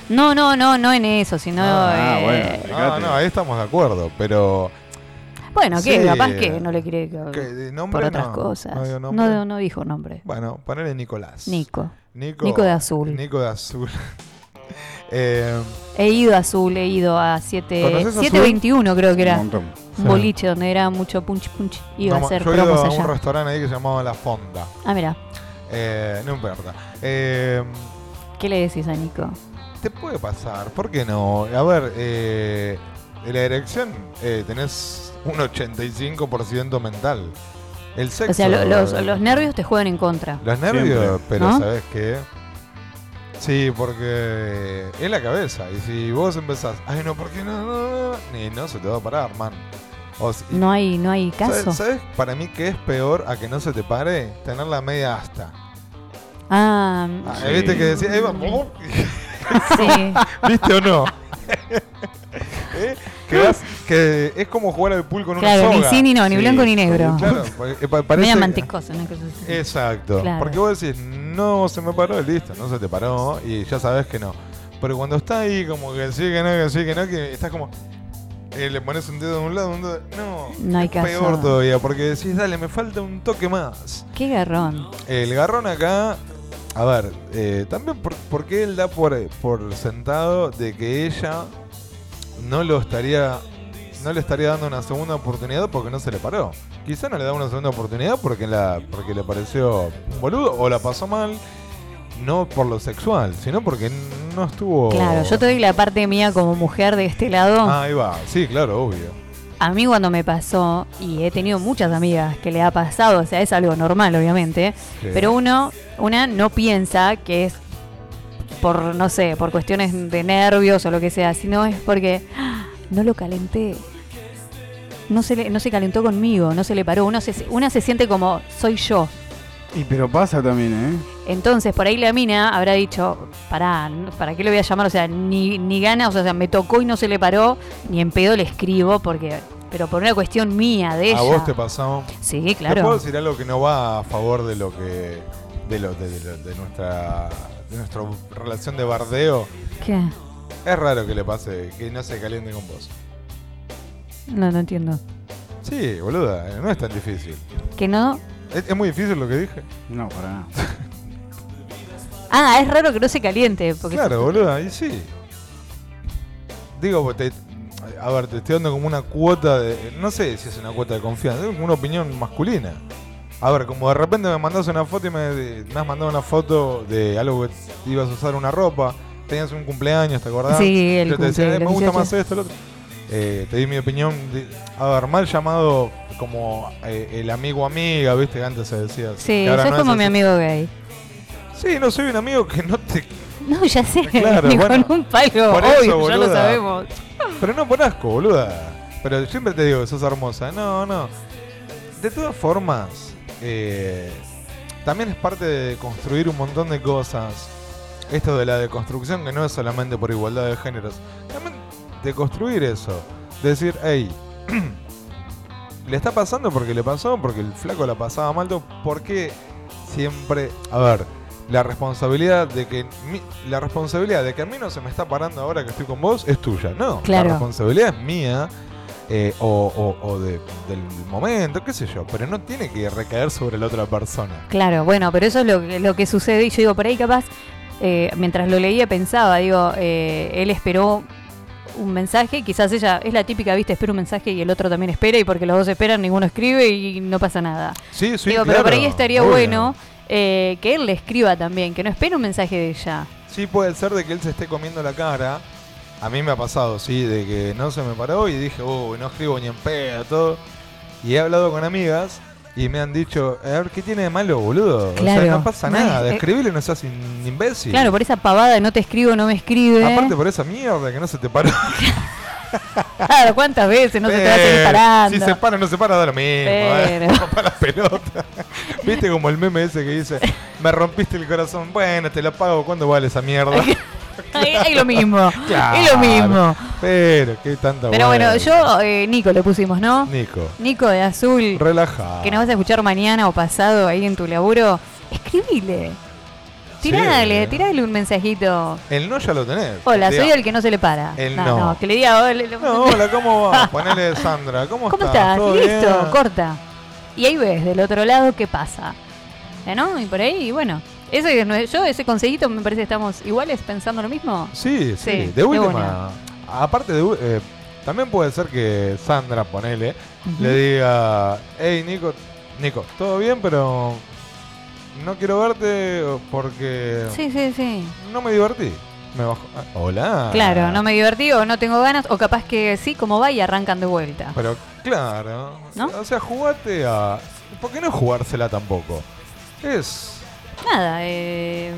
Speaker 6: No, no, no, no en eso, sino...
Speaker 7: Ah,
Speaker 6: eh,
Speaker 7: bueno. Fíjate.
Speaker 1: No, no, ahí estamos de acuerdo, pero.
Speaker 6: Bueno, que
Speaker 1: Sí.
Speaker 6: capaz que no le quiere
Speaker 1: Que de nombre
Speaker 6: por otras
Speaker 1: no,
Speaker 6: cosas.
Speaker 1: no dio
Speaker 6: No,
Speaker 1: nombre.
Speaker 6: no dijo nombre.
Speaker 1: Bueno, ponele Nicolás.
Speaker 6: Nico.
Speaker 1: Nico,
Speaker 6: Nico de azul.
Speaker 1: Nico de azul. Eh,
Speaker 6: He ido a azul, he ido a 7
Speaker 1: ¿Conoces Azul?
Speaker 6: 721 creo que era.
Speaker 1: Un montón. Sí.
Speaker 6: Un boliche donde era mucho punch punch. Iba
Speaker 1: no,
Speaker 6: a ser
Speaker 1: yo he ido
Speaker 6: cromos
Speaker 1: a
Speaker 6: allá.
Speaker 1: un restaurante ahí que se llamaba La Fonda.
Speaker 6: Ah, mira,
Speaker 1: Eh, no importa. Eh,
Speaker 6: ¿qué le decís a Nico?
Speaker 1: Te puede pasar, ¿por qué no? A ver, eh, en la erección eh, tenés un 85% mental. El sexo. eh,
Speaker 6: O sea, lo- los, los nervios te juegan en contra.
Speaker 1: Los nervios,
Speaker 6: Siempre.
Speaker 1: pero
Speaker 6: ¿No?
Speaker 1: ¿sabes qué? Sí, porque es la cabeza. Y si vos empezás, ay, no, ¿por qué no? no, no?", Y no se te va a parar, man. O si-
Speaker 6: No hay, no hay caso.
Speaker 1: ¿Sabes, sabes para mí que es peor a que no se te pare? Tener la media asta.
Speaker 6: Ah,
Speaker 1: Ah, ¿Viste que decía, Eva?
Speaker 6: Sí.
Speaker 1: ¿Viste o no? ¿Eh? que, vas- que es como jugar al pool con
Speaker 6: Claro,
Speaker 1: una
Speaker 6: ni
Speaker 1: soga.
Speaker 6: sí, ni no, ni blanco, ni negro.
Speaker 1: Claro, pa- eh, pa- parece...
Speaker 6: Media mantecosa, una cosa así.
Speaker 1: Exacto.
Speaker 6: Claro.
Speaker 1: Porque vos decís, no se me paró, y listo, no se te paró y ya sabes que no. Pero cuando está ahí, como que sí, que no, que sí, que no, que estás como. eh, le pones un dedo de un lado, un dedo. No,
Speaker 6: No hay caso.
Speaker 1: peor todavía, porque decís, dale, me falta un toque más.
Speaker 6: Qué garrón.
Speaker 1: El garrón acá. A ver, eh, también por- porque él da por, por sentado de que ella no lo estaría. No le estaría dando una segunda oportunidad porque no se le paró. Quizá no le da una segunda oportunidad porque, la, porque le pareció un boludo o la pasó mal. No por lo sexual, sino porque no estuvo. Ah,
Speaker 6: Claro, yo te doy la parte mía como mujer de este lado.
Speaker 1: Ahí va, sí, claro, obvio.
Speaker 6: A mí cuando me pasó, y he tenido muchas amigas que le ha pasado, o sea, es algo normal, obviamente,
Speaker 1: Sí.
Speaker 6: pero uno, una no piensa que es por, no sé, por cuestiones de nervios o lo que sea, sino es porque "Ah, no lo calenté. No se, le- no se calentó conmigo, no se le paró. Uno se, una se siente como, soy yo.
Speaker 7: Y pero pasa también, ¿eh?
Speaker 6: Entonces, por ahí la mina habrá dicho, pará, n- ¿para qué lo voy a llamar? O sea, ni, ni ganas, o sea, me tocó y no se le paró, ni en pedo le escribo, porque. Pero por una cuestión mía, de ella.
Speaker 1: ¿A vos te pasó?
Speaker 6: Sí,
Speaker 1: ¿Te
Speaker 6: claro.
Speaker 1: puedo decir algo que no va a favor de lo que. de, lo, de, de lo- de nuestra. de nuestra relación de bardeo?
Speaker 6: ¿Qué?
Speaker 1: Es raro que le pase, que no se caliente con vos.
Speaker 6: No, no entiendo.
Speaker 1: Sí, boluda, eh, no es tan difícil.
Speaker 6: ¿Que no?
Speaker 1: ¿Es, es muy difícil lo que dije?
Speaker 7: No, para nada.
Speaker 6: Ah, es raro que no se caliente. Porque
Speaker 1: claro, boluda, y sí. Digo, pues, te- a ver, te estoy dando como una cuota de. No sé si es una cuota de confianza, es como una opinión masculina. A ver, como de repente me mandas una foto y me, me has mandado una foto de algo que ibas a usar una ropa, tenías un cumpleaños, ¿te acordás?
Speaker 6: Sí, el
Speaker 1: Yo te decía,
Speaker 6: cumple,
Speaker 1: "Eh, me
Speaker 6: los
Speaker 1: gusta
Speaker 6: 18".
Speaker 1: más esto, lo otro. Eh, te di mi opinión. de- a ver, mal llamado como eh, el amigo amiga, ¿viste? Que antes se decía. así,
Speaker 6: Sí,
Speaker 1: que
Speaker 6: yo
Speaker 1: ahora
Speaker 6: es
Speaker 1: no
Speaker 6: como mi
Speaker 1: así.
Speaker 6: amigo gay.
Speaker 1: Sí, no soy un amigo que no te.
Speaker 6: No, ya sé.
Speaker 1: Claro,
Speaker 6: ni
Speaker 1: bueno.
Speaker 6: con un palo,
Speaker 1: Por eso,
Speaker 6: obvio, ya lo
Speaker 1: boluda.
Speaker 6: sabemos.
Speaker 1: Pero no por asco, boluda. Pero siempre te digo que sos hermosa. No, no. De todas formas, eh, también es parte de construir un montón de cosas. Esto de la deconstrucción, que no es solamente por igualdad de géneros. También de construir eso. Decir, hey, le está pasando porque le pasó, porque el flaco la pasaba mal. porque siempre. A ver, la responsabilidad de que mi- la responsabilidad de que a mí no se me está parando ahora que estoy con vos es tuya. No,
Speaker 6: Claro.
Speaker 1: la responsabilidad es mía. eh, o o- o de- del momento, qué sé yo, pero no tiene que recaer sobre la otra persona.
Speaker 6: Claro, bueno, pero eso es lo, que- lo que sucede. Y yo digo, por ahí capaz, eh, mientras lo leía pensaba, digo, eh, él esperó un mensaje, quizás ella es la típica, viste, espera un mensaje y el otro también espera y porque los dos esperan, ninguno escribe y no pasa nada.
Speaker 1: Sí, sí,
Speaker 6: digo,
Speaker 1: claro,
Speaker 6: pero por ahí estaría
Speaker 1: obvio.
Speaker 6: bueno eh, que él le escriba también, que no espere un mensaje de ella.
Speaker 1: Sí puede ser de que él se esté comiendo la cara. A mí me ha pasado, sí, de que no se me paró y dije, uy, no escribo ni en pedo, todo. Y he hablado con amigas y me han dicho, a ver, ¿qué tiene de malo, boludo? o
Speaker 6: Claro.
Speaker 1: sea, no pasa
Speaker 6: No
Speaker 1: nada,
Speaker 6: es-
Speaker 1: escribile no seas in- imbécil.
Speaker 6: Claro, por esa pavada, de no te escribo, no me escribe.
Speaker 1: Aparte por esa mierda que no se te paró.
Speaker 6: Claro, ¿cuántas veces no se te va a seguir
Speaker 1: Eh,
Speaker 6: parando?
Speaker 1: Si se para, no se para, da lo mismo. eh.
Speaker 6: Pero-
Speaker 1: Para la pelota. Viste como el meme ese que dice, me rompiste el corazón, bueno, te lo pago, ¿cuándo vale esa mierda?
Speaker 6: Ahí- ahí lo mismo.
Speaker 1: Claro.
Speaker 6: Es lo mismo.
Speaker 1: Pero, qué tanta
Speaker 6: Pero bueno,
Speaker 1: vuelta.
Speaker 6: yo, eh, Nico le pusimos, ¿no?
Speaker 1: Nico,
Speaker 6: Nico de Azul.
Speaker 1: relaja.
Speaker 6: que nos vas a escuchar mañana o pasado ahí en tu laburo, escribile. Tirale,
Speaker 1: Sí.
Speaker 6: tirale un mensajito.
Speaker 1: El no ya lo tenés.
Speaker 6: Hola,
Speaker 1: Diga,
Speaker 6: soy el que no se le para.
Speaker 1: El
Speaker 6: no,
Speaker 1: no.
Speaker 6: que le diga hola. le-
Speaker 1: No, hola, ¿cómo va? Ponele Sandra, ¿cómo,
Speaker 6: ¿Cómo
Speaker 1: estás?
Speaker 6: estás?
Speaker 1: ¿Todo
Speaker 6: Listo,
Speaker 1: bien?
Speaker 6: corta. Y ahí ves del otro lado qué pasa. Eh, ¿No? Y por ahí, y bueno. Ese, es nue- yo, ese consejito, me parece que estamos iguales pensando lo mismo.
Speaker 1: Sí, sí,
Speaker 6: Sí,
Speaker 1: de
Speaker 6: de
Speaker 1: última. Aparte de. u- eh, también puede ser que Sandra, ponele,
Speaker 6: Ujú.
Speaker 1: le diga: Hey, Nico, Nico, todo bien, pero. No quiero verte porque.
Speaker 6: Sí, sí, sí.
Speaker 1: No me divertí. Me bajó. ah, Hola.
Speaker 6: Claro, no me divertí o no tengo ganas, o capaz que sí, como va y arrancan de vuelta.
Speaker 1: Pero claro.
Speaker 6: ¿No?
Speaker 1: O sea, jugate a. ¿Por qué no jugársela tampoco? Es.
Speaker 6: Nada, eh,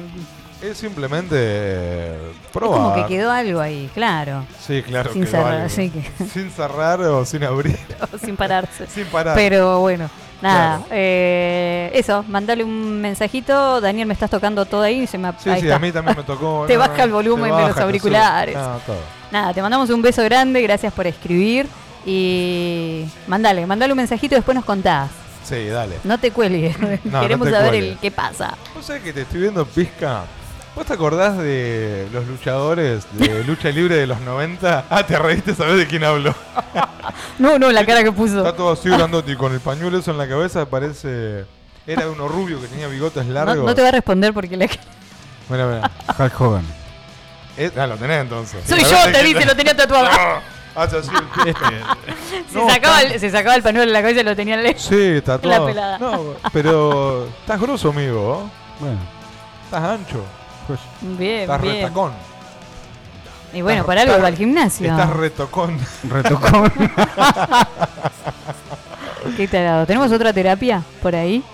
Speaker 1: Es simplemente. eh, Probar.
Speaker 6: como que quedó algo ahí, claro.
Speaker 1: Sí, claro.
Speaker 6: sin
Speaker 1: quedó
Speaker 6: cerrar,
Speaker 1: algo.
Speaker 6: así que-
Speaker 1: Sin cerrar o sin abrir.
Speaker 6: sin pararse.
Speaker 1: sin parar.
Speaker 6: Pero bueno, nada.
Speaker 1: Claro.
Speaker 6: eh, eso, mandale un mensajito. Daniel, me estás tocando todo ahí. Se me,
Speaker 1: Sí,
Speaker 6: ahí
Speaker 1: sí,
Speaker 6: está.
Speaker 1: a mí también me tocó.
Speaker 6: te
Speaker 1: no,
Speaker 6: baja el
Speaker 1: te
Speaker 6: volumen
Speaker 1: baja,
Speaker 6: de los
Speaker 1: te sube.
Speaker 6: auriculares.
Speaker 1: No, todo.
Speaker 6: Nada, te mandamos un beso grande. Gracias por escribir. Y mandale, mandale un mensajito. Después nos contás.
Speaker 1: Sí, dale.
Speaker 6: No te cuelgues.
Speaker 1: no
Speaker 6: Queremos
Speaker 1: te
Speaker 6: saber
Speaker 1: cuelgues.
Speaker 6: el, qué pasa.
Speaker 1: ¿Vos sabés que te estoy viendo pizca? ¿Vos te acordás de los luchadores de lucha libre de los 90? Ah, te reíste, sabés de quién hablo.
Speaker 6: No, no, la cara que puso.
Speaker 1: Está todo así grandote y con el pañuelo eso en la cabeza parece... Era de uno rubio que tenía bigotes
Speaker 6: No,
Speaker 1: largos.
Speaker 6: no te va a responder porque la...
Speaker 1: Mira, mira.
Speaker 11: Hulk Hogan.
Speaker 1: Es- ah, lo tenés entonces.
Speaker 6: Soy
Speaker 1: La
Speaker 6: yo,
Speaker 1: verdad
Speaker 6: te
Speaker 1: que-
Speaker 6: dice, lo tenía tatuado.
Speaker 1: No, hace así el chiste.
Speaker 6: se, sacaba el, se sacaba el pañuelo de la cabeza y lo tenía lejos.
Speaker 1: Sí,
Speaker 6: La
Speaker 1: tatuado.
Speaker 6: pelada.
Speaker 1: No, pero estás grosso, amigo. ¿oh?
Speaker 11: Bueno.
Speaker 1: Estás ancho. Pues,
Speaker 6: Bien,
Speaker 1: estás
Speaker 6: bien.
Speaker 1: retacón.
Speaker 6: Y bueno,
Speaker 1: Estás-
Speaker 6: para algo
Speaker 1: estás-
Speaker 6: va al gimnasio.
Speaker 1: Estás retocón.
Speaker 11: Retocón.
Speaker 6: Qué tarado. ¿Tenemos otra terapia por ahí?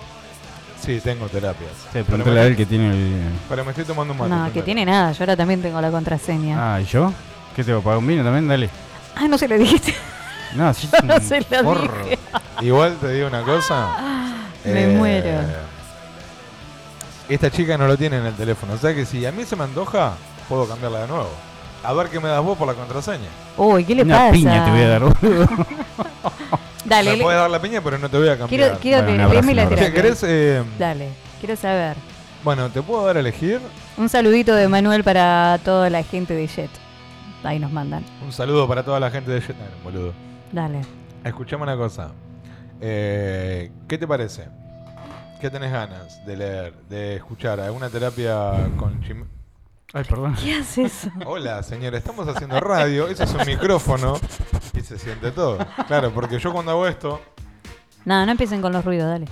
Speaker 1: sí, tengo terapias.
Speaker 11: Sí,
Speaker 1: pero,
Speaker 11: pregúntale a él
Speaker 1: me,
Speaker 11: que tiene el.
Speaker 1: pero me estoy tomando un mate.
Speaker 6: no, que
Speaker 1: espera.
Speaker 6: tiene nada. Yo ahora también tengo la contraseña. Ah,
Speaker 11: Ah, ¿y yo? ¿Qué te voy a pagar un vino también? Dale.
Speaker 6: no se le dijiste.
Speaker 11: No, sí.
Speaker 6: no se la
Speaker 11: Porro.
Speaker 6: dije. Ah,
Speaker 1: Igual te digo una cosa. eh,
Speaker 6: Me muero.
Speaker 1: Esta chica no lo tiene en el teléfono. O sea que si a mí se me antoja, puedo cambiarla de nuevo. A ver qué me das vos por la contraseña.
Speaker 6: Uy, ¿qué le
Speaker 11: Una
Speaker 6: pasa?
Speaker 11: piña te voy a dar, boludo.
Speaker 6: Dale,
Speaker 1: me
Speaker 6: le-
Speaker 1: puedes dar la piña, pero no te voy a cambiar.
Speaker 6: quiero, quiero
Speaker 11: Bueno,
Speaker 6: que-
Speaker 11: un abrazo,
Speaker 6: pedirme la
Speaker 11: un abrazo.
Speaker 1: Che,
Speaker 6: terapia.
Speaker 1: ¿querés, eh,
Speaker 6: Dale, quiero saber.
Speaker 1: bueno, ¿te puedo dar a elegir?
Speaker 6: Un saludito de Manuel para toda la gente de Jet. Ahí nos mandan.
Speaker 1: Un saludo para toda la gente de Vietnam, boludo.
Speaker 6: Dale.
Speaker 1: Escuchame una cosa. Eh, ¿Qué te parece? ¿Qué tenés ganas de leer, de escuchar? ¿Alguna terapia con chim-
Speaker 11: Ay, perdón.
Speaker 6: ¿Qué haces eso?
Speaker 1: Hola, señora, estamos haciendo radio, eso es un micrófono y se siente todo. Claro, porque yo cuando hago esto,
Speaker 6: No, no empiecen con los ruidos, dale.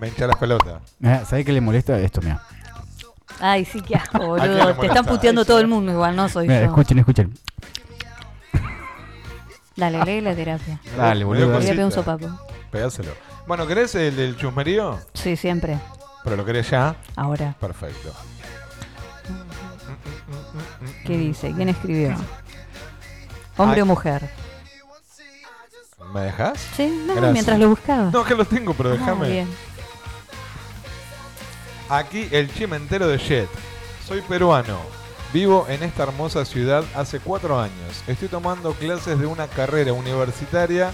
Speaker 1: me hincha las pelotas.
Speaker 11: Ah, ¿Sabés qué le molesta esto, mira?
Speaker 6: Ay, sí, qué asco, boludo.
Speaker 1: quién le
Speaker 6: Te
Speaker 1: molesta?
Speaker 6: están puteando
Speaker 1: Ay,
Speaker 6: todo
Speaker 1: sí.
Speaker 6: el mundo igual, no soy
Speaker 11: Mira,
Speaker 6: yo.
Speaker 11: escuchen, escuchen.
Speaker 6: Dale, lee la terapia.
Speaker 1: Me
Speaker 11: Dale,
Speaker 1: dio- me
Speaker 11: boludo.
Speaker 1: dio
Speaker 6: Le voy a
Speaker 1: cosita.
Speaker 6: pegar un sopapo.
Speaker 1: Pegáselo. Bueno, ¿querés el del chusmerío?
Speaker 6: Sí, siempre.
Speaker 1: Pero lo querés ya.
Speaker 6: Ahora,
Speaker 1: Perfecto.
Speaker 6: ¿qué dice? ¿Quién escribió?
Speaker 11: Ah.
Speaker 6: ¿Hombre
Speaker 1: Ay.
Speaker 6: o mujer?
Speaker 1: ¿Me dejás?
Speaker 6: Sí, no,
Speaker 1: Gracias.
Speaker 6: mientras lo buscaba.
Speaker 1: No, que lo tengo, pero
Speaker 6: Ah,
Speaker 1: déjame.
Speaker 6: bien.
Speaker 1: Aquí el chimentero de Jet. Soy peruano. Vivo en esta hermosa ciudad hace cuatro años. Estoy tomando clases de una carrera universitaria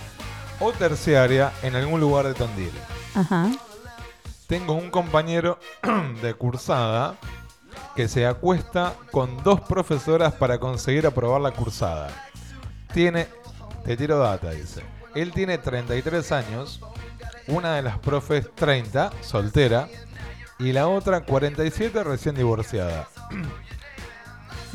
Speaker 1: o terciaria en algún lugar de Tandil.
Speaker 6: Ajá.
Speaker 1: Tengo un compañero de cursada que se acuesta con dos profesoras para conseguir aprobar la cursada. Tiene, te tiro data, dice. Él tiene 33 años, una de las profes 30, soltera, y la otra 47, recién divorciada.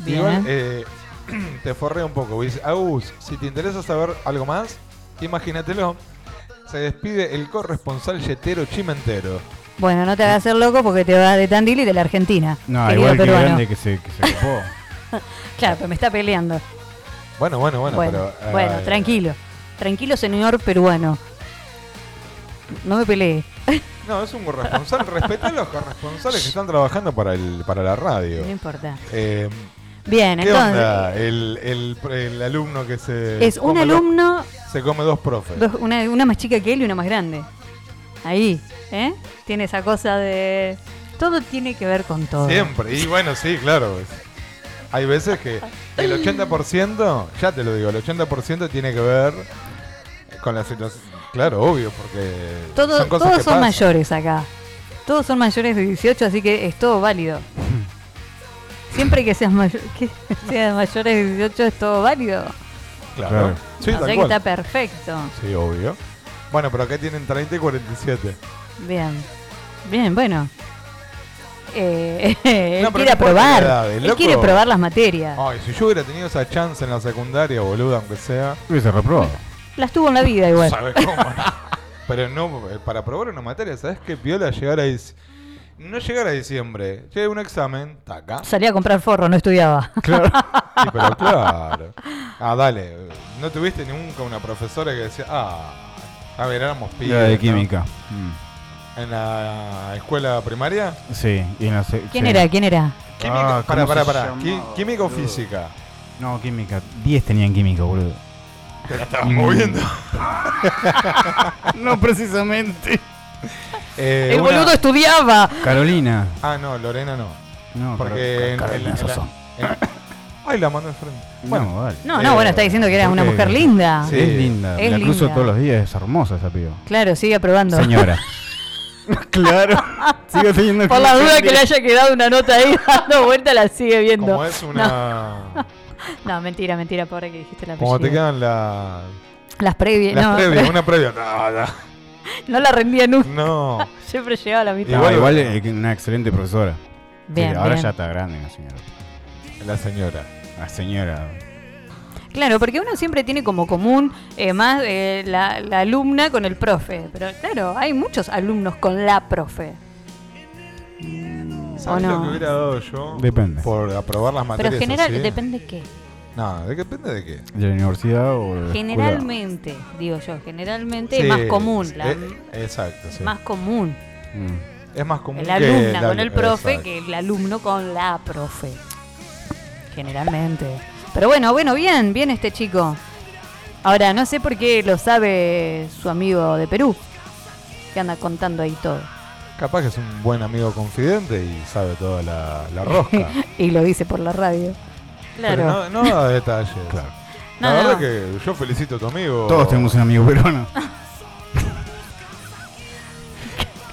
Speaker 6: Bien.
Speaker 1: Igual, eh, te forré un poco. Dice, Agus, si te interesa saber algo más, imagínatelo. Se despide el corresponsal yetero chimentero.
Speaker 6: Bueno, no te hagas ser loco porque te vas de Tandil y de la Argentina.
Speaker 11: No,
Speaker 6: querido
Speaker 11: igual que
Speaker 6: peruano.
Speaker 11: grande que se, que se ocupó.
Speaker 6: Claro, pero me está peleando.
Speaker 1: Bueno, bueno, bueno,
Speaker 6: Bueno,
Speaker 1: pero. eh,
Speaker 6: bueno, tranquilo. Tranquilo, señor peruano. No me peleé.
Speaker 1: No, es un corresponsal. Respetá a los corresponsales que están trabajando para, el, para la radio.
Speaker 6: No importa.
Speaker 1: Eh,
Speaker 6: Bien,
Speaker 1: ¿Qué
Speaker 6: entonces.
Speaker 1: onda el, el- el alumno que se.
Speaker 6: Es un
Speaker 1: come dos-
Speaker 6: alumno
Speaker 1: se come dos profes.
Speaker 6: Dos- una, una más chica que él y una más grande. Ahí, ¿eh? Tiene esa cosa de... Todo tiene que ver con todo.
Speaker 1: Siempre. Y bueno, sí, claro. Hay veces que el 80%, ya te lo digo, el 80% tiene que ver con la situación. Claro, obvio, porque.
Speaker 6: Todo-
Speaker 1: son cosas
Speaker 6: todos
Speaker 1: que
Speaker 6: son
Speaker 1: pasan.
Speaker 6: mayores acá. Todos son mayores de 18, así que es todo válido. Siempre que seas mayor, que seas mayores de 18 es todo válido.
Speaker 1: Claro.
Speaker 11: Claro.
Speaker 1: Sí,
Speaker 6: o
Speaker 1: tal
Speaker 6: sea que
Speaker 1: cual.
Speaker 6: está perfecto.
Speaker 1: Sí, obvio. Bueno, pero acá tienen 30 y 47.
Speaker 6: Bien. Bien, bueno. Eh, él
Speaker 1: No,
Speaker 6: quiere
Speaker 1: pero no importa
Speaker 6: probar.
Speaker 1: la edad, el
Speaker 6: él quiere
Speaker 1: loco- Ah.
Speaker 6: probar las materias.
Speaker 1: Ay, si yo hubiera tenido esa chance en la secundaria, boludo, aunque sea.
Speaker 11: Hubiese reprobado.
Speaker 6: Las tuvo en la vida igual.
Speaker 1: ¿Sabes cómo? Pero no, eh, para probar una materia, ¿sabes qué piola llegar a dic- No llegar a diciembre, llega un examen, taca.
Speaker 6: Salía a comprar forro, no estudiaba.
Speaker 1: Claro. Sí, pero claro. Ah, dale. No tuviste nunca una profesora que decía, ah, a ver, éramos pibes.
Speaker 11: Era de
Speaker 1: ¿no?
Speaker 11: química. Mm.
Speaker 1: ¿En la escuela primaria?
Speaker 11: Sí, y en la sec-
Speaker 6: ¿Quién
Speaker 11: sí.
Speaker 6: era? ¿Quién era?
Speaker 1: Química,
Speaker 11: Ah,
Speaker 1: para,
Speaker 11: ¿cómo
Speaker 1: para,
Speaker 11: se llamaba,
Speaker 1: ¿Química o física?
Speaker 11: No, química. 10 tenían química, boludo.
Speaker 1: Te la estabas moviendo.
Speaker 11: no precisamente.
Speaker 1: Eh,
Speaker 6: el
Speaker 1: una-
Speaker 6: boludo estudiaba.
Speaker 11: Carolina.
Speaker 1: Ah, no, Lorena no.
Speaker 11: No,
Speaker 1: Porque en,
Speaker 11: Car-
Speaker 1: en-
Speaker 11: Carolina
Speaker 1: en la-
Speaker 11: Soso.
Speaker 1: en- Ay, la mano enfrente.
Speaker 11: No, dale.
Speaker 6: No, no, bueno, está diciendo que era una
Speaker 11: porque-
Speaker 6: mujer linda.
Speaker 11: Sí, es linda.
Speaker 6: Es
Speaker 11: la cruzo
Speaker 6: linda.
Speaker 11: todos los días, es hermosa esa piba.
Speaker 6: Claro, sigue aprobando.
Speaker 11: Señora. claro. Sigo teniendo
Speaker 6: Por la duda que le haya quedado una nota ahí dando vuelta, la sigue viendo.
Speaker 1: Como es una.
Speaker 6: No, no, mentira, mentira, pobre que dijiste la
Speaker 1: Como te
Speaker 6: apellido.
Speaker 1: quedan la,
Speaker 6: Las previas.
Speaker 1: las
Speaker 6: no,
Speaker 1: previas, una previa. No, no.
Speaker 6: no la rendía nunca.
Speaker 1: No.
Speaker 6: Siempre llegaba a la mitad.
Speaker 11: No, Ah, Igual, igual es que una excelente profesora.
Speaker 6: Bien,
Speaker 11: Sí, ahora
Speaker 6: bien.
Speaker 11: ya está grande la señora.
Speaker 1: La señora.
Speaker 11: La señora.
Speaker 6: Claro, porque uno siempre tiene como común eh, más eh, la, la alumna con el profe. Pero claro, hay muchos alumnos con la profe.
Speaker 1: ¿Sabes
Speaker 6: ¿O
Speaker 1: lo
Speaker 6: no?
Speaker 1: que hubiera dado yo?
Speaker 11: Depende.
Speaker 1: Por aprobar las materias.
Speaker 6: Pero general,
Speaker 1: así?
Speaker 6: depende qué.
Speaker 1: No, de- depende de qué.
Speaker 11: ¿De la universidad o de la escuela?
Speaker 6: Generalmente, digo yo, generalmente
Speaker 1: Sí,
Speaker 6: es más común.
Speaker 1: es-
Speaker 6: la-
Speaker 1: eh, exacto, sí.
Speaker 6: Más común.
Speaker 11: Mm.
Speaker 1: es más común
Speaker 6: El
Speaker 1: que
Speaker 6: alumna con
Speaker 1: la-
Speaker 6: el profe
Speaker 1: exacto.
Speaker 6: que el alumno con la profe. Generalmente. Pero bueno, bueno, bien, bien este chico. Ahora, no sé por qué lo sabe su amigo de Perú, que anda contando ahí todo.
Speaker 1: Capaz que es un buen amigo confidente y sabe toda la, la rosca.
Speaker 6: y lo dice por la radio. Claro.
Speaker 1: Pero no, no da detalles. La
Speaker 6: No,
Speaker 1: verdad
Speaker 6: no.
Speaker 1: que yo felicito a tu amigo.
Speaker 11: Todos tenemos un amigo peruano.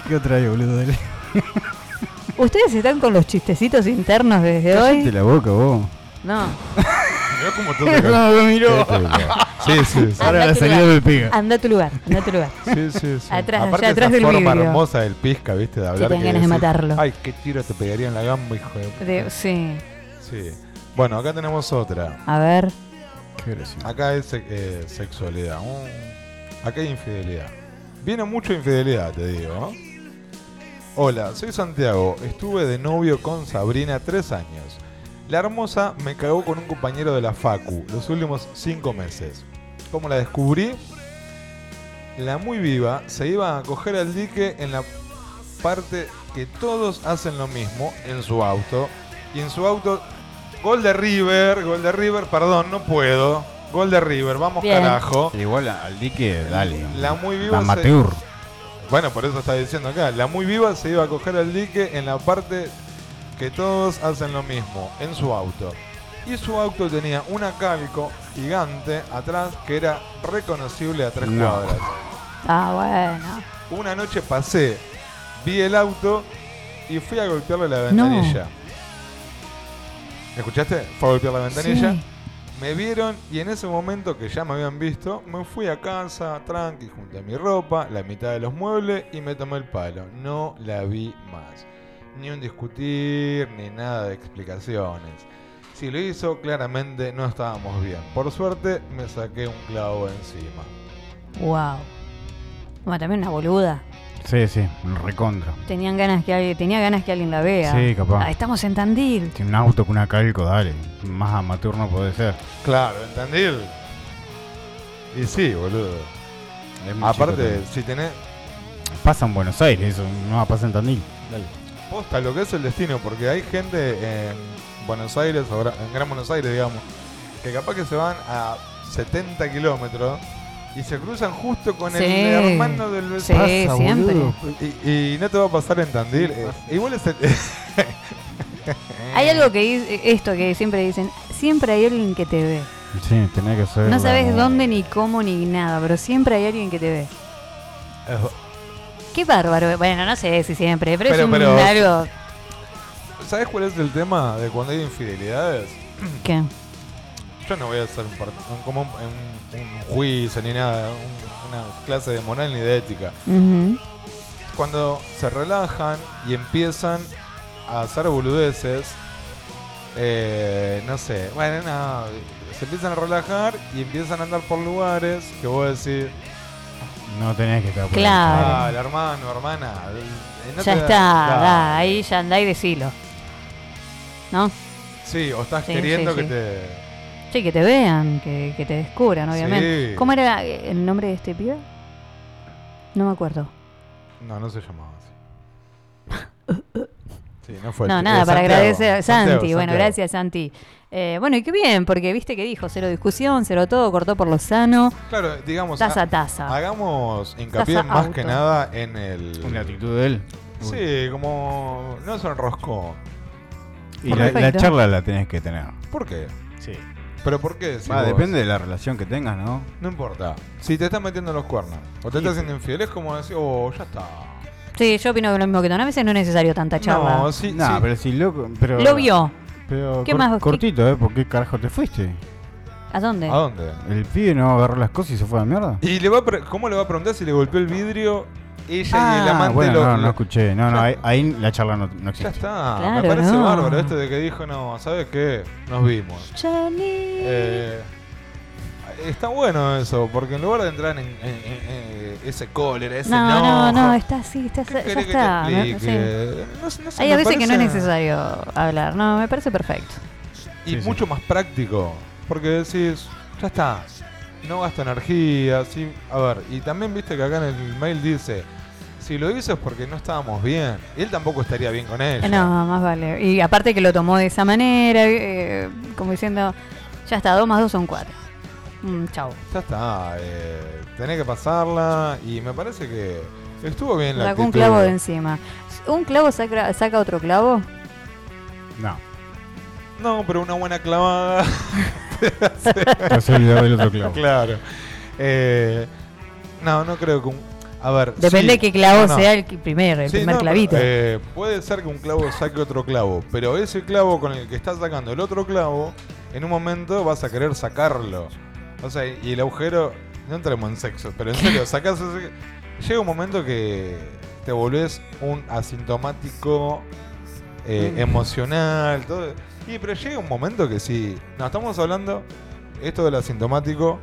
Speaker 11: ¿Qué otra hay, boludo? Dale.
Speaker 6: ¿Ustedes están con los chistecitos internos desde
Speaker 11: Cállate
Speaker 6: hoy?
Speaker 11: la boca, vos.
Speaker 6: No.
Speaker 1: Mirá cómo te
Speaker 11: No, me miró.
Speaker 1: Sí, sí, sí.
Speaker 11: Ahora la
Speaker 6: Anda a tu
Speaker 11: salida me
Speaker 6: lugar.
Speaker 11: pega.
Speaker 6: Anda a tu lugar, anda a tu lugar.
Speaker 1: Sí, sí, sí.
Speaker 6: Atrás,
Speaker 1: Aparte
Speaker 6: allá atrás
Speaker 1: esa
Speaker 6: del
Speaker 1: forma
Speaker 6: vidrio.
Speaker 1: hermosa del pizca, viste, de hablar.
Speaker 6: dan
Speaker 1: que
Speaker 6: ganas de matarlo.
Speaker 1: Ay, qué tiro te pegaría en la gamba, hijo de... puta".
Speaker 6: De- sí.
Speaker 1: Sí. Bueno, acá tenemos otra.
Speaker 6: A ver.
Speaker 11: Qué gracioso.
Speaker 1: Acá es eh, sexualidad. Mm. Acá hay infidelidad. Viene mucha infidelidad, te digo. ¿no? Hola, soy Santiago. Estuve de novio con Sabrina tres años. La hermosa me cagó con un compañero de la Facu los últimos cinco meses. ¿Cómo la descubrí? La muy viva se iba a coger al dique en la parte que todos hacen lo mismo en su auto. Y en su auto, gol de River, gol de River, perdón, no puedo. Gol de River, vamos
Speaker 6: Bien.
Speaker 1: carajo.
Speaker 11: Igual al dique, dale.
Speaker 1: Ah. La muy viva
Speaker 11: La
Speaker 1: se-
Speaker 11: amateur.
Speaker 1: Bueno, por eso está diciendo acá. La muy viva se iba a coger al dique en la parte que todos hacen lo mismo, en su auto. Y su auto tenía una calco gigante atrás que era reconocible a tres
Speaker 11: No.
Speaker 1: cuadras.
Speaker 6: Ah, bueno.
Speaker 1: Una noche pasé, vi el auto y fui a golpearle la ventanilla. ¿Me ¿Escuchaste? Fue a golpear la ventanilla.
Speaker 6: Sí.
Speaker 1: Me vieron y en ese momento que ya me habían visto, me fui a casa, tranqui, junté mi ropa, la mitad de los muebles y me tomé el palo. No la vi más. Ni un discutir, ni nada de explicaciones. Si lo hizo, claramente no estábamos bien. Por suerte, me saqué un clavo encima.
Speaker 6: Wow. Bueno, también una boluda.
Speaker 11: Sí, sí, un recontra.
Speaker 6: Tenían ganas que alguien, tenía ganas que alguien la vea.
Speaker 11: Sí, capaz.
Speaker 6: Ah, estamos en Tandil.
Speaker 11: Tiene un auto con una calco, dale. Más amateur no puede ser.
Speaker 1: Claro, ¿entendí? Y sí, boludo.
Speaker 11: Es muy chico
Speaker 1: Aparte,
Speaker 11: también.
Speaker 1: si tenés.
Speaker 11: Pasa en Buenos Aires, eso no va a pasar en Tandil.
Speaker 1: Posta lo que es el destino, porque hay gente en Buenos Aires, ahora en Gran Buenos Aires, digamos, que capaz que se van a 70 kilómetros y se cruzan justo con
Speaker 6: Sí.
Speaker 1: el hermano del
Speaker 6: Sí,
Speaker 1: vecino.
Speaker 11: Pasa,
Speaker 6: siempre.
Speaker 11: boludo.
Speaker 1: Y, y no te va a pasar en Tandil. eh, igual es el-
Speaker 6: Hay algo que dice, esto que siempre dicen, siempre hay alguien que te ve.
Speaker 11: Sí, tenía que ser.
Speaker 6: No sabes
Speaker 11: la-
Speaker 6: dónde, ni cómo, ni nada, pero siempre hay alguien que te ve. Qué bárbaro. Bueno, no sé si siempre, pero, es
Speaker 1: Pero-
Speaker 6: un
Speaker 1: pero-
Speaker 6: algo
Speaker 1: ¿Sabes cuál es el tema de cuando hay infidelidades?
Speaker 6: ¿Qué?
Speaker 1: Yo no voy a hacer un, part- un- como un, un- un juicio ni nada, un- una clase de moral ni de ética. Cuando se relajan y empiezan a hacer boludeces, eh, no sé, bueno, no, se empiezan a relajar y empiezan a andar por lugares que vos decís,
Speaker 11: No tenés que estar por
Speaker 1: ah,
Speaker 6: Claro.
Speaker 1: el hermano, hermana. eh, no
Speaker 6: ya
Speaker 1: te-
Speaker 6: está,
Speaker 1: claro.
Speaker 6: da, ahí ya andá y decilo. ¿No?
Speaker 1: Sí, o estás
Speaker 6: Sí,
Speaker 1: queriendo
Speaker 6: sí,
Speaker 1: que
Speaker 6: sí.
Speaker 1: te...
Speaker 6: Sí, que te vean, que, que te descubran, obviamente.
Speaker 1: Sí.
Speaker 6: ¿Cómo era eh, el nombre de este pibe? No me acuerdo.
Speaker 1: No, no se llamaba así. Sí, no fue.
Speaker 6: no,
Speaker 1: el-
Speaker 6: nada,
Speaker 1: eh,
Speaker 6: para
Speaker 1: Santiago,
Speaker 6: agradecer. Santi,
Speaker 1: Santiago,
Speaker 6: bueno,
Speaker 1: Santiago.
Speaker 6: gracias, Santi. Eh, bueno, y qué bien, porque viste que dijo, cero discusión, cero todo, cortó por lo sano.
Speaker 1: Claro, digamos.
Speaker 6: Taza a
Speaker 1: ha-
Speaker 6: taza.
Speaker 1: Hagamos hincapié
Speaker 6: Taza
Speaker 1: más
Speaker 6: auto.
Speaker 1: que nada en el.
Speaker 11: En la actitud de él.
Speaker 1: Sí, como. No se enroscó.
Speaker 11: Y la, la
Speaker 1: Perfecto.
Speaker 11: charla la tenés que tener.
Speaker 1: ¿Por qué?
Speaker 11: Sí.
Speaker 1: ¿Pero por qué? si
Speaker 11: Va,
Speaker 1: vos-
Speaker 11: depende de la relación que tengas, ¿no?
Speaker 1: No importa. Si te estás metiendo los cuernos o te estás haciendo infiel, es como decir, oh, ya está.
Speaker 6: Sí, yo opino lo mismo que tú. A veces no es necesario tanta charla.
Speaker 11: No, sí, nah, pero si loco. Pero,
Speaker 6: Lo vio.
Speaker 11: Pero
Speaker 6: ¿Qué más? ¿Qué-
Speaker 11: Cortito, ¿eh? ¿Por qué carajo te fuiste?
Speaker 6: ¿A dónde?
Speaker 1: dónde?
Speaker 11: El pibe no agarró las cosas y se fue a la mierda.
Speaker 1: ¿Y le va a pre- cómo le va a preguntar si le golpeó el vidrio ella y el
Speaker 11: Ah,
Speaker 1: amante
Speaker 11: bueno,
Speaker 1: lo-
Speaker 11: no, no
Speaker 1: lo-
Speaker 11: escuché. No, no, ahí, ahí la charla no, no
Speaker 1: Ya
Speaker 11: existe.
Speaker 1: está.
Speaker 6: Claro,
Speaker 1: Me parece
Speaker 6: no.
Speaker 1: bárbaro esto de que dijo, no, ¿sabes qué? Nos vimos.
Speaker 6: Johnny.
Speaker 1: Eh, está bueno eso, porque en lugar de entrar en, en- en- en ese cólera, ese
Speaker 6: No, no,
Speaker 1: enojo,
Speaker 6: no, está así, está,
Speaker 1: ¿qué
Speaker 6: ya
Speaker 1: querés que te
Speaker 6: está. me-
Speaker 1: explique?
Speaker 6: sí.
Speaker 1: No sé, no sé,
Speaker 6: Hay
Speaker 1: me
Speaker 6: a veces que no es
Speaker 1: parece-
Speaker 6: necesario hablar. No, me parece perfecto.
Speaker 1: y mucho más práctico, porque decís, ya está, no gasta energía, así, a ver, y también viste que acá en el mail dice, si lo hizo es porque no estábamos bien, él tampoco estaría bien con ella.
Speaker 6: Eh, No, más vale. Y aparte que lo tomó de esa manera, eh, como diciendo, ya está, dos más dos son cuatro. Mm, chau.
Speaker 1: Ya está, eh, tenés que pasarla y me parece que estuvo bien la
Speaker 6: Sacó un
Speaker 1: actitud.
Speaker 6: clavo de encima. ¿Un clavo saca, saca otro clavo?
Speaker 11: No.
Speaker 1: No, pero una buena clavada.
Speaker 11: Te hace olvidar del otro clavo.
Speaker 1: Claro. Eh, no, no creo que un. A ver.
Speaker 6: Depende de
Speaker 1: sí,
Speaker 6: qué clavo
Speaker 1: no, no.
Speaker 6: sea el que- primero, el
Speaker 1: Sí,
Speaker 6: primer
Speaker 1: no, pero,
Speaker 6: clavito.
Speaker 1: eh, puede ser que un clavo saque otro clavo, pero ese clavo con el que estás sacando el otro clavo, en un momento vas a querer sacarlo. O sea, y el agujero. No entremos en sexo, pero en serio, sacás ese- Llega un momento que te volvés un asintomático eh,
Speaker 11: Mm.
Speaker 1: emocional, todo. Y pero llega un momento que sí. No, estamos hablando. Esto del asintomático.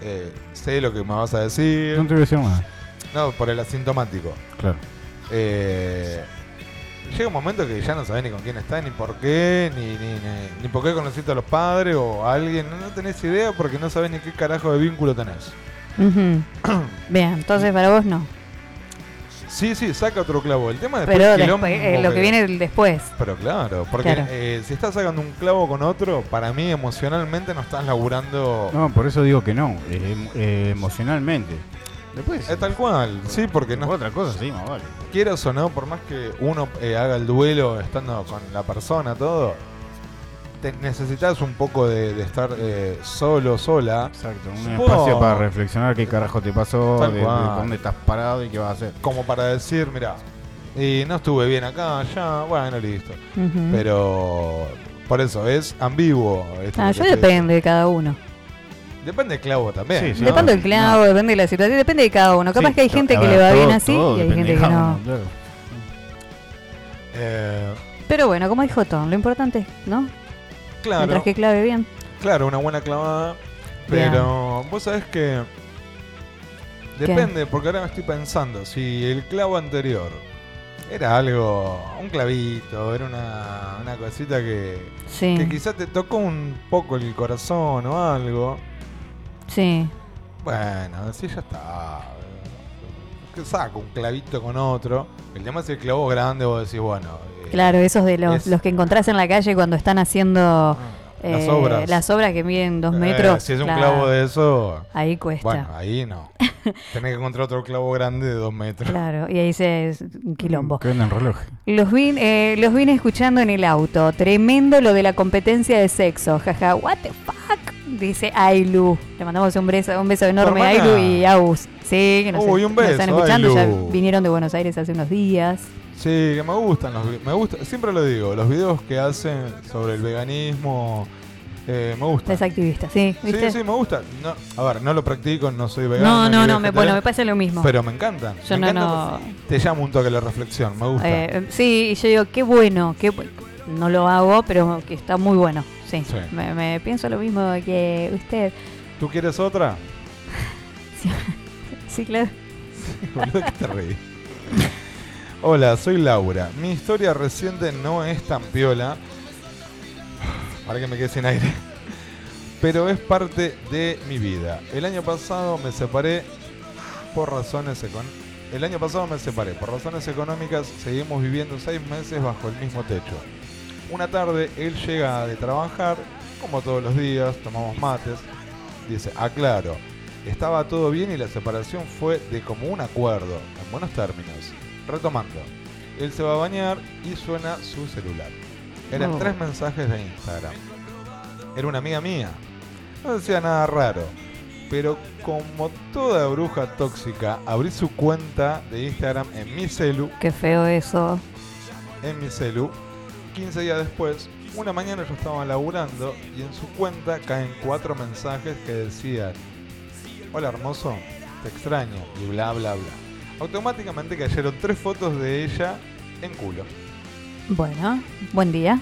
Speaker 1: eh, sé lo que me vas a decir.
Speaker 11: No te voy a decir nada.
Speaker 1: No, por el asintomático.
Speaker 11: Claro.
Speaker 1: Eh, llega un momento que ya no sabés ni con quién estás, ni por qué, ni, ni, ni- ni por qué conociste a los padres o a alguien. No, no tenés idea porque no sabés ni qué carajo de vínculo tenés.
Speaker 6: Ujú. Bien, entonces para vos no.
Speaker 1: Sí, sí, saca otro clavo. El tema después
Speaker 6: Pero
Speaker 1: del
Speaker 6: después,
Speaker 1: quilombo
Speaker 6: eh, lo que viene después.
Speaker 1: Pero claro, porque
Speaker 6: Claro.
Speaker 1: eh, si estás sacando un clavo con otro, para mí emocionalmente no estás laburando.
Speaker 11: No, por eso digo que no. eh, em- eh, emocionalmente. Después.
Speaker 1: Es tal cual, sí, porque no.
Speaker 11: Otra cosa, sí, más vale.
Speaker 1: Quieras o no, por más que uno eh, haga el duelo estando con la persona, todo, te- necesitas un poco de, de estar eh, solo, sola.
Speaker 11: Exacto, Un
Speaker 1: Po-
Speaker 11: espacio para reflexionar qué carajo te pasó,
Speaker 1: Tal
Speaker 11: de- de
Speaker 1: cual.
Speaker 11: dónde estás parado y qué vas a hacer.
Speaker 1: Como para decir, mira, y no estuve bien acá, allá, bueno, listo.
Speaker 6: Ujú.
Speaker 1: Pero por eso es ambiguo. esto
Speaker 6: Ah,
Speaker 1: que
Speaker 6: yo
Speaker 1: estoy-
Speaker 6: depende de cada uno.
Speaker 1: Depende del clavo también.
Speaker 11: Sí, sí.
Speaker 1: ¿no?
Speaker 6: Depende del clavo, depende de la situación, depende de cada uno. Capaz
Speaker 11: Sí,
Speaker 6: que hay
Speaker 11: pero,
Speaker 6: gente
Speaker 11: a
Speaker 6: que
Speaker 11: ver,
Speaker 6: le va
Speaker 11: todo-
Speaker 6: bien así
Speaker 11: todo
Speaker 6: y hay
Speaker 11: depende
Speaker 6: gente
Speaker 11: de
Speaker 6: que
Speaker 11: cada
Speaker 6: no.
Speaker 11: uno, claro.
Speaker 1: Eh,
Speaker 6: Pero bueno, como dijo Tom, lo importante es, ¿no?
Speaker 1: Claro.
Speaker 6: Mientras que clave bien.
Speaker 1: Claro, una buena clavada.
Speaker 6: Bien.
Speaker 1: Pero vos sabés que. Depende, porque ahora me estoy pensando. Si el clavo anterior era algo. Un clavito, era una, una cosita que.
Speaker 6: Sí.
Speaker 1: Que quizás te tocó un poco el corazón o algo.
Speaker 6: Sí.
Speaker 1: Bueno, sí, ya está. Que saco un clavito con otro. El tema es el clavo grande, vos decís, bueno. eh,
Speaker 6: Claro, esos de los,
Speaker 1: es-
Speaker 6: los que encontrás en la calle cuando están haciendo
Speaker 1: Las
Speaker 6: eh,
Speaker 1: obras.
Speaker 6: las obras que miden dos
Speaker 1: eh,
Speaker 6: metros.
Speaker 1: si es un
Speaker 6: claro.
Speaker 1: clavo de eso.
Speaker 6: Ahí cuesta.
Speaker 1: Bueno, ahí no. Tenés que encontrar otro clavo grande de dos metros.
Speaker 6: Claro, y ahí se es un quilombo.
Speaker 11: Que venden reloj.
Speaker 6: Los vine, eh, los vine escuchando en el auto. Tremendo lo de la competencia de sexo. Jaja, what the fuck? Dice Ailu. Le mandamos un beso, un beso enorme a
Speaker 1: hermana?
Speaker 6: Ailu y a Agus. Sí, que nos,
Speaker 1: Uy, un
Speaker 6: nos
Speaker 1: beso,
Speaker 6: están escuchando.
Speaker 1: Ailu.
Speaker 6: Ya vinieron de Buenos Aires hace unos días.
Speaker 1: Sí, que me gustan los vi- me gusta, siempre lo digo, los videos que hacen sobre el veganismo eh, me gustan.
Speaker 6: Es activista, sí, ¿viste?
Speaker 1: Sí, sí, me gusta. No, a ver, no lo practico, no soy
Speaker 6: No,
Speaker 1: vegano.
Speaker 6: no,
Speaker 1: ni
Speaker 6: no, me-
Speaker 1: vegetariano,
Speaker 6: bueno, me pasa lo mismo.
Speaker 1: Pero me encantan.
Speaker 6: Yo
Speaker 1: me
Speaker 6: no,
Speaker 1: encantan. Te llamo un toque a la reflexión, me gusta.
Speaker 6: Eh, sí, y yo digo, qué bueno, qué bu- no lo hago, pero que está muy bueno. Sí,
Speaker 1: Sí.
Speaker 6: Me, me pienso lo mismo que usted.
Speaker 1: ¿Tú quieres otra?
Speaker 6: Sí, claro.
Speaker 1: Boludo, ¿qué te reí? Hola, soy Laura. Mi historia reciente no es tan piola. Para que me quede sin aire. Pero es parte de mi vida. El año pasado me separé por razones económicas. El año pasado me separé. Por razones económicas seguimos viviendo seis meses bajo el mismo techo. Una tarde él llega de trabajar, como todos los días, tomamos mates. Dice, aclaro, estaba todo bien y la separación fue de como un acuerdo, en buenos términos. Retomando, él se va a bañar y suena su celular. Eran
Speaker 15: Oh.
Speaker 1: tres mensajes de Instagram. Era una amiga mía. No decía nada raro. Pero como toda bruja tóxica, abrí su cuenta de Instagram en mi celu
Speaker 6: Qué feo eso.
Speaker 1: en mi celu. 15 días después, una mañana yo estaba laburando y en su cuenta caen cuatro mensajes que decían, hola hermoso, te extraño y bla bla bla. Automáticamente cayeron tres fotos de ella en culo.
Speaker 6: Bueno, buen día.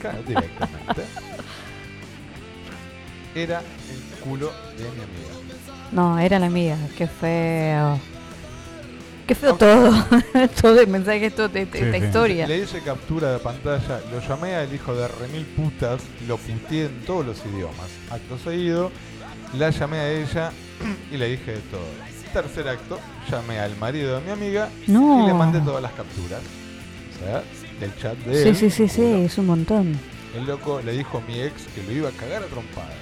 Speaker 1: Ca- Directamente. Era el culo de mi amiga.
Speaker 6: No, era la amiga. Qué feo. Qué feo todo. todo el mensaje, toda esta historia.
Speaker 1: Le hice captura de pantalla, lo llamé al hijo de remil putas, lo puteé en todos los idiomas. Acto seguido, la llamé a ella y le dije de todo. Tercer acto, llamé al marido de mi amiga
Speaker 6: No.
Speaker 1: y le mandé todas las capturas. O sea, del chat de
Speaker 6: Sí,
Speaker 1: él.
Speaker 6: sí, sí, sí, es un montón.
Speaker 1: El loco le dijo a mi ex que lo iba a cagar a trompadas.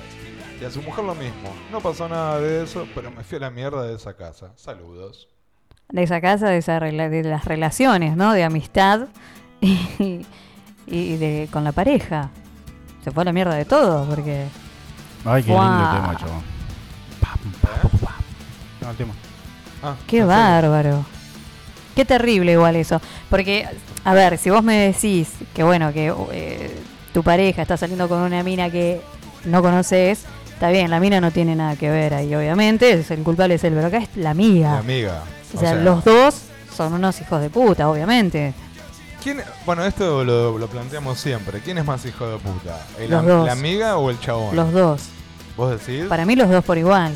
Speaker 1: Y a su mujer lo mismo. No pasó nada de eso, pero me fui a la mierda de esa casa. Saludos.
Speaker 6: de esa casa, de, esa rela- de las relaciones, ¿no? De amistad y, y de, con la pareja. Se fue a la mierda de todo, porque...
Speaker 11: Ay, qué lindo
Speaker 6: Guau.
Speaker 11: tema, chabón. Pam, pam, pam, pam. No, el tema.
Speaker 1: Ah,
Speaker 6: Qué bárbaro. Qué terrible igual eso. Porque, a ver, si vos me decís que, bueno, que eh, tu pareja está saliendo con una mina que no conoces, está bien, la mina no tiene nada que ver ahí, obviamente, es el culpable es él, pero acá es la mía.
Speaker 1: Mi amiga.
Speaker 6: O, sea, los dos son unos hijos de puta, obviamente.
Speaker 1: ¿Quién- bueno, esto lo, lo planteamos siempre. ¿Quién es más hijo de puta? ¿El
Speaker 6: Los
Speaker 1: am-
Speaker 6: dos.
Speaker 1: ¿La amiga o el chabón?
Speaker 6: Los dos.
Speaker 1: ¿Vos decís?
Speaker 6: Para mí los dos por igual.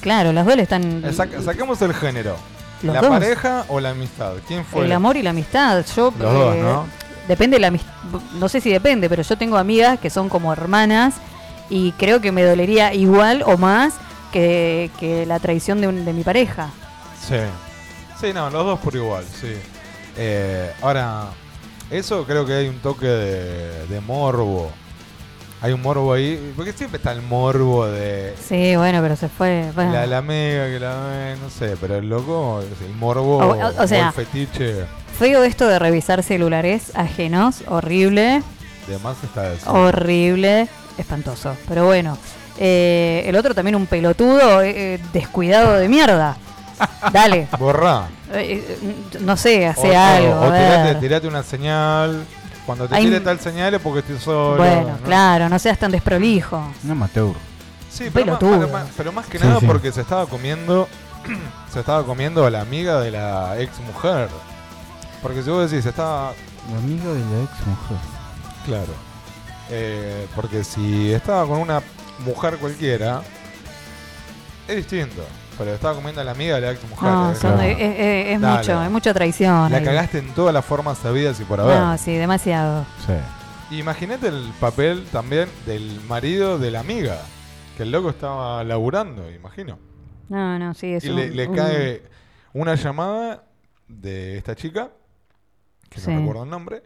Speaker 6: Claro, los dos le están...
Speaker 1: Eh, sac- sacamos el género.
Speaker 6: Los
Speaker 1: ¿La
Speaker 6: dos.
Speaker 1: pareja o la amistad? ¿Quién fue?
Speaker 6: El amor y la amistad. Yo, eh,
Speaker 1: Los dos, ¿no?
Speaker 6: Depende la amistad. No sé si depende, pero yo tengo amigas que son como hermanas y creo que me dolería igual o más que, que la traición de, un- de mi pareja.
Speaker 1: Sí. Sí, no, los dos por igual, sí. Eh, ahora, eso creo que hay un toque de, de morbo. Hay un morbo ahí, porque siempre está el morbo de
Speaker 6: Sí, bueno, pero se fue. bueno.
Speaker 1: la, la amiga que la ve, no sé, pero el loco, es el morbo
Speaker 6: O-
Speaker 1: o,
Speaker 6: o- o sea-
Speaker 1: el fetiche,
Speaker 6: Feo esto de revisar celulares ajenos, horrible.
Speaker 1: de más está eso.
Speaker 6: Horrible, espantoso. Pero bueno, eh, el otro también un pelotudo eh, eh, descuidado de mierda. Dale.
Speaker 1: Borrá.
Speaker 6: Eh, eh, no sé, hace
Speaker 1: O- o-
Speaker 6: algo.
Speaker 1: O,
Speaker 6: a ver.
Speaker 1: tirate, tirate una señal. Cuando te
Speaker 6: Hay
Speaker 1: tire
Speaker 6: un-
Speaker 1: tal señal es porque estoy solo.
Speaker 6: Bueno,
Speaker 1: ¿no?
Speaker 6: claro, no seas tan desprolijo.
Speaker 11: Un amateur.
Speaker 1: Sí,
Speaker 6: Un
Speaker 1: pero más,
Speaker 6: pelotudo.
Speaker 1: pero más- pero más que
Speaker 11: Sí,
Speaker 1: nada
Speaker 11: sí.
Speaker 1: porque se estaba comiendo se estaba comiendo a la amiga de la ex mujer. Porque si vos decís, estaba
Speaker 11: El amigo de la ex mujer.
Speaker 1: claro. Eh, porque si estaba con una mujer cualquiera es distinto, pero estaba comiendo a la amiga de la ex mujer.
Speaker 6: No,
Speaker 1: eh,
Speaker 6: son-
Speaker 1: claro.
Speaker 6: eh, eh, es
Speaker 1: Dale.
Speaker 6: mucho, es mucha traición.
Speaker 1: La
Speaker 6: ahí.
Speaker 1: cagaste en todas las formas sabidas y por haber.
Speaker 6: No, sí, demasiado.
Speaker 1: Imagínate el papel también del marido de la amiga, que el loco estaba laburando, imagino.
Speaker 6: No, no, sí, es
Speaker 1: y le,
Speaker 6: un-
Speaker 1: le
Speaker 6: un-
Speaker 1: cae una llamada de esta chica, que
Speaker 6: Sí.
Speaker 1: no recuerdo el nombre,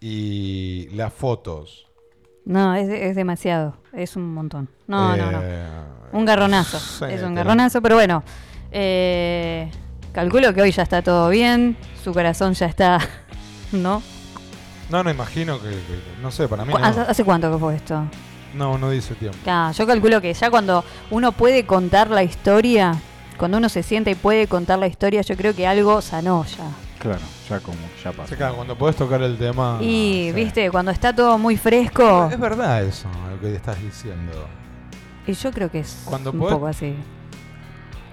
Speaker 1: y las fotos.
Speaker 6: No, es, es demasiado, es un montón. No, no, no.
Speaker 1: Eh,
Speaker 6: Un garronazo,
Speaker 1: sí,
Speaker 6: es un
Speaker 1: tenés-
Speaker 6: garronazo, pero bueno. eh, calculo que hoy ya está todo bien, su corazón ya está, ¿no?
Speaker 1: No, no imagino que, que- no sé, para mí
Speaker 6: ¿Cu- ¿Hace
Speaker 1: no.
Speaker 6: hace cuánto que fue esto?
Speaker 1: No, no dice tiempo.
Speaker 6: Claro, yo calculo que ya cuando uno puede contar la historia, cuando uno se sienta y puede contar la historia, yo creo que algo sanó ya.
Speaker 7: Claro, ya como, ya
Speaker 1: O sea,
Speaker 7: pasa.
Speaker 1: claro, cuando podés tocar el tema.
Speaker 6: y, viste, cuando está todo muy fresco.
Speaker 1: Es verdad eso, lo que estás diciendo.
Speaker 6: Y yo creo que es
Speaker 1: Cuando
Speaker 6: un
Speaker 1: podés-
Speaker 6: poco así.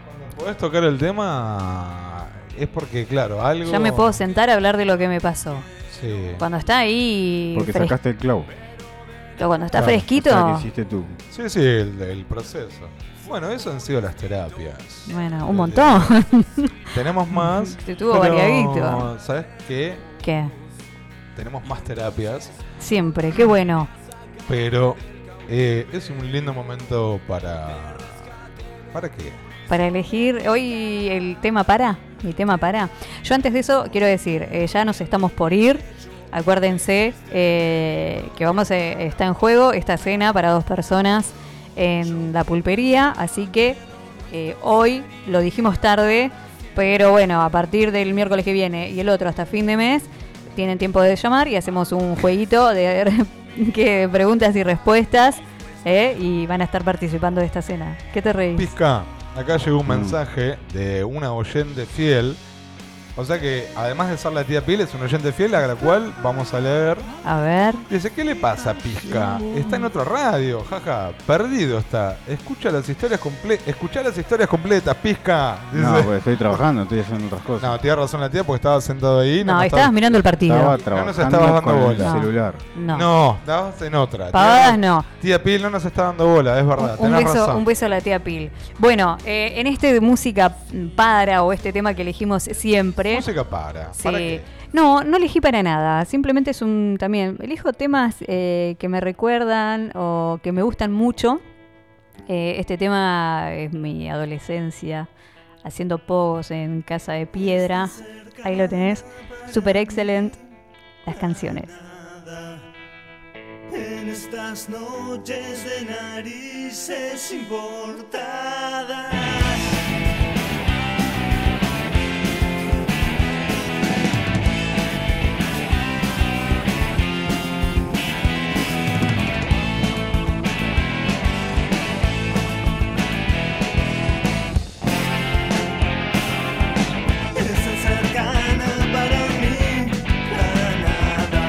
Speaker 1: Cuando podés tocar el tema, es porque, claro, algo.
Speaker 6: Ya me puedo sentar a hablar de lo que me pasó.
Speaker 1: Sí.
Speaker 6: Cuando está ahí.
Speaker 7: Porque
Speaker 6: fres-
Speaker 7: sacaste el clavo.
Speaker 6: Pero cuando está
Speaker 7: Claro,
Speaker 6: fresquito.
Speaker 7: o sea, que hiciste tú.
Speaker 1: Sí, sí, el, el proceso. Bueno, eso han sido las terapias. Eh,
Speaker 6: Bueno, un montón.
Speaker 1: Tenemos más.
Speaker 6: Te tuvo variadito.
Speaker 1: ¿Sabes qué?
Speaker 6: ¿Qué?
Speaker 1: Tenemos más terapias,
Speaker 6: Siempre, qué bueno.
Speaker 1: pero eh, es un lindo momento para. ¿Para qué?
Speaker 6: Para elegir hoy el tema para, mi tema para. Yo antes de eso quiero decir, eh, ya nos estamos por ir. Acuérdense eh, que vamos a- está en juego esta cena para dos personas en la pulpería, así que eh, hoy lo dijimos tarde, pero bueno, a partir del miércoles que viene y el otro hasta fin de mes tienen tiempo de llamar y hacemos un jueguito de que preguntas y respuestas ¿eh? y van a estar participando de esta cena. ¿Qué te reís?
Speaker 1: Pizca, acá llegó un mensaje de una oyente fiel. O sea que, además de ser la tía Piel, es una oyente fiel a la cual vamos a leer.
Speaker 6: A ver.
Speaker 1: Dice, ¿qué le pasa, Pizca? Está en otra radio, jaja. Perdido está. Escucha las historias completas. Escucha las historias completas, Pizca. Dice.
Speaker 7: No, porque estoy trabajando, estoy haciendo otras cosas.
Speaker 1: No, tiene razón la tía porque estaba sentado ahí.
Speaker 6: No, estabas
Speaker 1: me estaba-
Speaker 6: mirando el partido.
Speaker 7: Estaba
Speaker 1: No nos
Speaker 7: trabajando
Speaker 1: estabas dando
Speaker 7: con el
Speaker 1: bola.
Speaker 7: celular.
Speaker 6: No.
Speaker 1: No, estabas en otra.
Speaker 6: Pavadas
Speaker 1: Tía-
Speaker 6: no.
Speaker 1: Tía Pil no nos está dando bola, es verdad.
Speaker 6: Un
Speaker 1: tenés
Speaker 6: beso,
Speaker 1: razón.
Speaker 6: un beso a la tía Pil. Bueno, eh, en este de música para o este tema que elegimos siempre.
Speaker 1: Música para.
Speaker 6: ¿eh? Sí.
Speaker 1: ¿Para qué?
Speaker 6: No, no elegí para nada. Simplemente es un también. Elijo temas eh, que me recuerdan o que me gustan mucho. Eh, este tema es mi adolescencia, haciendo pogos en Casa de Piedra. Ahí lo tenés. Super excelente. Las canciones.
Speaker 5: En estas noches de narices importadas. Es tan cercana para mí la nada.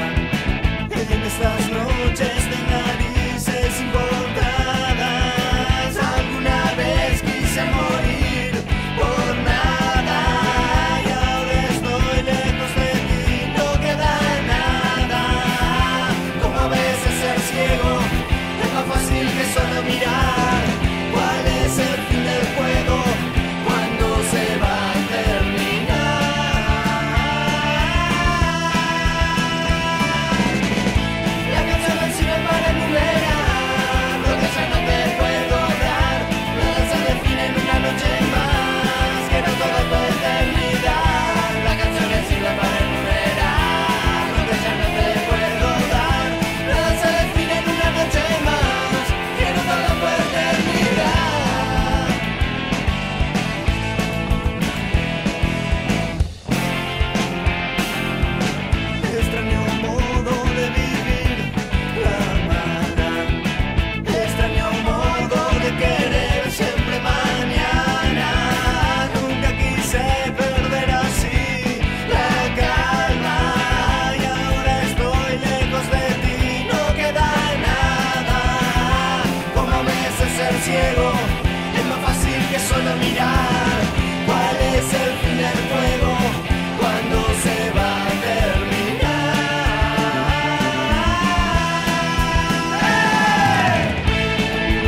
Speaker 5: En estas noches de narices importadas, alguna vez quise morir por nada. Y ahora estoy lejos de ti, no queda nada. Como a veces ser ciego es más fácil que solo mirar. ¿Cuál es el fin del juego? ¿Cuándo se va a terminar? La canción del cine para enumerar Lo que ya no te puedo dar Nada se define en una noche más Que no todo tu eternidad La canción del cine para enumerar Lo que ya no te puedo dar Nada se define en una noche más Que no todo tu eternidad Extraño un modo de vivir la mala Extraño un modo de querer siempre mañana Nunca quise perder así la calma Y ahora estoy lejos de ti, no queda nada Como me hace ser ciego, es más fácil que solo mirar ¿Cuál es el fin del juego? ¿Cuándo se va a terminar?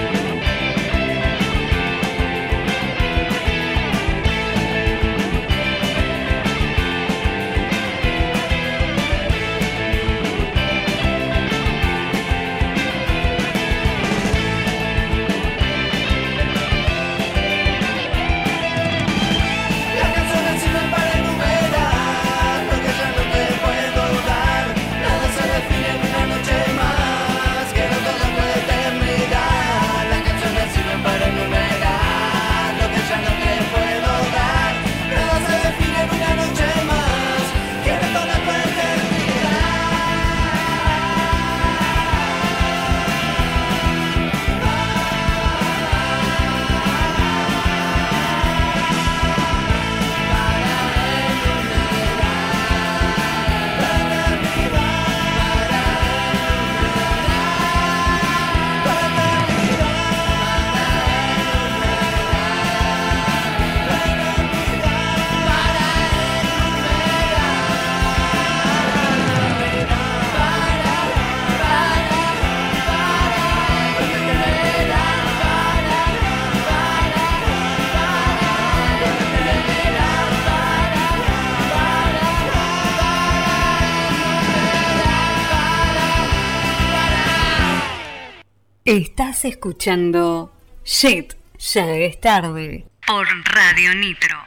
Speaker 4: Estás escuchando Shit, ya es tarde. Por Radio Nitro.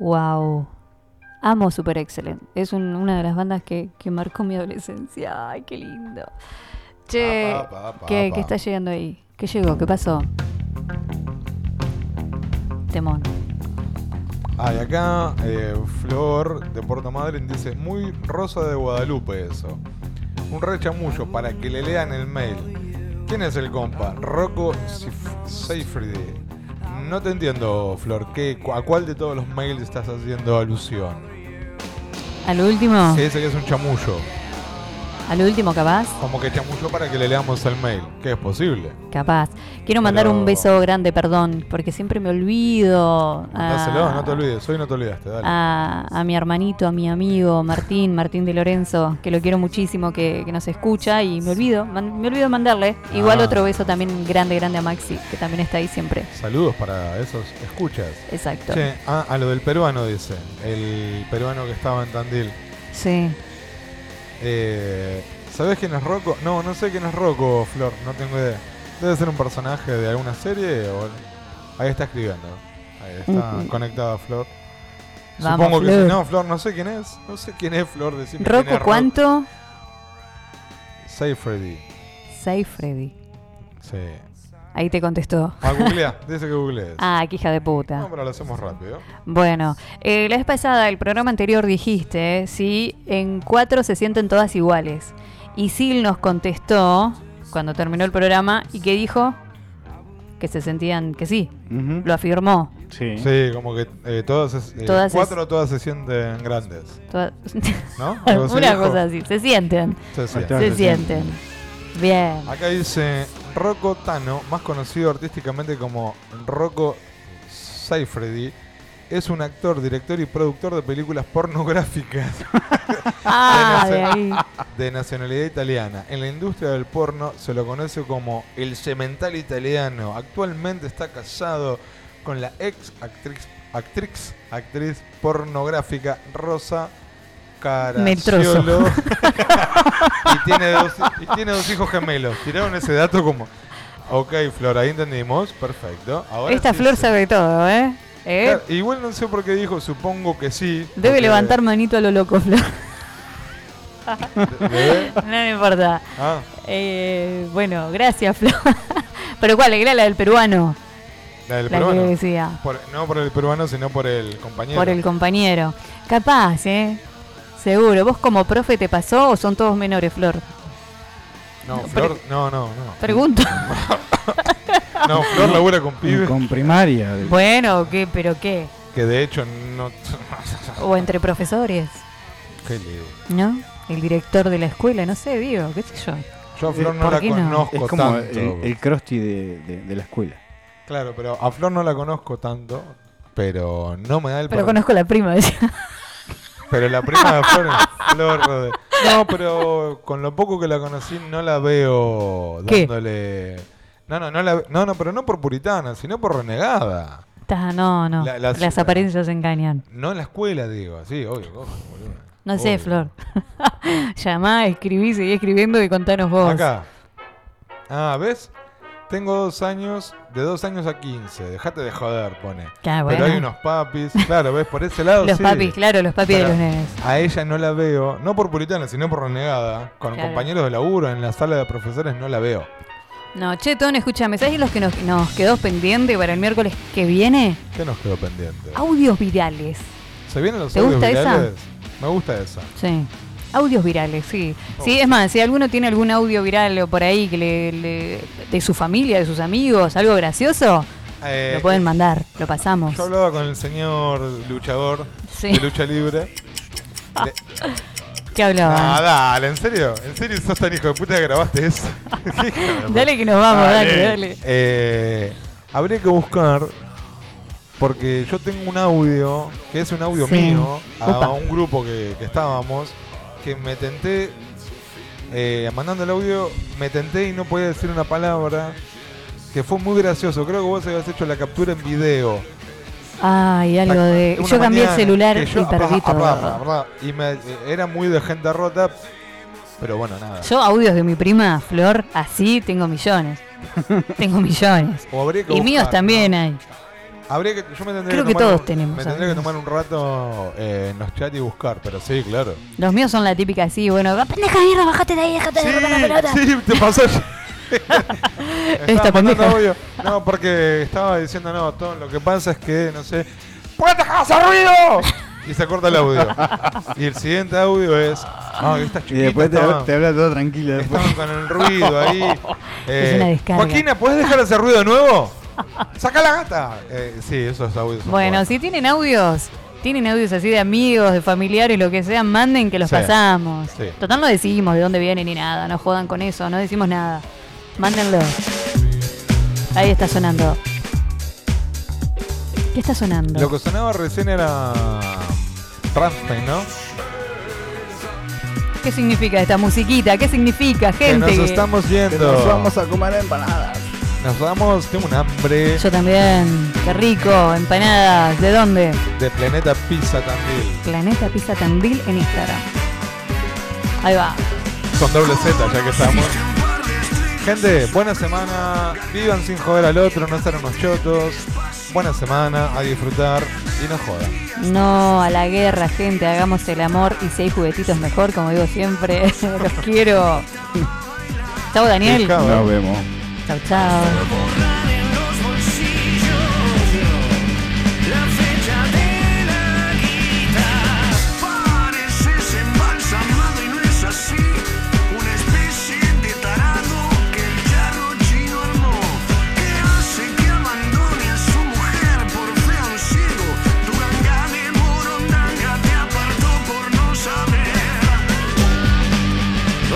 Speaker 6: Wow. Amo Super Excellent. Es un- una de las bandas que, que marcó mi adolescencia. Ay, qué lindo. Che,
Speaker 15: Apa, apa, apa,
Speaker 6: ¿qué,
Speaker 15: apa.
Speaker 6: qué está llegando ahí? ¿Qué llegó? ¿Qué pasó? Temón.
Speaker 1: Ah, y acá eh, Flor de Puerto Madryn dice, muy rosa de Guadalupe eso. Un rechamullo para que le lean el mail. ¿Quién es el compa? Rocco Sif- Seyfried. No te entiendo, Flor. ¿Qué, cu- ¿A cuál de todos los mails estás haciendo alusión?
Speaker 6: Al último,
Speaker 1: Sí, dice que es un chamullo.
Speaker 6: al último capaz,
Speaker 1: Como que chamullo para que le leamos el mail. Que es posible.
Speaker 6: capaz. Quiero mandar
Speaker 1: Pero-
Speaker 6: un beso grande, perdón, porque siempre me olvido.
Speaker 1: Dáselo,
Speaker 6: a-
Speaker 1: no te olvides. Hoy no te olvidaste, dale.
Speaker 6: Ah. a, a mi hermanito, a mi amigo Martín, Martín de Lorenzo, que lo quiero muchísimo, que, que nos escucha y me olvido, man- me olvido mandarle. Igual
Speaker 1: Ah.
Speaker 6: otro beso también grande, grande a Maxi, que también está ahí siempre.
Speaker 1: Saludos para esos escuchas.
Speaker 6: Exacto.
Speaker 1: Che, ah, a lo del peruano dice. El peruano que estaba en Tandil.
Speaker 6: Sí.
Speaker 1: Eh, ¿Sabés quién es Rocco? No, no sé quién es Rocco, Flor, no tengo idea. Debe ser un personaje de alguna serie o... Ahí está escribiendo. Ahí está
Speaker 6: Ujú.
Speaker 1: conectada Flor.
Speaker 6: Vamos,
Speaker 1: Supongo que
Speaker 6: Flor.
Speaker 1: sí. No, Flor, no sé quién es. No sé quién es Flor. Decime quién es
Speaker 6: Rocco, ¿cuánto?
Speaker 1: Seyfriedi.
Speaker 6: Say Freddy.
Speaker 1: Sí.
Speaker 6: Ahí te contestó.
Speaker 1: Ah, googlea. Dice que googlees.
Speaker 6: Ah, qué hija de puta.
Speaker 1: No, pero lo hacemos rápido.
Speaker 6: Bueno, eh, la vez pasada, el programa anterior dijiste, eh, si en cuatro se sienten todas iguales. Y Sil nos contestó cuando terminó el programa y que dijo que se sentían que sí,
Speaker 1: Ujú.
Speaker 6: lo afirmó.
Speaker 1: Sí. Sí, como que eh, todas, es- eh,
Speaker 6: Todas es-
Speaker 1: cuatro todas se sienten grandes.
Speaker 6: Toda-
Speaker 1: ¿No? ¿Algo así
Speaker 6: Una
Speaker 1: dijo?
Speaker 6: cosa así, se sienten.
Speaker 1: Se sienten.
Speaker 6: Se sienten. Bien.
Speaker 1: Acá dice Rocco Tano, más conocido artísticamente como Rocco Seyfriedi, es un actor, director y productor de películas pornográficas
Speaker 6: Ah,
Speaker 1: de,
Speaker 6: de ahí.
Speaker 1: de nacionalidad italiana. En la industria del porno se lo conoce como el semental italiano. Actualmente está casado con la ex actriz, actriz, actriz pornográfica Rosa Caracciolo.
Speaker 15: Meltroso.
Speaker 1: y, tiene dos, y tiene dos hijos gemelos. Tiraron ese dato como... Ok, Flor, ahí entendimos. Perfecto. Ahora
Speaker 6: Esta
Speaker 1: sí
Speaker 6: flor
Speaker 1: se-
Speaker 6: sabe todo, ¿eh? ¿Eh?
Speaker 1: Claro, igual no sé por qué dijo, supongo que sí.
Speaker 6: Debe
Speaker 1: porque-
Speaker 6: levantar manito a lo loco, Flor.
Speaker 1: ¿Debe?
Speaker 6: No me importa.
Speaker 1: Ah.
Speaker 6: Eh, bueno, gracias, Flor. Pero ¿cuál? Era la del peruano.
Speaker 1: La del
Speaker 6: La que
Speaker 1: peruano.
Speaker 6: decía.
Speaker 1: Por- no por el peruano, sino por el compañero.
Speaker 6: Por el compañero. Capaz, ¿eh? Seguro. ¿Vos como profe te pasó o son todos menores, Flor?
Speaker 1: No, Flor, no, no, no.
Speaker 6: Pregunto.
Speaker 1: No, Flor labura con pibes.
Speaker 11: Con primaria.
Speaker 6: bueno, ¿qué? ¿Pero qué?
Speaker 1: Que de hecho no.
Speaker 6: O entre profesores,
Speaker 1: Qué lindo.
Speaker 6: ¿no? El director de la escuela, no sé, digo, qué sé yo.
Speaker 11: Eh,
Speaker 1: Yo a Flor no
Speaker 6: ¿Por
Speaker 1: la
Speaker 6: qué no?
Speaker 1: conozco
Speaker 11: Es como
Speaker 1: tanto.
Speaker 11: el, el Krusty de, de- de la escuela.
Speaker 1: Claro, pero a Flor no la conozco tanto. Pero no me da el
Speaker 6: Pero
Speaker 1: per-
Speaker 6: conozco a la prima, decía.
Speaker 1: Pero la prima de Flor es Flor. Rodríguez. No, pero con lo poco que la conocí no la veo
Speaker 6: ¿Qué?
Speaker 1: dándole. No, no, no, la- no, no, pero no por puritana, sino por renegada.
Speaker 6: Ta, no, no.
Speaker 1: La-
Speaker 6: las,
Speaker 1: las-
Speaker 6: apariencias engañan.
Speaker 1: No en la escuela, digo, sí, obvio. obvio, boludo.
Speaker 6: No sé, Flor. Llamá, escribí, seguí escribiendo y contanos vos.
Speaker 1: Acá. Ah, ¿ves? Tengo dos años, de dos años a 15. Dejate de joder, pone.
Speaker 6: Claro,
Speaker 1: Pero
Speaker 6: bueno.
Speaker 1: hay unos papis. Claro, ¿ves? Por ese lado
Speaker 6: Los
Speaker 1: sí.
Speaker 6: papis, claro, los papis de los nenes.
Speaker 1: A ella no la veo, no por puritana, sino por renegada. Con
Speaker 6: Claro.
Speaker 1: compañeros de laburo, en la sala de profesores no la veo.
Speaker 6: No, che, Ton, escúchame, ¿sabés los que nos, nos quedó pendiente para el miércoles que viene?
Speaker 1: ¿Qué nos quedó pendiente?
Speaker 6: Audios virales.
Speaker 1: ¿Se vienen los
Speaker 6: Ah. ¿Te
Speaker 1: audios
Speaker 6: gusta esa?
Speaker 1: virales? Me gusta esa.
Speaker 6: Sí. Oh. Audios virales, sí. Sí, es más, si alguno tiene algún audio viral o por ahí que le- le- de su familia, de sus amigos, algo gracioso,
Speaker 1: Eh,
Speaker 6: lo pueden mandar, lo pasamos.
Speaker 1: Yo hablaba con el señor luchador
Speaker 6: Sí.
Speaker 1: de lucha libre. Le-
Speaker 6: ¿Qué hablaba?
Speaker 1: Ah, dale, ¿en serio? ¿En serio sos tan hijo de puta que grabaste eso? Hijo de puta.
Speaker 6: Dale que nos vamos, dale, dale.
Speaker 1: Eh, habría que buscar, porque yo tengo un audio, que es un audio
Speaker 11: Sí.
Speaker 1: mío, a
Speaker 11: Opa.
Speaker 1: un grupo que, que estábamos, que me tenté, eh, mandando el audio, me tenté y no podía decir una palabra, que fue muy gracioso. Creo que vos habías hecho la captura en video.
Speaker 6: Ay, algo de...
Speaker 1: Una
Speaker 6: Yo cambié el
Speaker 1: mañana
Speaker 6: celular
Speaker 1: que yo- Ah,
Speaker 6: y perdí
Speaker 1: apá,
Speaker 6: todo.
Speaker 1: apá, apá, apá, y me, era muy de gente rota Pero bueno, nada.
Speaker 6: Yo audios de mi prima Flor, así tengo millones. tengo millones.
Speaker 1: O habría que
Speaker 6: y míos
Speaker 1: buscar,
Speaker 6: también hay.
Speaker 1: Habría que, yo me tendría
Speaker 6: Creo que
Speaker 1: tomar
Speaker 6: todos
Speaker 1: un-
Speaker 6: tenemos
Speaker 1: Me tendría que tomar un rato eh, en los chats y buscar, pero sí, claro.
Speaker 6: Los míos son la típica así, bueno, "Ah, pendeja de mierda, bajate de ahí, dejate de romper la pelota.
Speaker 1: Sí, te pasó. Estaba mandando
Speaker 6: pendeja.
Speaker 1: audio. No, porque estaba diciendo, no, todo lo que pasa es que, no sé,
Speaker 5: ¡Puedes dejar de hacer ruido!
Speaker 1: y se corta el audio. y el siguiente audio es, no, estas
Speaker 7: Y
Speaker 1: chiquitas
Speaker 7: después te,
Speaker 1: estaban,
Speaker 7: te habla todo tranquilo. después.
Speaker 1: estaban con el ruido ahí. Eh,
Speaker 7: Es una descarga.
Speaker 1: Joaquina, ¿puedes dejar ese ruido de nuevo? ¡Saca la gata! Eh, sí, esos audios. son
Speaker 6: Bueno, si tienen audios, tienen audios así de amigos, de familiares, lo que sea, manden que los
Speaker 1: Sí.
Speaker 6: pasamos.
Speaker 1: Sí.
Speaker 6: Total no decimos de dónde vienen ni nada, no jodan con eso, no decimos nada. Mándenlo. Ahí está sonando. ¿Qué está sonando?
Speaker 1: Lo que sonaba recién era mm, Rammstein, ¿no?
Speaker 6: ¿Qué significa esta musiquita? ¿Qué significa, gente?
Speaker 1: que nos estamos yendo.
Speaker 6: que nos
Speaker 7: vamos a comer empanadas.
Speaker 1: Nos vamos, tengo un hambre
Speaker 6: Yo también. Qué rico. Empanadas. ¿De dónde?
Speaker 1: de Planeta Pizza también.
Speaker 6: Planeta Pizza Tandil en Instagram. Ahí va.
Speaker 1: Con doble Z, ya que estamos. Gente, buena semana. Vivan sin joder al otro, no sean unos chotos. Buena semana, a disfrutar y no jodan.
Speaker 6: No a la guerra, gente. Hagamos el amor y si hay juguetitos mejor, como digo siempre. Los quiero. Chao, Daniel.
Speaker 1: Chao.
Speaker 11: Nos vemos.
Speaker 6: Chao, chao.